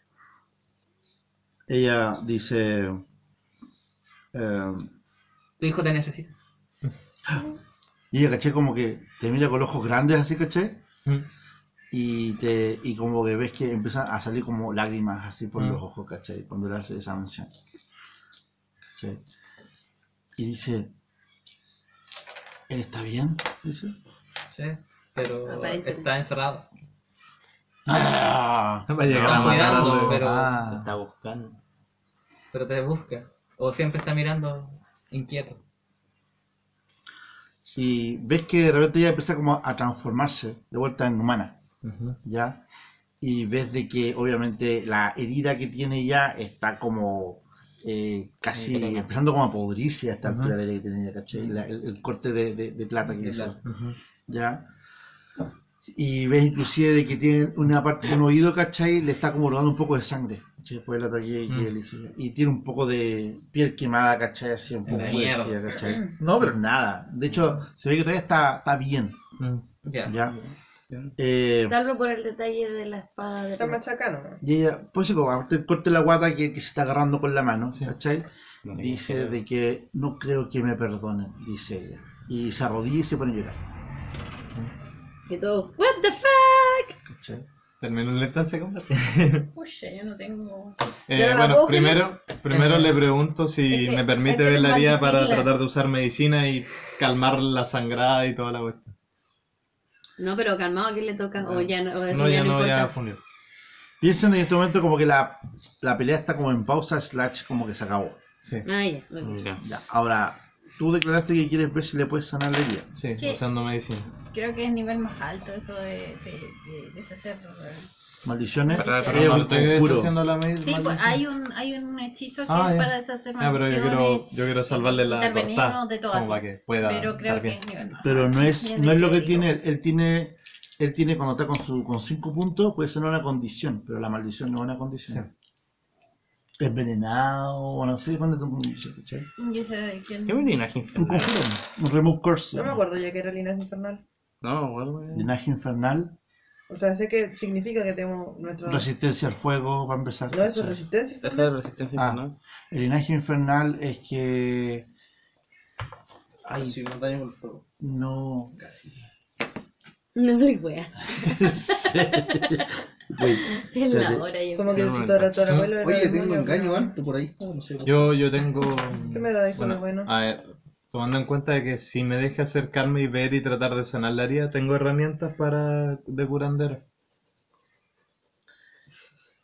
D: Ella dice, eh,
I: Tu hijo te necesita.
D: y ella, caché, como que te mira con los ojos grandes así, caché,
B: Mm.
D: y te y como que ves que empiezan a salir como lágrimas así por
B: Mm.
D: los ojos, caché, cuando le hace esa mención. Caché. Y dice, ¿él está bien? Dice.
I: Sí, pero
A: Aparentemente.
I: está encerrado.
D: Ah,
B: Va a llegar
I: Está
B: a matarlo.
I: cuidando, pero,
D: ah,
E: Está buscando.
I: pero te busca. O siempre está mirando inquieto.
D: Y ves que de repente ella empieza como a transformarse de vuelta en humana.
B: Ujú.
D: ¿ya? Y ves de que obviamente la herida que tiene ya está como eh, casi empezando como a podrirse a esta altura de la herida que tiene ya, ¿cachai? La- el, el corte de, de- de plata que
I: De
D: le hizo,
I: plata.
B: Ujú.
D: ¿ya? Y ves inclusive de que tiene una parte, un oído, ¿cachai? Le está como rodando un poco de sangre, ¿cachai? Después del ataque que
I: Mm.
D: le hizo. Y tiene un poco de piel quemada, ¿cachai? Así un poco
I: la
D: purecida,
I: mierda.
D: ¿cachai? No, pero nada. De hecho, se ve que todavía está, está bien,
B: Mm.
I: Ya.
D: ¿ya? Eh,
A: Salvo por el detalle de la espada de
C: está
A: Ross.
C: machacano.
D: Y ella, pues sí, como aparte el corte de la guata que, que se está agarrando con la mano, ¿cachai?
B: No,
D: dice de que no creo que me perdonen, dice ella. Y se arrodilla y se pone a llorar,
A: Y todo, what the fuck?
D: ¿cachai?
B: Terminó la instancia de combate.
H: Uy, yo no tengo.
B: Eh,
C: Pero la
B: bueno,
C: voz,
B: primero, primero le pregunto si
J: Es que
B: me
J: hay
B: permite
J: que
B: ver la herida para
J: desmantilla.
B: tratar de usar medicina y calmar la sangrada y toda la cuestión.
A: No, pero calmado, ¿a quién le toca? O ya no, o eso
B: No, ya
A: no
B: no, ya
A: importa.
B: fundió.
D: Piensen en este momento como que la, la pelea está como en pausa, slash, como que se acabó.
B: Sí,
A: Ah, ya, ok.
E: Ya.
D: Ya, ahora, tú declaraste que quieres ver si le puedes sanar la herida.
B: sí,
J: ¿Qué?
B: usando medicina.
J: Creo que es nivel más alto eso de, de, de deshacerlo. weón.
D: Maldiciones.
B: Para
D: es
B: retomar,
D: un
B: estoy
D: conjuro.
B: deshaciendo la medi-
H: Sí, pues
B: maldición.
H: hay un, hay un hechizo que
B: Ah,
H: es
B: ya.
H: para deshacer
B: Ah, pero yo quiero,
H: maldiciones.
B: yo quiero salvarle la
H: intervenir,
B: libertad.
H: no, de todas,
B: Como para que pueda.
H: pero creo
B: estar
H: que
B: bien.
H: es nivel más.
D: Pero no es,
H: Bien
D: no es lo que
H: entendido.
D: tiene él. Él tiene, él tiene cuando está con su con cinco puntos, puede ser una condición, pero la maldición no es una condición. Envenenado, o no sé, ¿cuándo tengo un ¿cachai?
H: Yo sé de quién.
E: ¿Qué es un linaje
D: Un
E: infernal?
D: conjuro, un remove curse.
C: No me acuerdo ya que era linaje infernal.
E: No, güey.
D: Linaje infernal,
C: O sea, sé que significa que tenemos nuestro.
D: resistencia al fuego, va a empezar.
C: No, eso es
D: ¿cachai?
C: resistencia.
E: Esa es resistencia
D: Ah.
E: infernal.
D: El linaje infernal es que. Ay,
G: Si no daño por fuego.
D: no.
A: No le voy a.
D: Sí. Güey,
A: Es la
D: Espérate.
A: hora yo.
C: Como que
E: No,
C: tu
E: no,
C: tatarabuelo era.
G: Oye,
C: demonio,
G: tengo un engaño ¿eh?
C: pero-
G: alto por ahí. No sé.
B: Yo, yo tengo.
C: ¿Qué me da eso
B: Bueno, ah,
C: de bueno?
B: A ver, tomando en cuenta de que si me deja acercarme y ver y tratar de sanar la herida, tengo herramientas para de curandero.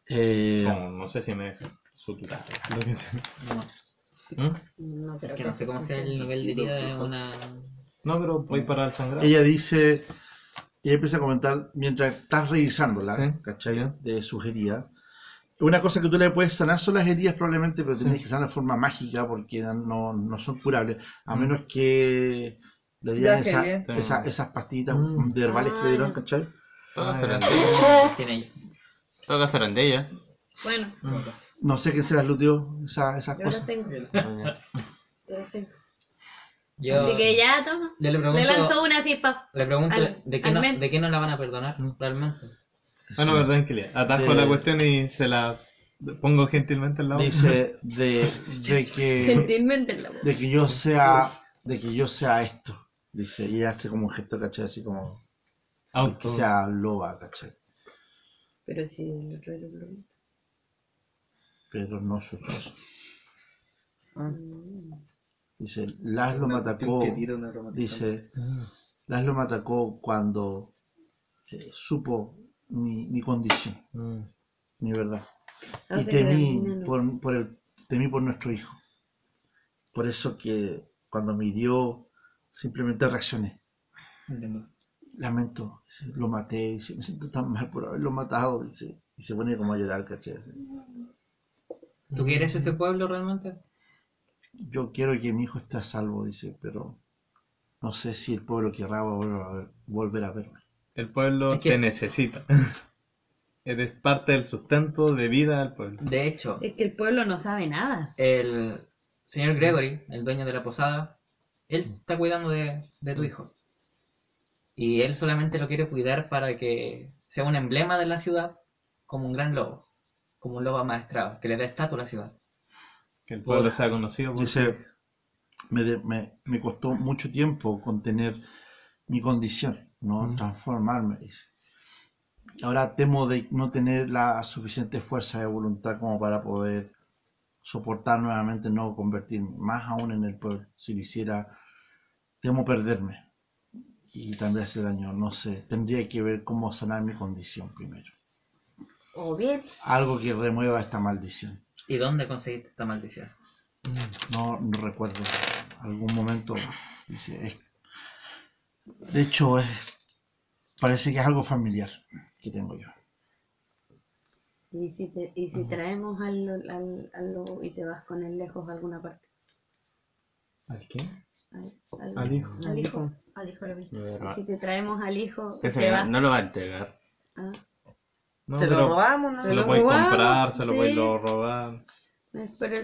D: eh,
B: Como, no sé si me deja suturar. Lo que sea. ¿Mm?
A: No creo
I: Que no sé cómo sea el nivel de vida de una.
B: No, pero voy para el sangrado.
D: ella dice, ella empieza a comentar mientras estás revisándola,
B: Sí.
D: ¿cachai? De sus heridas. Una cosa que tú le puedes sanar son las heridas probablemente, pero tienes que sanar de forma mágica porque no, no son curables, a
B: Mm.
D: menos que le digas
C: Ya,
D: esa-
C: Helios.
D: esa- esas pastillitas
B: Mm.
D: de herbales que le dieron, ¿cachai?
E: Toca
B: Ah,
E: hacer
B: ya.
E: andella.
I: Tiene ella.
E: Toca hacer andella.
A: Bueno,
D: No sé quién se las luteó, esa- esas
A: yo las
D: cosas.
A: tengo. Yo las tengo.
I: Yo,
A: Así que ya, toma.
I: yo le
A: Le
I: pregunto,
A: lanzó una así, pa.
I: le pregunto
A: al-
I: de, qué
A: al
I: no,
A: men.
I: de qué no la van a perdonar realmente.
B: Ah, no, pero tranquilidad. Atajo
D: De-
B: la cuestión y se la pongo gentilmente en la boca.
D: Dice de, de que
A: Gentilmente en la boca.
D: de que yo sea de que yo sea esto dice y ella hace como un gesto ¿cachai? así como de que
B: Auto.
D: sea loba ¿cachai?
A: Pero si el otro era un
D: pero no su esposo
A: problema.
D: dice Laszlo me
G: Una cuestión
D: atacó
G: que tira un aromatizante.
D: dice Laszlo me atacó cuando eh, supo mi, mi condición
B: Mm.
D: mi verdad
A: Ah,
D: y
A: se queda
D: temí
A: mirando.
D: por, por el temí por nuestro hijo por eso que cuando me hirió simplemente reaccioné lamento, dice, lo maté, dice, me siento tan mal por haberlo matado, dice, y se pone como a llorar, caché.
I: ¿Tú quieres ese pueblo realmente?
D: Yo quiero que mi hijo esté a salvo, dice, pero no sé si el pueblo querrá volver a, ver- volver a verme.
B: El pueblo
I: Es que-
B: te necesita. Eres parte del sustento de vida del pueblo.
I: De hecho,
A: Es que el pueblo no sabe nada.
I: el señor Gregory, el dueño de la posada, él está cuidando de, de tu hijo. Y él solamente lo quiere cuidar para que sea un emblema de la ciudad, como un gran lobo, como un lobo amaestrado, que le dé estatua a la ciudad.
B: Que el pueblo sea conocido. por-
D: Dice, me, de- me, me costó mucho tiempo contener mi condición, no
B: Mm.
D: transformarme, dice. Ahora temo de no tener la suficiente fuerza de voluntad como para poder soportar nuevamente no convertirme, más aún en el pueblo. Si lo hiciera, temo perderme y también hacer daño, no sé. Tendría que ver cómo sanar mi condición primero.
A: O bien.
D: Algo que remueva esta maldición.
I: ¿Y dónde conseguiste esta maldición?
D: No, no recuerdo. Algún momento. dice, es- de hecho, es, parece que es algo familiar que tengo yo.
A: ¿Y si, te, y si traemos al, lo- al, al lobo y te vas con él lejos a alguna parte?
B: ¿Al qué?
A: Al, al-
B: Al hijo.
A: al hijo. Ah.
H: Al hijo lo viste.
A: Y si te traemos al hijo, y
E: Eso
A: te
E: que
A: vas.
E: no lo va a entregar.
A: Ah,
B: No,
C: se lo
B: pero
C: robamos, ¿no?
B: Se
A: Lo
B: lo podéis
A: robamos,
B: comprar, se lo
A: sí.
B: podéis lo robar.
A: pero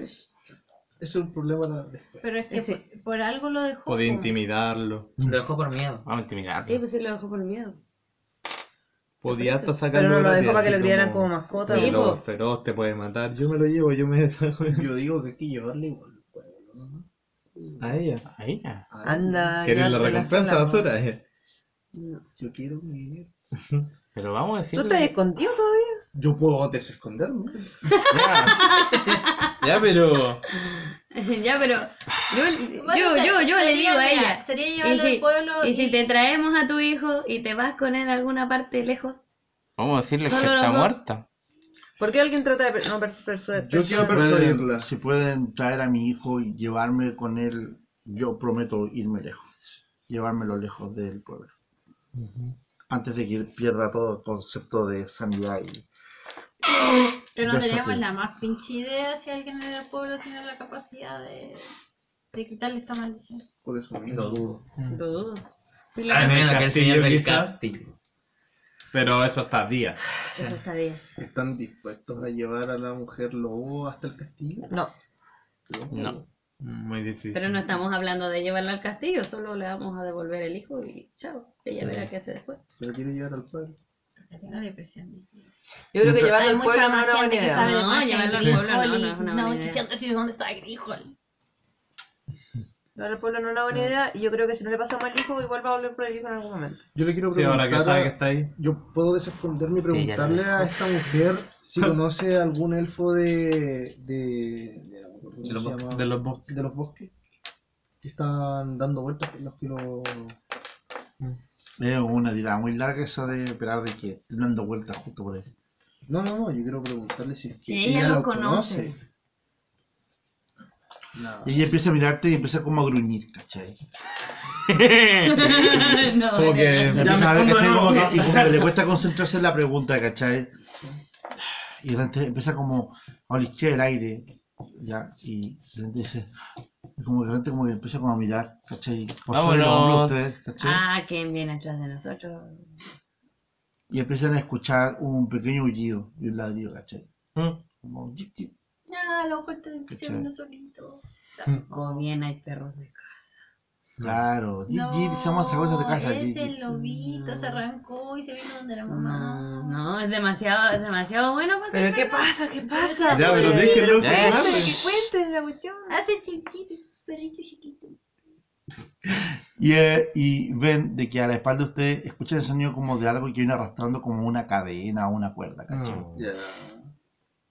G: Es un problema la- después.
H: Pero es que
A: Ese-
H: por, por algo lo dejó.
B: Podéis
H: po.
B: intimidarlo. Ah,
I: Lo dejó por miedo.
E: Vamos a intimidarlo.
A: sí, pues sí lo dejo por miedo.
B: Podía hasta
C: Pero
B: sacarlo
C: no lo
B: gratis,
C: dejó para que
B: así
C: lo criaran como,
B: como-
C: mascota.
A: Sí,
B: El lobo
A: po.
B: feroz te puede matar. Yo me lo llevo, yo me deshago. de-
G: Yo digo que hay que llevarle igual al pueblo, ¿no?
B: A ella.
E: Ahí ya.
G: Ay,
C: Anda.
B: ¿Quieres la
C: llévatela
B: recompensa, eh.
C: sola,
B: basura?
A: No.
G: Yo quiero mi dinero.
E: Pero vamos a
C: po. ¿Tú
E: decirle.
C: estás escondido todavía?
G: Yo puedo desesconderme.
E: Ya, pero.
A: ya, pero yo,
H: Bueno,
A: yo,
H: se-
A: yo, yo le
H: sería,
A: digo a
H: mira,
A: ella.
H: Sería
A: y
H: llevarlo
A: si-
H: al pueblo
A: Y si te traemos a tu hijo y te vas con él a alguna parte lejos,
E: Vamos a decirle que
A: Solo los
E: está
A: dos.
E: muerta.
C: ¿Por qué alguien trata de per- no persuadir?
G: Yo quiero
D: Pueden-
G: persuadirla.
D: si pueden traer a mi hijo y llevarme con él, yo prometo irme lejos. dice, Llevármelo lejos del pueblo. antes de que pierda todo el concepto de sanidad. y-
H: Pero no
D: Ya
H: tenemos
D: saqué.
H: la más pinche idea si alguien en el pueblo tiene la capacidad de, de quitarle esta maldición.
E: Por eso mismo.
I: Lo dudo.
H: Lo dudo. Y
D: Ah,
H: la
I: A
B: En el
I: menos Ah, que el
B: castillo,
I: señor del
B: quizá.
I: castillo.
B: Pero eso está días.
A: Eso está bien.
E: ¿Están dispuestos a llevar a la mujer lobo hasta el castillo?
F: No.
G: Mm.
I: No.
B: Muy difícil.
A: Pero no estamos hablando de llevarla al castillo, solo le vamos a devolver el hijo y chao. Ella
I: Sí.
A: verá qué hace después.
E: Pero quiero llevar al padre.
H: Una depresión.
F: Yo creo que llevarlo
J: Hay
F: al pueblo no
J: mucha más
F: era buena
J: gente que
F: idea.
J: sabe de
A: No,
J: magia
A: llevarlo al
J: que
A: pueblo no, no
J: Grijol
A: es
J: y
A: una
J: No,
A: buena
J: quisieron decir dónde está Grijol.
C: Ahora el pueblo no es una
J: Mm.
C: buena idea y yo creo que si no le pasamos al hijo, igual va a volver por el hijo en algún momento.
G: Yo le quiero
B: Sí,
G: preguntar.
B: ahora que sabe que
G: a-
B: está ahí.
G: Yo puedo desesconderme y
F: Sí, ya lo
G: preguntarle a
F: dijo.
G: esta mujer si conoce algún elfo de. de. de, ¿cómo
B: De
G: se
B: los,
G: llama?
B: bo- de los bosques.
G: de los bosques. Que están dando vueltas los que lo.
D: Es una tirada muy larga esa de esperar de que estén dando vueltas justo por ahí.
G: No, no, no, yo quiero preguntarle si. es que
A: Si ella lo conoce.
G: La-
D: Y ella empieza a mirarte y empieza como a gruñir, ¿cachai?
A: no,
B: Como que-
D: Y
B: Ya
D: empieza a ver,
B: me escondo
D: ¿cachai?
B: de
D: Como
B: nuevo.
D: que, y como que le cuesta concentrarse en la pregunta, ¿cachai? Y de repente empieza como a olisquear el aire, ¿ya? Y de repente dice, y como que de repente como que empieza como a mirar, ¿cachai? Por sobre los hombros de ustedes, ¿cachai?
A: Ah, ¿quién viene atrás de nosotros?
D: Y empiezan a escuchar un pequeño ullido y un ladrillo, ¿cachai?
B: Mm.
D: Como un yip, yip,
H: Ah, a lo mejor te
D: ¿cachai?
H: escuché uno solito.
A: O bien hay perros de casa.
D: Claro, yip, yip, se llama esa cosa de casa, yip,
H: ese
D: yip.
H: lobito se arrancó y se vino donde la mamá.
A: No, no, es demasiado, es demasiado bueno para ser
C: Pero ¿qué
A: verdad.
C: pasa? ¿Qué pasa?
B: Ya, pero
C: Cuenten,
B: déjenlo
C: que
F: Eh,
C: cuenten la cuestión.
H: Hace chiquitis, perrito chiquito.
D: Y, eh, y ven de que a la espalda de usted escuchan el sonido como de algo que viene arrastrando como una cadena o una cuerda, ¿cachai?
E: Ya.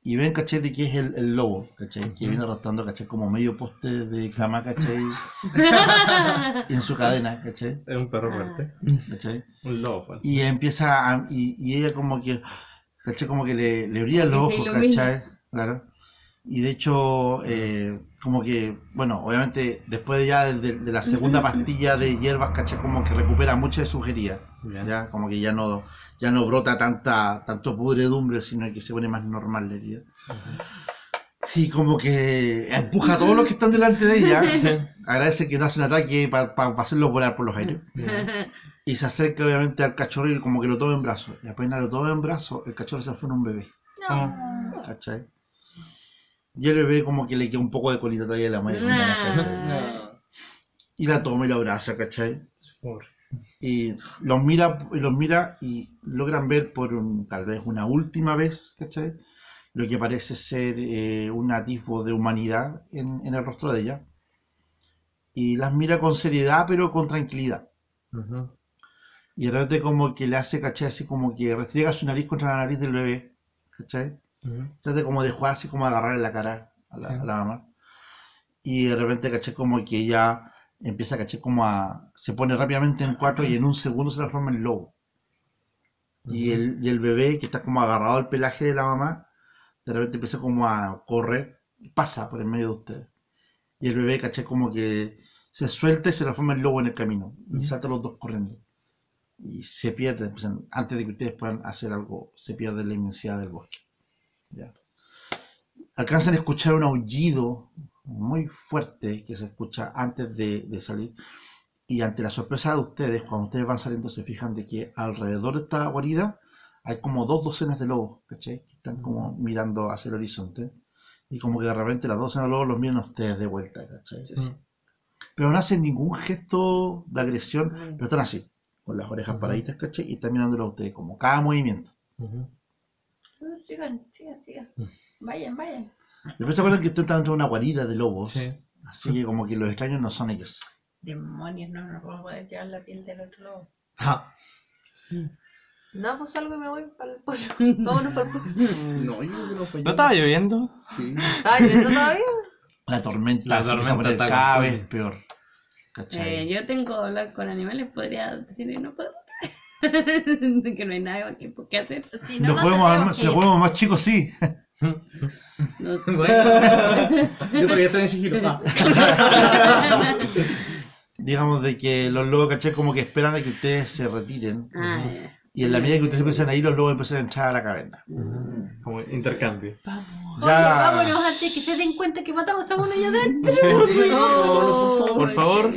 D: Y ven, ¿cachai? De que es el, el lobo, ¿cachai? Que viene arrastrando, ¿cachai? Como medio poste de cama, ¿cachai? en su cadena, ¿cachai?
B: Es un
A: Ah.
B: perro fuerte.
D: ¿Cachai?
B: Un lobo fuerte.
D: Y empieza a... Y, y ella como que... ¿Cachai? Como que le, le brillan los
A: Que se
D: ojos,
A: ilumina.
D: ¿cachai? Claro. Y de hecho, eh, como que, bueno, obviamente después ya de, de- de la segunda pastilla de hierbas, ¿cachai? Como que recupera mucha de su jería.
B: Ya.
D: Ya, como que ya no, ya no brota tanta, tanto pudredumbre, sino que se pone más normal la herida. Y como que empuja a todos los que están delante de ella. Agradece que no hace un ataque para hacerlos volar por los aires. Y se acerca obviamente al cachorro y como que lo toma en brazo. Y apenas lo toma en brazo, el cachorro se fue en un bebé.
H: No.
D: ¿Cachai? Y el bebé como que le queda un poco de colita todavía en la mano.
A: Nah.
D: Y la toma y la abraza, ¿cachai? y los mira y los mira y logran ver por un- tal vez una última vez, ¿cachai? Lo que parece ser eh, un atisbo de humanidad en, en el rostro de ella. Y las mira con seriedad, pero con tranquilidad. Y de repente como que le hace, ¿cachai? Así como que restriega su nariz contra la nariz del bebé, ¿cachai? Trata como de jugar así como a agarrarle la cara a la, a la mamá. Y de repente, ¿cachai? Como que ella empieza a caché como a. se pone rápidamente en cuatro y en un segundo se transforma en lobo. Y el, y el bebé que está como agarrado al pelaje de la mamá, de repente empieza como a correr, pasa por en medio de ustedes. Y el bebé caché como que se suelta y se transforma en lobo en el camino. Y salta los dos corriendo. Y se pierde, empiezan- antes de que ustedes puedan hacer algo, se pierde en la inmensidad del bosque. Ya. Alcanzan a escuchar un aullido muy fuerte que se escucha antes de, de salir. Y ante la sorpresa de ustedes, cuando ustedes van saliendo, se fijan de que alrededor de esta guarida hay como dos docenas de lobos, ¿cachai? Que están como mirando hacia el horizonte. Y como que de repente las docenas de lobos los miran a ustedes de vuelta, ¿cachai? Pero no hacen ningún gesto de agresión, pero están así, con las orejas paraditas, ¿cachai? Y están mirándolo a ustedes como cada movimiento.
H: No, Sigan, sigan, sigan.
D: Mm.
H: Vayan, vayan.
D: Después se acuerdan que ustedes están dentro de una guarida de lobos,
B: Sí.
D: así que como que los extraños no son ellos.
H: Demonios, no nos vamos a poder llevar la piel del otro lobo.
B: Ja.
C: No, pues salgo y me voy para el pueblo. Vámonos para el pueblo.
E: No, yo creo que no fue
F: ¿No estaba lloviendo?
E: Sí.
C: Ah, ¿lloviendo todavía?
D: La tormenta,
B: La
D: se empieza a
B: tormenta
D: poner
B: está
D: cada
B: con
D: vez
B: todo.
D: peor.
A: Eh,
D: ¿Cachai?
A: yo tengo que hablar con animales, podría decir no puedo. que no hay nada que, que hacer.
H: Si no,
D: Los
H: no
D: podemos, armar-
H: tendríamos que
D: si los
H: ir.
D: podemos más chicos, sí.
A: No-
I: Bueno,
E: Yo todavía estoy en sigilo. Ah.
D: Ya, digamos, de que los lobos, ¿cachai? Como que esperan a que ustedes se retiren.
A: Ah,
D: Ujú. Y en la medida que ustedes empiezan a ir, los lobos empiezan a entrar a la caverna.
B: Como intercambio.
D: Ya.
H: Oye, vámonos antes que se den cuenta que matamos a uno allá adentro.
A: Oh,
D: Por favor.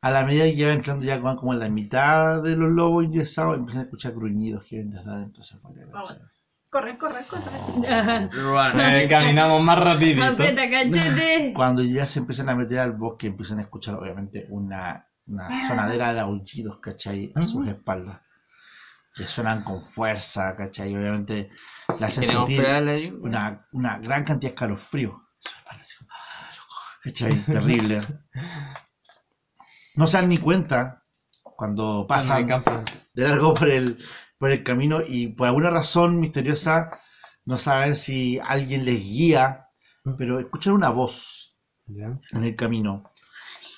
D: A la medida que van entrando, ya van como en la mitad de los lobos ingresados, empiezan a escuchar gruñidos que vienen desde adentro hacia afuera. ¿cachai?
H: Corre, corre, corre.
B: Eh, caminamos más rapidito.
A: Aprieta cachete.
D: Cuando ya se empiezan a meter al bosque, empiezan a escuchar, obviamente, una, una sonadera de aullidos, ¿cachai? A sus espaldas. Que suenan con fuerza, ¿cachai? Obviamente, le hacen
F: Tenemos
D: sentir
F: que darle ayuda.
D: una, una gran cantidad de escalofrío. Sus espaldas, así como, ¿cachai? Terrible. No se dan ni cuenta cuando pasan de largo por el, por el camino y por alguna razón misteriosa no saben si alguien les guía, pero escuchan una voz en el camino.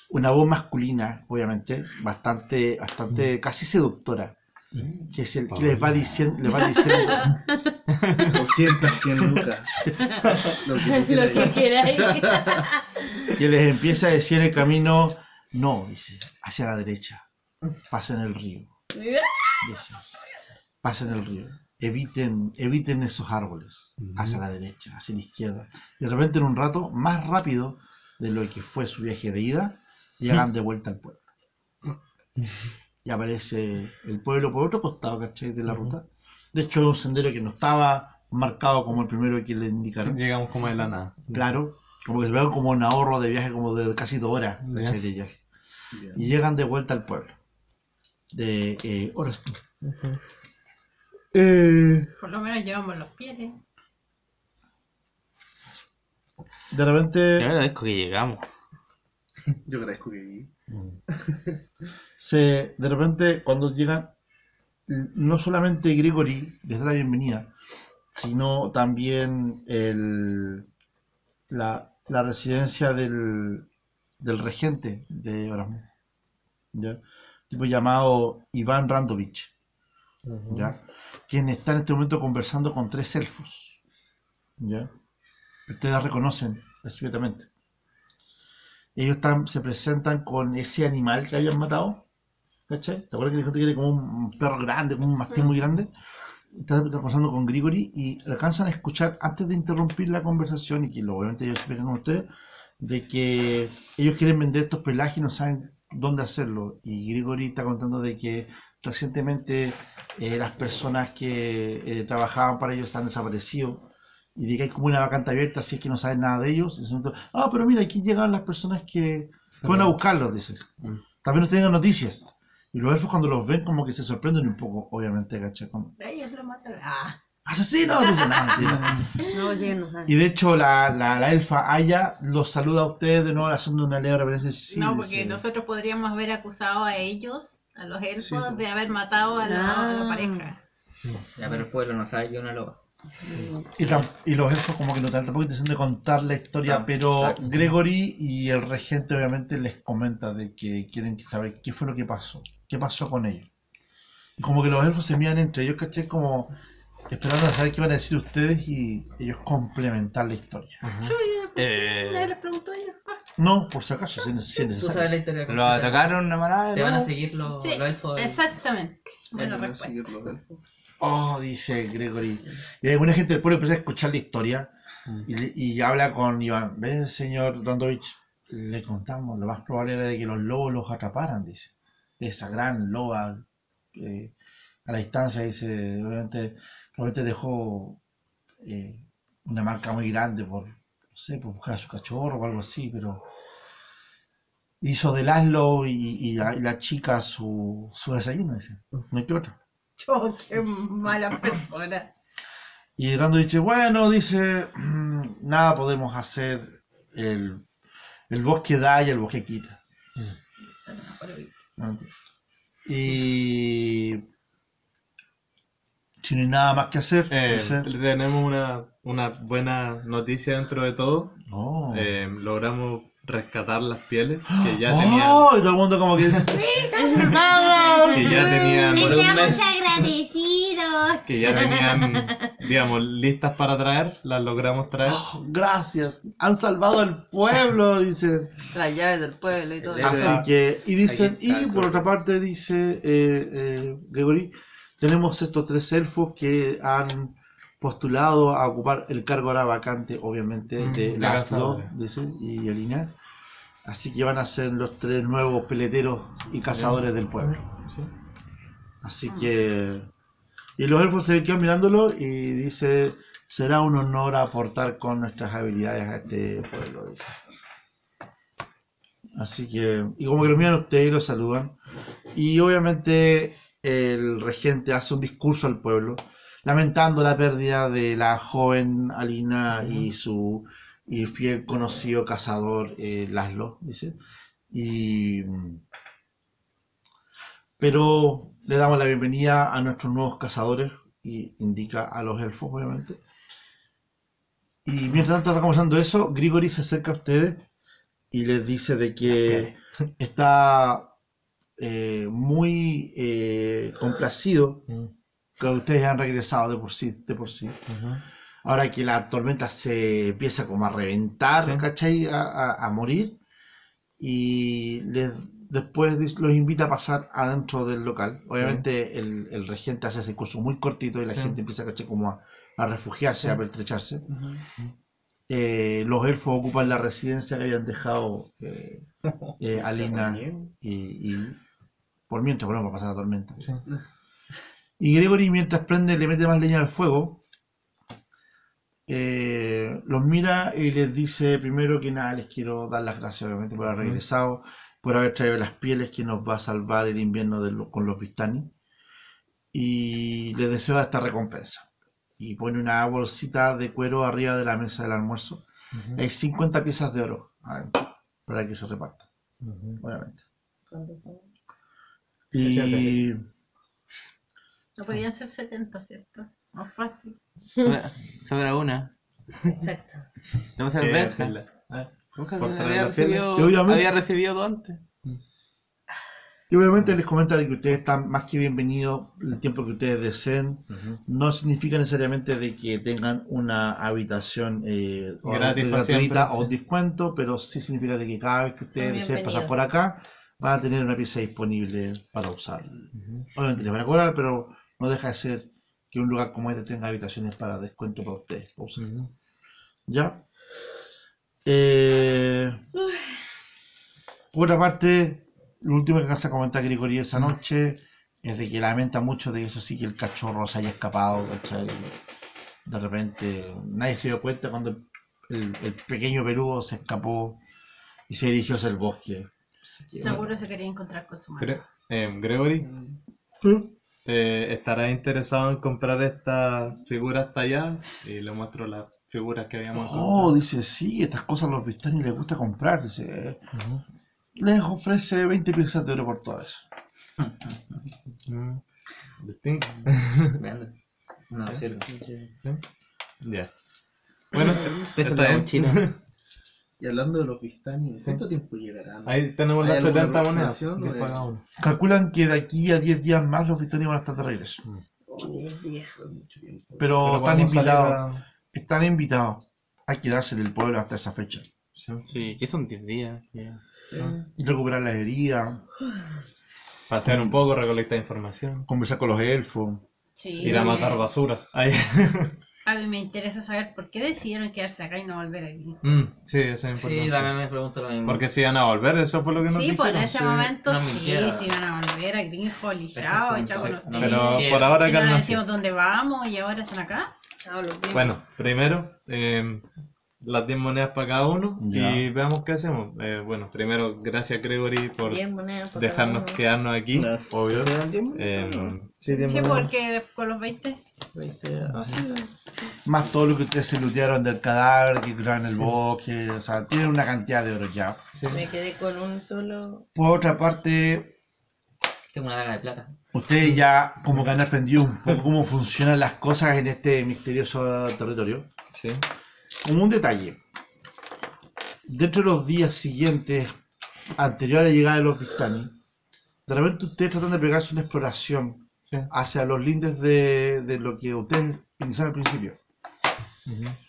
D: Una voz masculina, obviamente, bastante, bastante, casi seductora. Que, es el, que les va diciendo, les va diciendo,
G: 200, 100 lucas. Lo que tú
A: Lo que
G: quieras.
A: queráis.
D: que les empieza a decir en el camino, no, dice, hacia la derecha, pasen el río. Dice, pasen el río, eviten, eviten esos árboles, hacia la derecha, hacia la izquierda. Y de repente en un rato, más rápido de lo que fue su viaje de ida, llegan de vuelta al pueblo. Y aparece el pueblo por otro costado, ¿cachai? De la ruta. De hecho, es un sendero que no estaba marcado como el primero que le indicaron.
B: Llegamos como de la nada.
D: Claro, como que se vean como un ahorro de viaje como de casi dos horas ¿cachai? de viaje. Y llegan de vuelta al pueblo. De eh, Orozco.
B: Eh.
H: Por lo menos llevamos los pieles.
D: De
F: Yo
D: repente
F: agradezco que llegamos.
G: Yo agradezco que
D: se, de repente cuando llegan, no solamente Gregory les da la bienvenida, sino también el, la, la residencia del, del regente de Orozco. ¿ya? Tipo llamado Iván Randovich. ¿ya? Quien está en este momento conversando con tres elfos, ¿ya? Que Ustedes reconocen específicamente. Ellos están, se presentan con ese animal que habían matado, ¿cachai? ¿Te acuerdas que la gente quiere como un perro grande, como un mastín muy grande? Están conversando con Grigori y alcanzan a escuchar, antes de interrumpir la conversación, y que lo- obviamente ellos explican con ustedes, de que ellos quieren vender estos pelajes y no saben dónde hacerlo. Y Grigori está contando de que recientemente eh, las personas que eh, trabajaban para ellos han desaparecido y de que hay como una vacante abierta, así es que no saben nada de ellos. Y en ese momento, ah, pero mira, aquí llegaron las personas que fueron a buscarlos, dicen. También no tienen noticias. Y los elfos cuando los ven como que se sorprenden un poco, obviamente, ¿cachai? Como,
H: Ellos lo mataron. Ah,
D: ¡Asesinos! Dicen, "No, ah. mentira".
A: No, sí, no saben.
D: Y de hecho la, la, la elfa Aya los saluda a ustedes de nuevo haciendo una leve reverencia. Sí,
H: no, porque
D: dice,
H: nosotros podríamos haber acusado a ellos, a los elfos,
G: pues.
H: de haber matado a la, a la
A: Ah.
H: pareja.
I: Ya, pero el pueblo no sabe que una loba.
D: Y, tam- y los elfos como que no tienen tampoco intención de contar la historia,
I: Ah,
D: pero
I: exacto.
D: Gregory y el regente obviamente les comenta de que quieren saber qué fue lo que pasó, qué pasó con ellos. Y como que los elfos se miran entre ellos, caché, como esperando a saber qué van a decir ustedes y ellos complementar la historia.
H: Yo, yo, Nadie
F: Eh,
H: les preguntó a ellos. pa.
D: No, por si acaso, si es si es
I: Tú sabes
D: necesario.
I: la historia
F: lo
I: completa.
F: atacaron una manada.
I: Te van a
F: ¿no?
I: seguir los,
H: Sí,
I: los elfos. del-
H: Exactamente. Buena
G: no
H: respuesta.
D: Oh, dice Gregory. Y alguna gente del pueblo empieza a escuchar la historia y, le- y habla con Iván. Ven, señor Rondovich, le contamos, lo más probable era de que los lobos los atraparan, dice. Esa gran loba eh, a la distancia, dice, obviamente, probablemente dejó eh, una marca muy grande por, no sé, por buscar a su cachorro o algo así, pero hizo de Laszlo y, y la, y la chica su, su desayuno, dice. No hay que otra.
H: Yo, qué mala persona.
D: Y Rando dice, bueno, dice, "mm, nada podemos hacer, el, el bosque da y el bosque quita.
H: Esa no me acuerdo.
D: Y si no hay nada más que hacer,
B: Eh,
D: dice,
B: tenemos una, una buena noticia dentro de todo.
D: no.
B: Eh, logramos rescatar las pieles que ya tenían,
D: ¡Oh! Y todo el mundo como que dice,
B: que ya tenían
K: Estamos agradecidos.
A: Ay.
B: que ya tenían, digamos, listas para traer, las logramos traer.
D: Gracias, han salvado al pueblo, dice.
K: Las llaves del pueblo
C: Ah,
K: y todo
D: Así
K: eso.
D: que, y dicen,
K: Aquí está,
D: y por otra parte dice eh, eh, Gregory, tenemos estos tres elfos que han postulado a ocupar el cargo ahora vacante, obviamente,
B: Mm,
D: de
B: de
D: Laszlo,
B: cazadores.
D: dice, y Alina. Así que van a ser los tres nuevos peleteros y cazadores del pueblo. Así que... Y los elfos se quedan mirándolo y dice, será un honor aportar con nuestras habilidades a este pueblo, dice. Así que, y como que lo miran ustedes y lo saludan. Y obviamente el regente hace un discurso al pueblo, lamentando la pérdida de la joven Alina y su y fiel conocido cazador eh, Laszlo, dice. Y, pero le damos la bienvenida a nuestros nuevos cazadores y indica a los elfos, obviamente. Y mientras tanto está conversando eso, Grigori se acerca a ustedes y les dice de que está eh, muy eh, complacido que ustedes han regresado de por sí, de por sí. Ahora que la tormenta se empieza como a reventar, ¿cachai? A, a- a morir. Y les, después dis- los invita a pasar adentro del local. Obviamente el, el regente hace ese curso muy cortito y la
E: Sí.
D: gente empieza, ¿cachai? Como a, a refugiarse, a pertrecharse
E: Ujú.
D: eh, los elfos ocupan la residencia que habían dejado eh, eh, Alina y, y- por mientras, bueno, para pasar la tormenta. Y Gregory, mientras prende, le mete más leña al fuego. eh, los mira y les dice primero que nada, les quiero dar las gracias, obviamente, por haber
E: Ujú.
D: regresado, por haber traído las pieles que nos va a salvar el invierno de lo- con los Vistani. Y les deseo esta recompensa y pone una bolsita de cuero arriba de la mesa del almuerzo. Hay 50 piezas de oro adentro, para que se repartan, obviamente. Y
H: No podían ser 70, ¿cierto? Más fácil.
F: Sobra una.
H: Exacto.
F: Le vamos a
B: Eh,
F: alberja.
B: Ángela, ah,
F: Nunca
B: por traer
F: había
B: las pieles.
F: recibido,
D: Y obviamente-
F: había recibido dos antes.
D: Y obviamente les comenta de que ustedes están más que bienvenidos el tiempo que ustedes deseen. No significa necesariamente de que tengan una habitación eh, o
B: Gratis para
D: gratuita
B: siempre,
D: o
B: sí.
D: descuento, pero sí significa de que cada vez que ustedes
B: Son
D: deseen
B: bienvenidos.
D: pasar por acá, van a tener una pieza disponible para usar. Obviamente les van a cobrar, pero no deja de ser que un lugar como este tenga habitaciones para descuento para ustedes. para usar. ¿Ya? Eh, por otra parte, lo último que alcanza a comentar Grigori esa noche es de que lamenta mucho de que eso sí que el cachorro se haya escapado, ¿cachai? De repente nadie se dio cuenta cuando el, el pequeño peludo se escapó y se dirigió hacia el bosque. Así que, bueno.
H: Seguro se quería encontrar con su madre.
B: Gre- em, Gregory, ¿te estarás interesado en comprar estas figuras talladas? Y le muestro las figuras que habíamos
D: Oh, dice, sí, estas cosas a los Vistani les gusta comprar, dice. eh. Les ofrece 20 piezas de oro por todo eso.
B: Mm. Distinto.
I: No, es cierto.
B: Ya. Bueno,
E: Pesa
B: está
E: la
B: bien.
E: mochila.
G: Y hablando de los pistaños, ¿cuánto tiempo llegarán?
B: Ahí tenemos
G: ¿Hay
B: las 70
G: alguna
B: monedas.
G: aproximación
B: Diez
G: o
B: para
G: es-
B: cada uno.
D: Calculan que de aquí a 10 días más los Vistani van a estar de regreso. Pero,
B: Pero
D: están
B: vamos a salir
D: invitados, están invitados a quedarse en el pueblo hasta esa fecha.
F: Sí, que son 10 días. ya.
D: Y recuperar la herida,
B: Pasear un poco, recolectar información.
D: conversar con los elfos.
H: Sí.
B: Ir a matar basura. Ahí.
H: A mí me interesa saber por qué decidieron quedarse acá y no volver aquí.
B: Mm, sí, eso es
I: Sí,
B: importante.
I: también me pregunto lo mismo.
B: Porque si van a volver, eso fue lo que nos
H: Sí,
B: dijeron.
H: por ese momento
I: no
H: sí,
I: mintieron.
H: se iban a volver a Greenhall y chao, y chao con
B: Sí,
H: ustedes.
B: Pero por ahora
H: Y no les
B: cálmense.
H: decimos dónde vamos y ahora están acá.
B: Bueno, primero, eh, las 10 monedas para cada uno y veamos qué hacemos. Eh, bueno, primero, gracias Gregory por
K: 10 monedas para
B: dejarnos
K: cada uno.
B: quedarnos aquí. Obvio. Eh, sí, 10
H: Sí,
B: monedas.
H: porque de- con los 20.
G: ah.
D: Más todo lo que ustedes se lootearon del cadáver que tiraron en el bosque. O sea, tienen una cantidad de oro ya.
K: Me quedé con un solo.
D: Por otra parte,
I: Tengo una daga de plata.
D: Ustedes ya como que han aprendido un poco cómo funcionan las cosas en este misterioso territorio.
B: Sí.
D: Como un detalle. Dentro de los días siguientes, anterior a la llegada de los Vistani, de repente ustedes tratan de pegarse una exploración hacia los lindes de, de lo que ustedes pensaron al principio.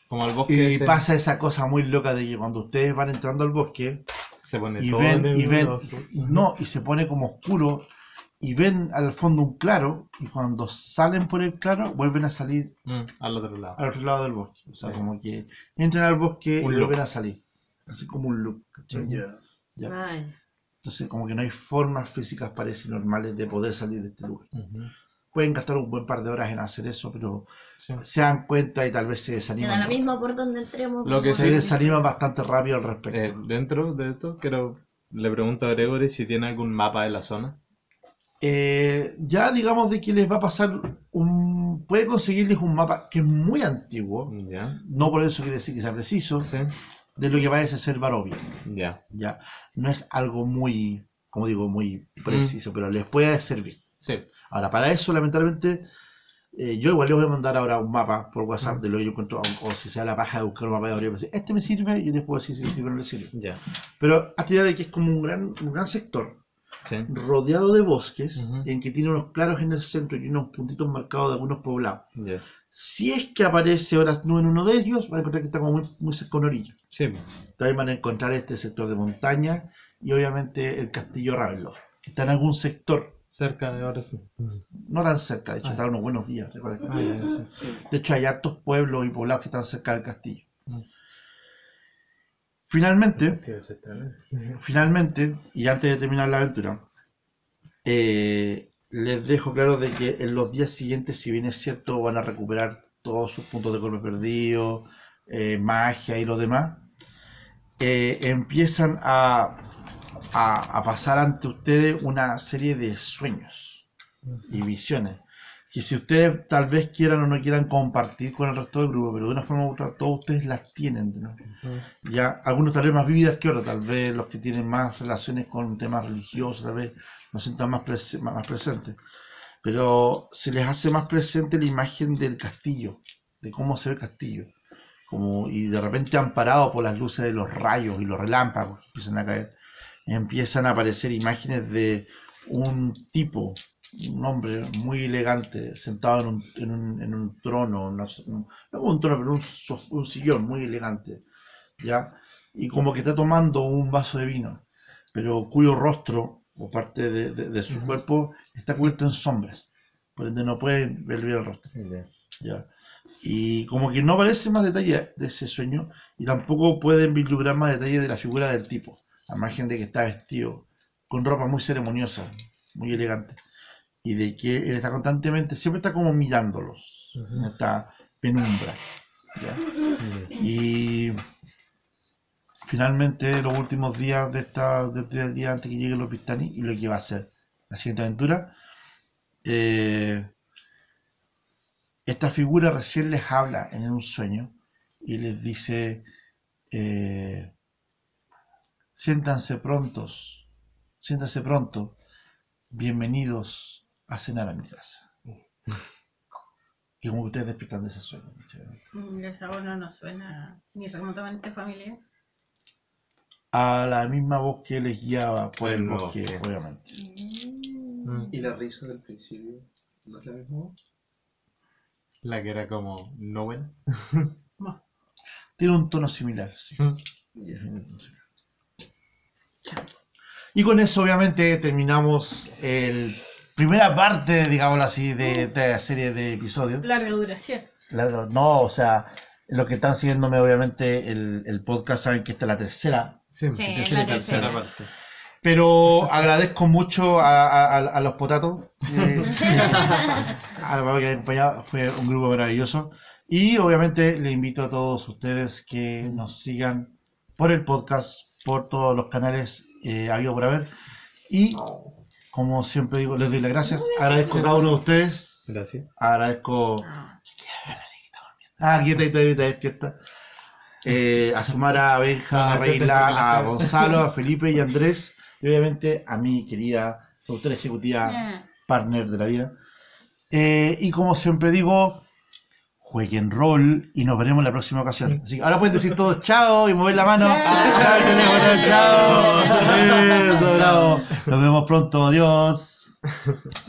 B: Como al bosque.
D: Y
B: ese.
D: pasa esa cosa muy loca de que cuando ustedes van entrando al bosque
B: Se pone
D: y
B: todo
D: ven, y ven,
B: nebuloso.
D: y no, y se pone como oscuro y ven al fondo un claro y cuando salen por el claro vuelven a salir
B: Mm, al otro lado.
D: al otro lado del bosque. O sea,
B: Sí.
D: como que entran al bosque
B: Un
D: y
B: loop.
D: vuelven a salir. Así como un loop, ¿cachai?
B: Ya.
D: Ya.
A: Vaya.
D: Entonces, como que no hay formas físicas, parece, normales de poder salir de este lugar. Pueden gastar un buen par de horas en hacer eso, pero se dan cuenta y tal vez se
A: Me da
D: desaniman.
A: lo mismo por donde entremos.
D: Lo que
A: como-
D: se desaniman bastante rápido al respecto.
B: Eh, dentro de esto, quiero, le pregunto a Gregory si tiene algún mapa de la zona.
D: Eh, ya digamos de que les va a pasar un... Puede conseguirles un mapa que es muy antiguo, no por eso quiere decir que sea preciso, de lo que parece ser Barovia.
B: Ya.
D: Ya. No es algo muy, como digo, muy preciso, pero les puede servir. Ahora, para eso, lamentablemente, eh, yo igual les voy a mandar ahora un mapa por WhatsApp de lo que yo encuentro, o, o si sea la paja de buscar un mapa de Barovia, pues, este me sirve, y yo les puedo decir si sirve o no les sirve.
B: Ya.
D: Pero hasta idea de que es como un gran, un gran sector
B: Sí.
D: rodeado de bosques, en que tiene unos claros en el centro y unos puntitos marcados de algunos poblados.
B: Ya.
D: Si es que aparece ahora no en uno de ellos, van a encontrar que está como muy, muy cerca de una orilla.
B: Sí.
D: También van a encontrar este sector de montaña y obviamente el castillo Ravenloft. que Está en algún sector.
B: Cerca de ahora
D: No tan cerca, de hecho, está a unos buenos días. recuerda que-
B: Ah, ya, sí.
D: De hecho, hay hartos pueblos y poblados que están cerca del castillo.
B: Mm.
D: Finalmente,
B: se estrena.
D: finalmente, y antes de terminar la aventura, eh, les dejo claro de que en los días siguientes, si bien es cierto, van a recuperar todos sus puntos de golpe perdido, eh, magia y lo demás, eh, empiezan a, a- a pasar ante ustedes una serie de sueños y visiones. Que si ustedes tal vez quieran o no quieran compartir con el resto del grupo, pero de una forma u otra, todos ustedes las tienen. ¿no? ya algunos tal vez más vividas que otros, tal vez los que tienen más relaciones con temas religiosos, tal vez nos sientan más, prese- más, más presentes. Pero se les hace más presente la imagen del castillo, de cómo se ve el castillo. Como, y de repente amparado por las luces de los rayos y los relámpagos que empiezan a caer, empiezan a aparecer imágenes de un tipo, un hombre muy elegante, sentado en un, en un, en un trono, no, sé, un- no un trono, pero un sof- un sillón muy elegante, ¿ya? Y como que está tomando un vaso de vino, pero cuyo rostro o parte de, de- de su cuerpo está cubierto en sombras, por ende no pueden ver bien el rostro, ¿ya? Y como que no aparece más detalle de ese sueño y tampoco pueden vislumbrar más detalle de la figura del tipo, a margen de que está vestido con ropa muy ceremoniosa, muy elegante, y de que él está constantemente, siempre está como mirándolos, en esta penumbra, ¿ya? Y finalmente los últimos días de esta de este día antes que lleguen los Vistani y lo que va a ser la siguiente aventura. eh, esta figura recién les habla en un sueño y les dice eh, siéntanse prontos, siéntanse pronto, bienvenidos a cenar a mi casa. Y como ustedes despiertan de ese sueño.
H: Mm, Esa voz no nos suena ni remotamente familiar.
D: a la misma voz que les guiaba por el,
B: El nuevo
D: bosque,
B: bosque.
D: obviamente.
G: ¿Y la risa del principio? ¿No es la misma voz?
B: La que era como novela.
D: Tiene un tono similar, sí. Y con eso, obviamente, terminamos el primera parte, digámoslo así, de esta serie de episodios.
H: Larga duración.
D: Claro, no, o sea, los que están siguiéndome, obviamente, el, el podcast saben que esta es la tercera.
H: Sí, es Eh, la tercera.
B: parte.
D: Pero agradezco mucho a, a- a- a los potatos. eh, a la que me acompañado, fue un grupo maravilloso. Y obviamente le invito a todos ustedes que nos sigan por el podcast, por todos los canales eh, habido por haber. Y como siempre digo, les doy las gracias. Agradezco a cada uno de ustedes.
B: Gracias.
D: Agradezco. Ah, aquí está, ahí está, ahí está despierta. Eh, a Sumara, a Benja, a Reila, a Gonzalo, a Felipe y a Andrés. Y obviamente a mi querida productora
B: Ah.
H: Mm.
D: ejecutiva, partner de la vida. Eh, y como siempre digo, jueguen rol y nos veremos en la próxima ocasión. Así que ahora pueden decir todos chao y mover la mano. Ah, el teléfono, Chao. Eso, bravo. Nos vemos pronto. Adiós.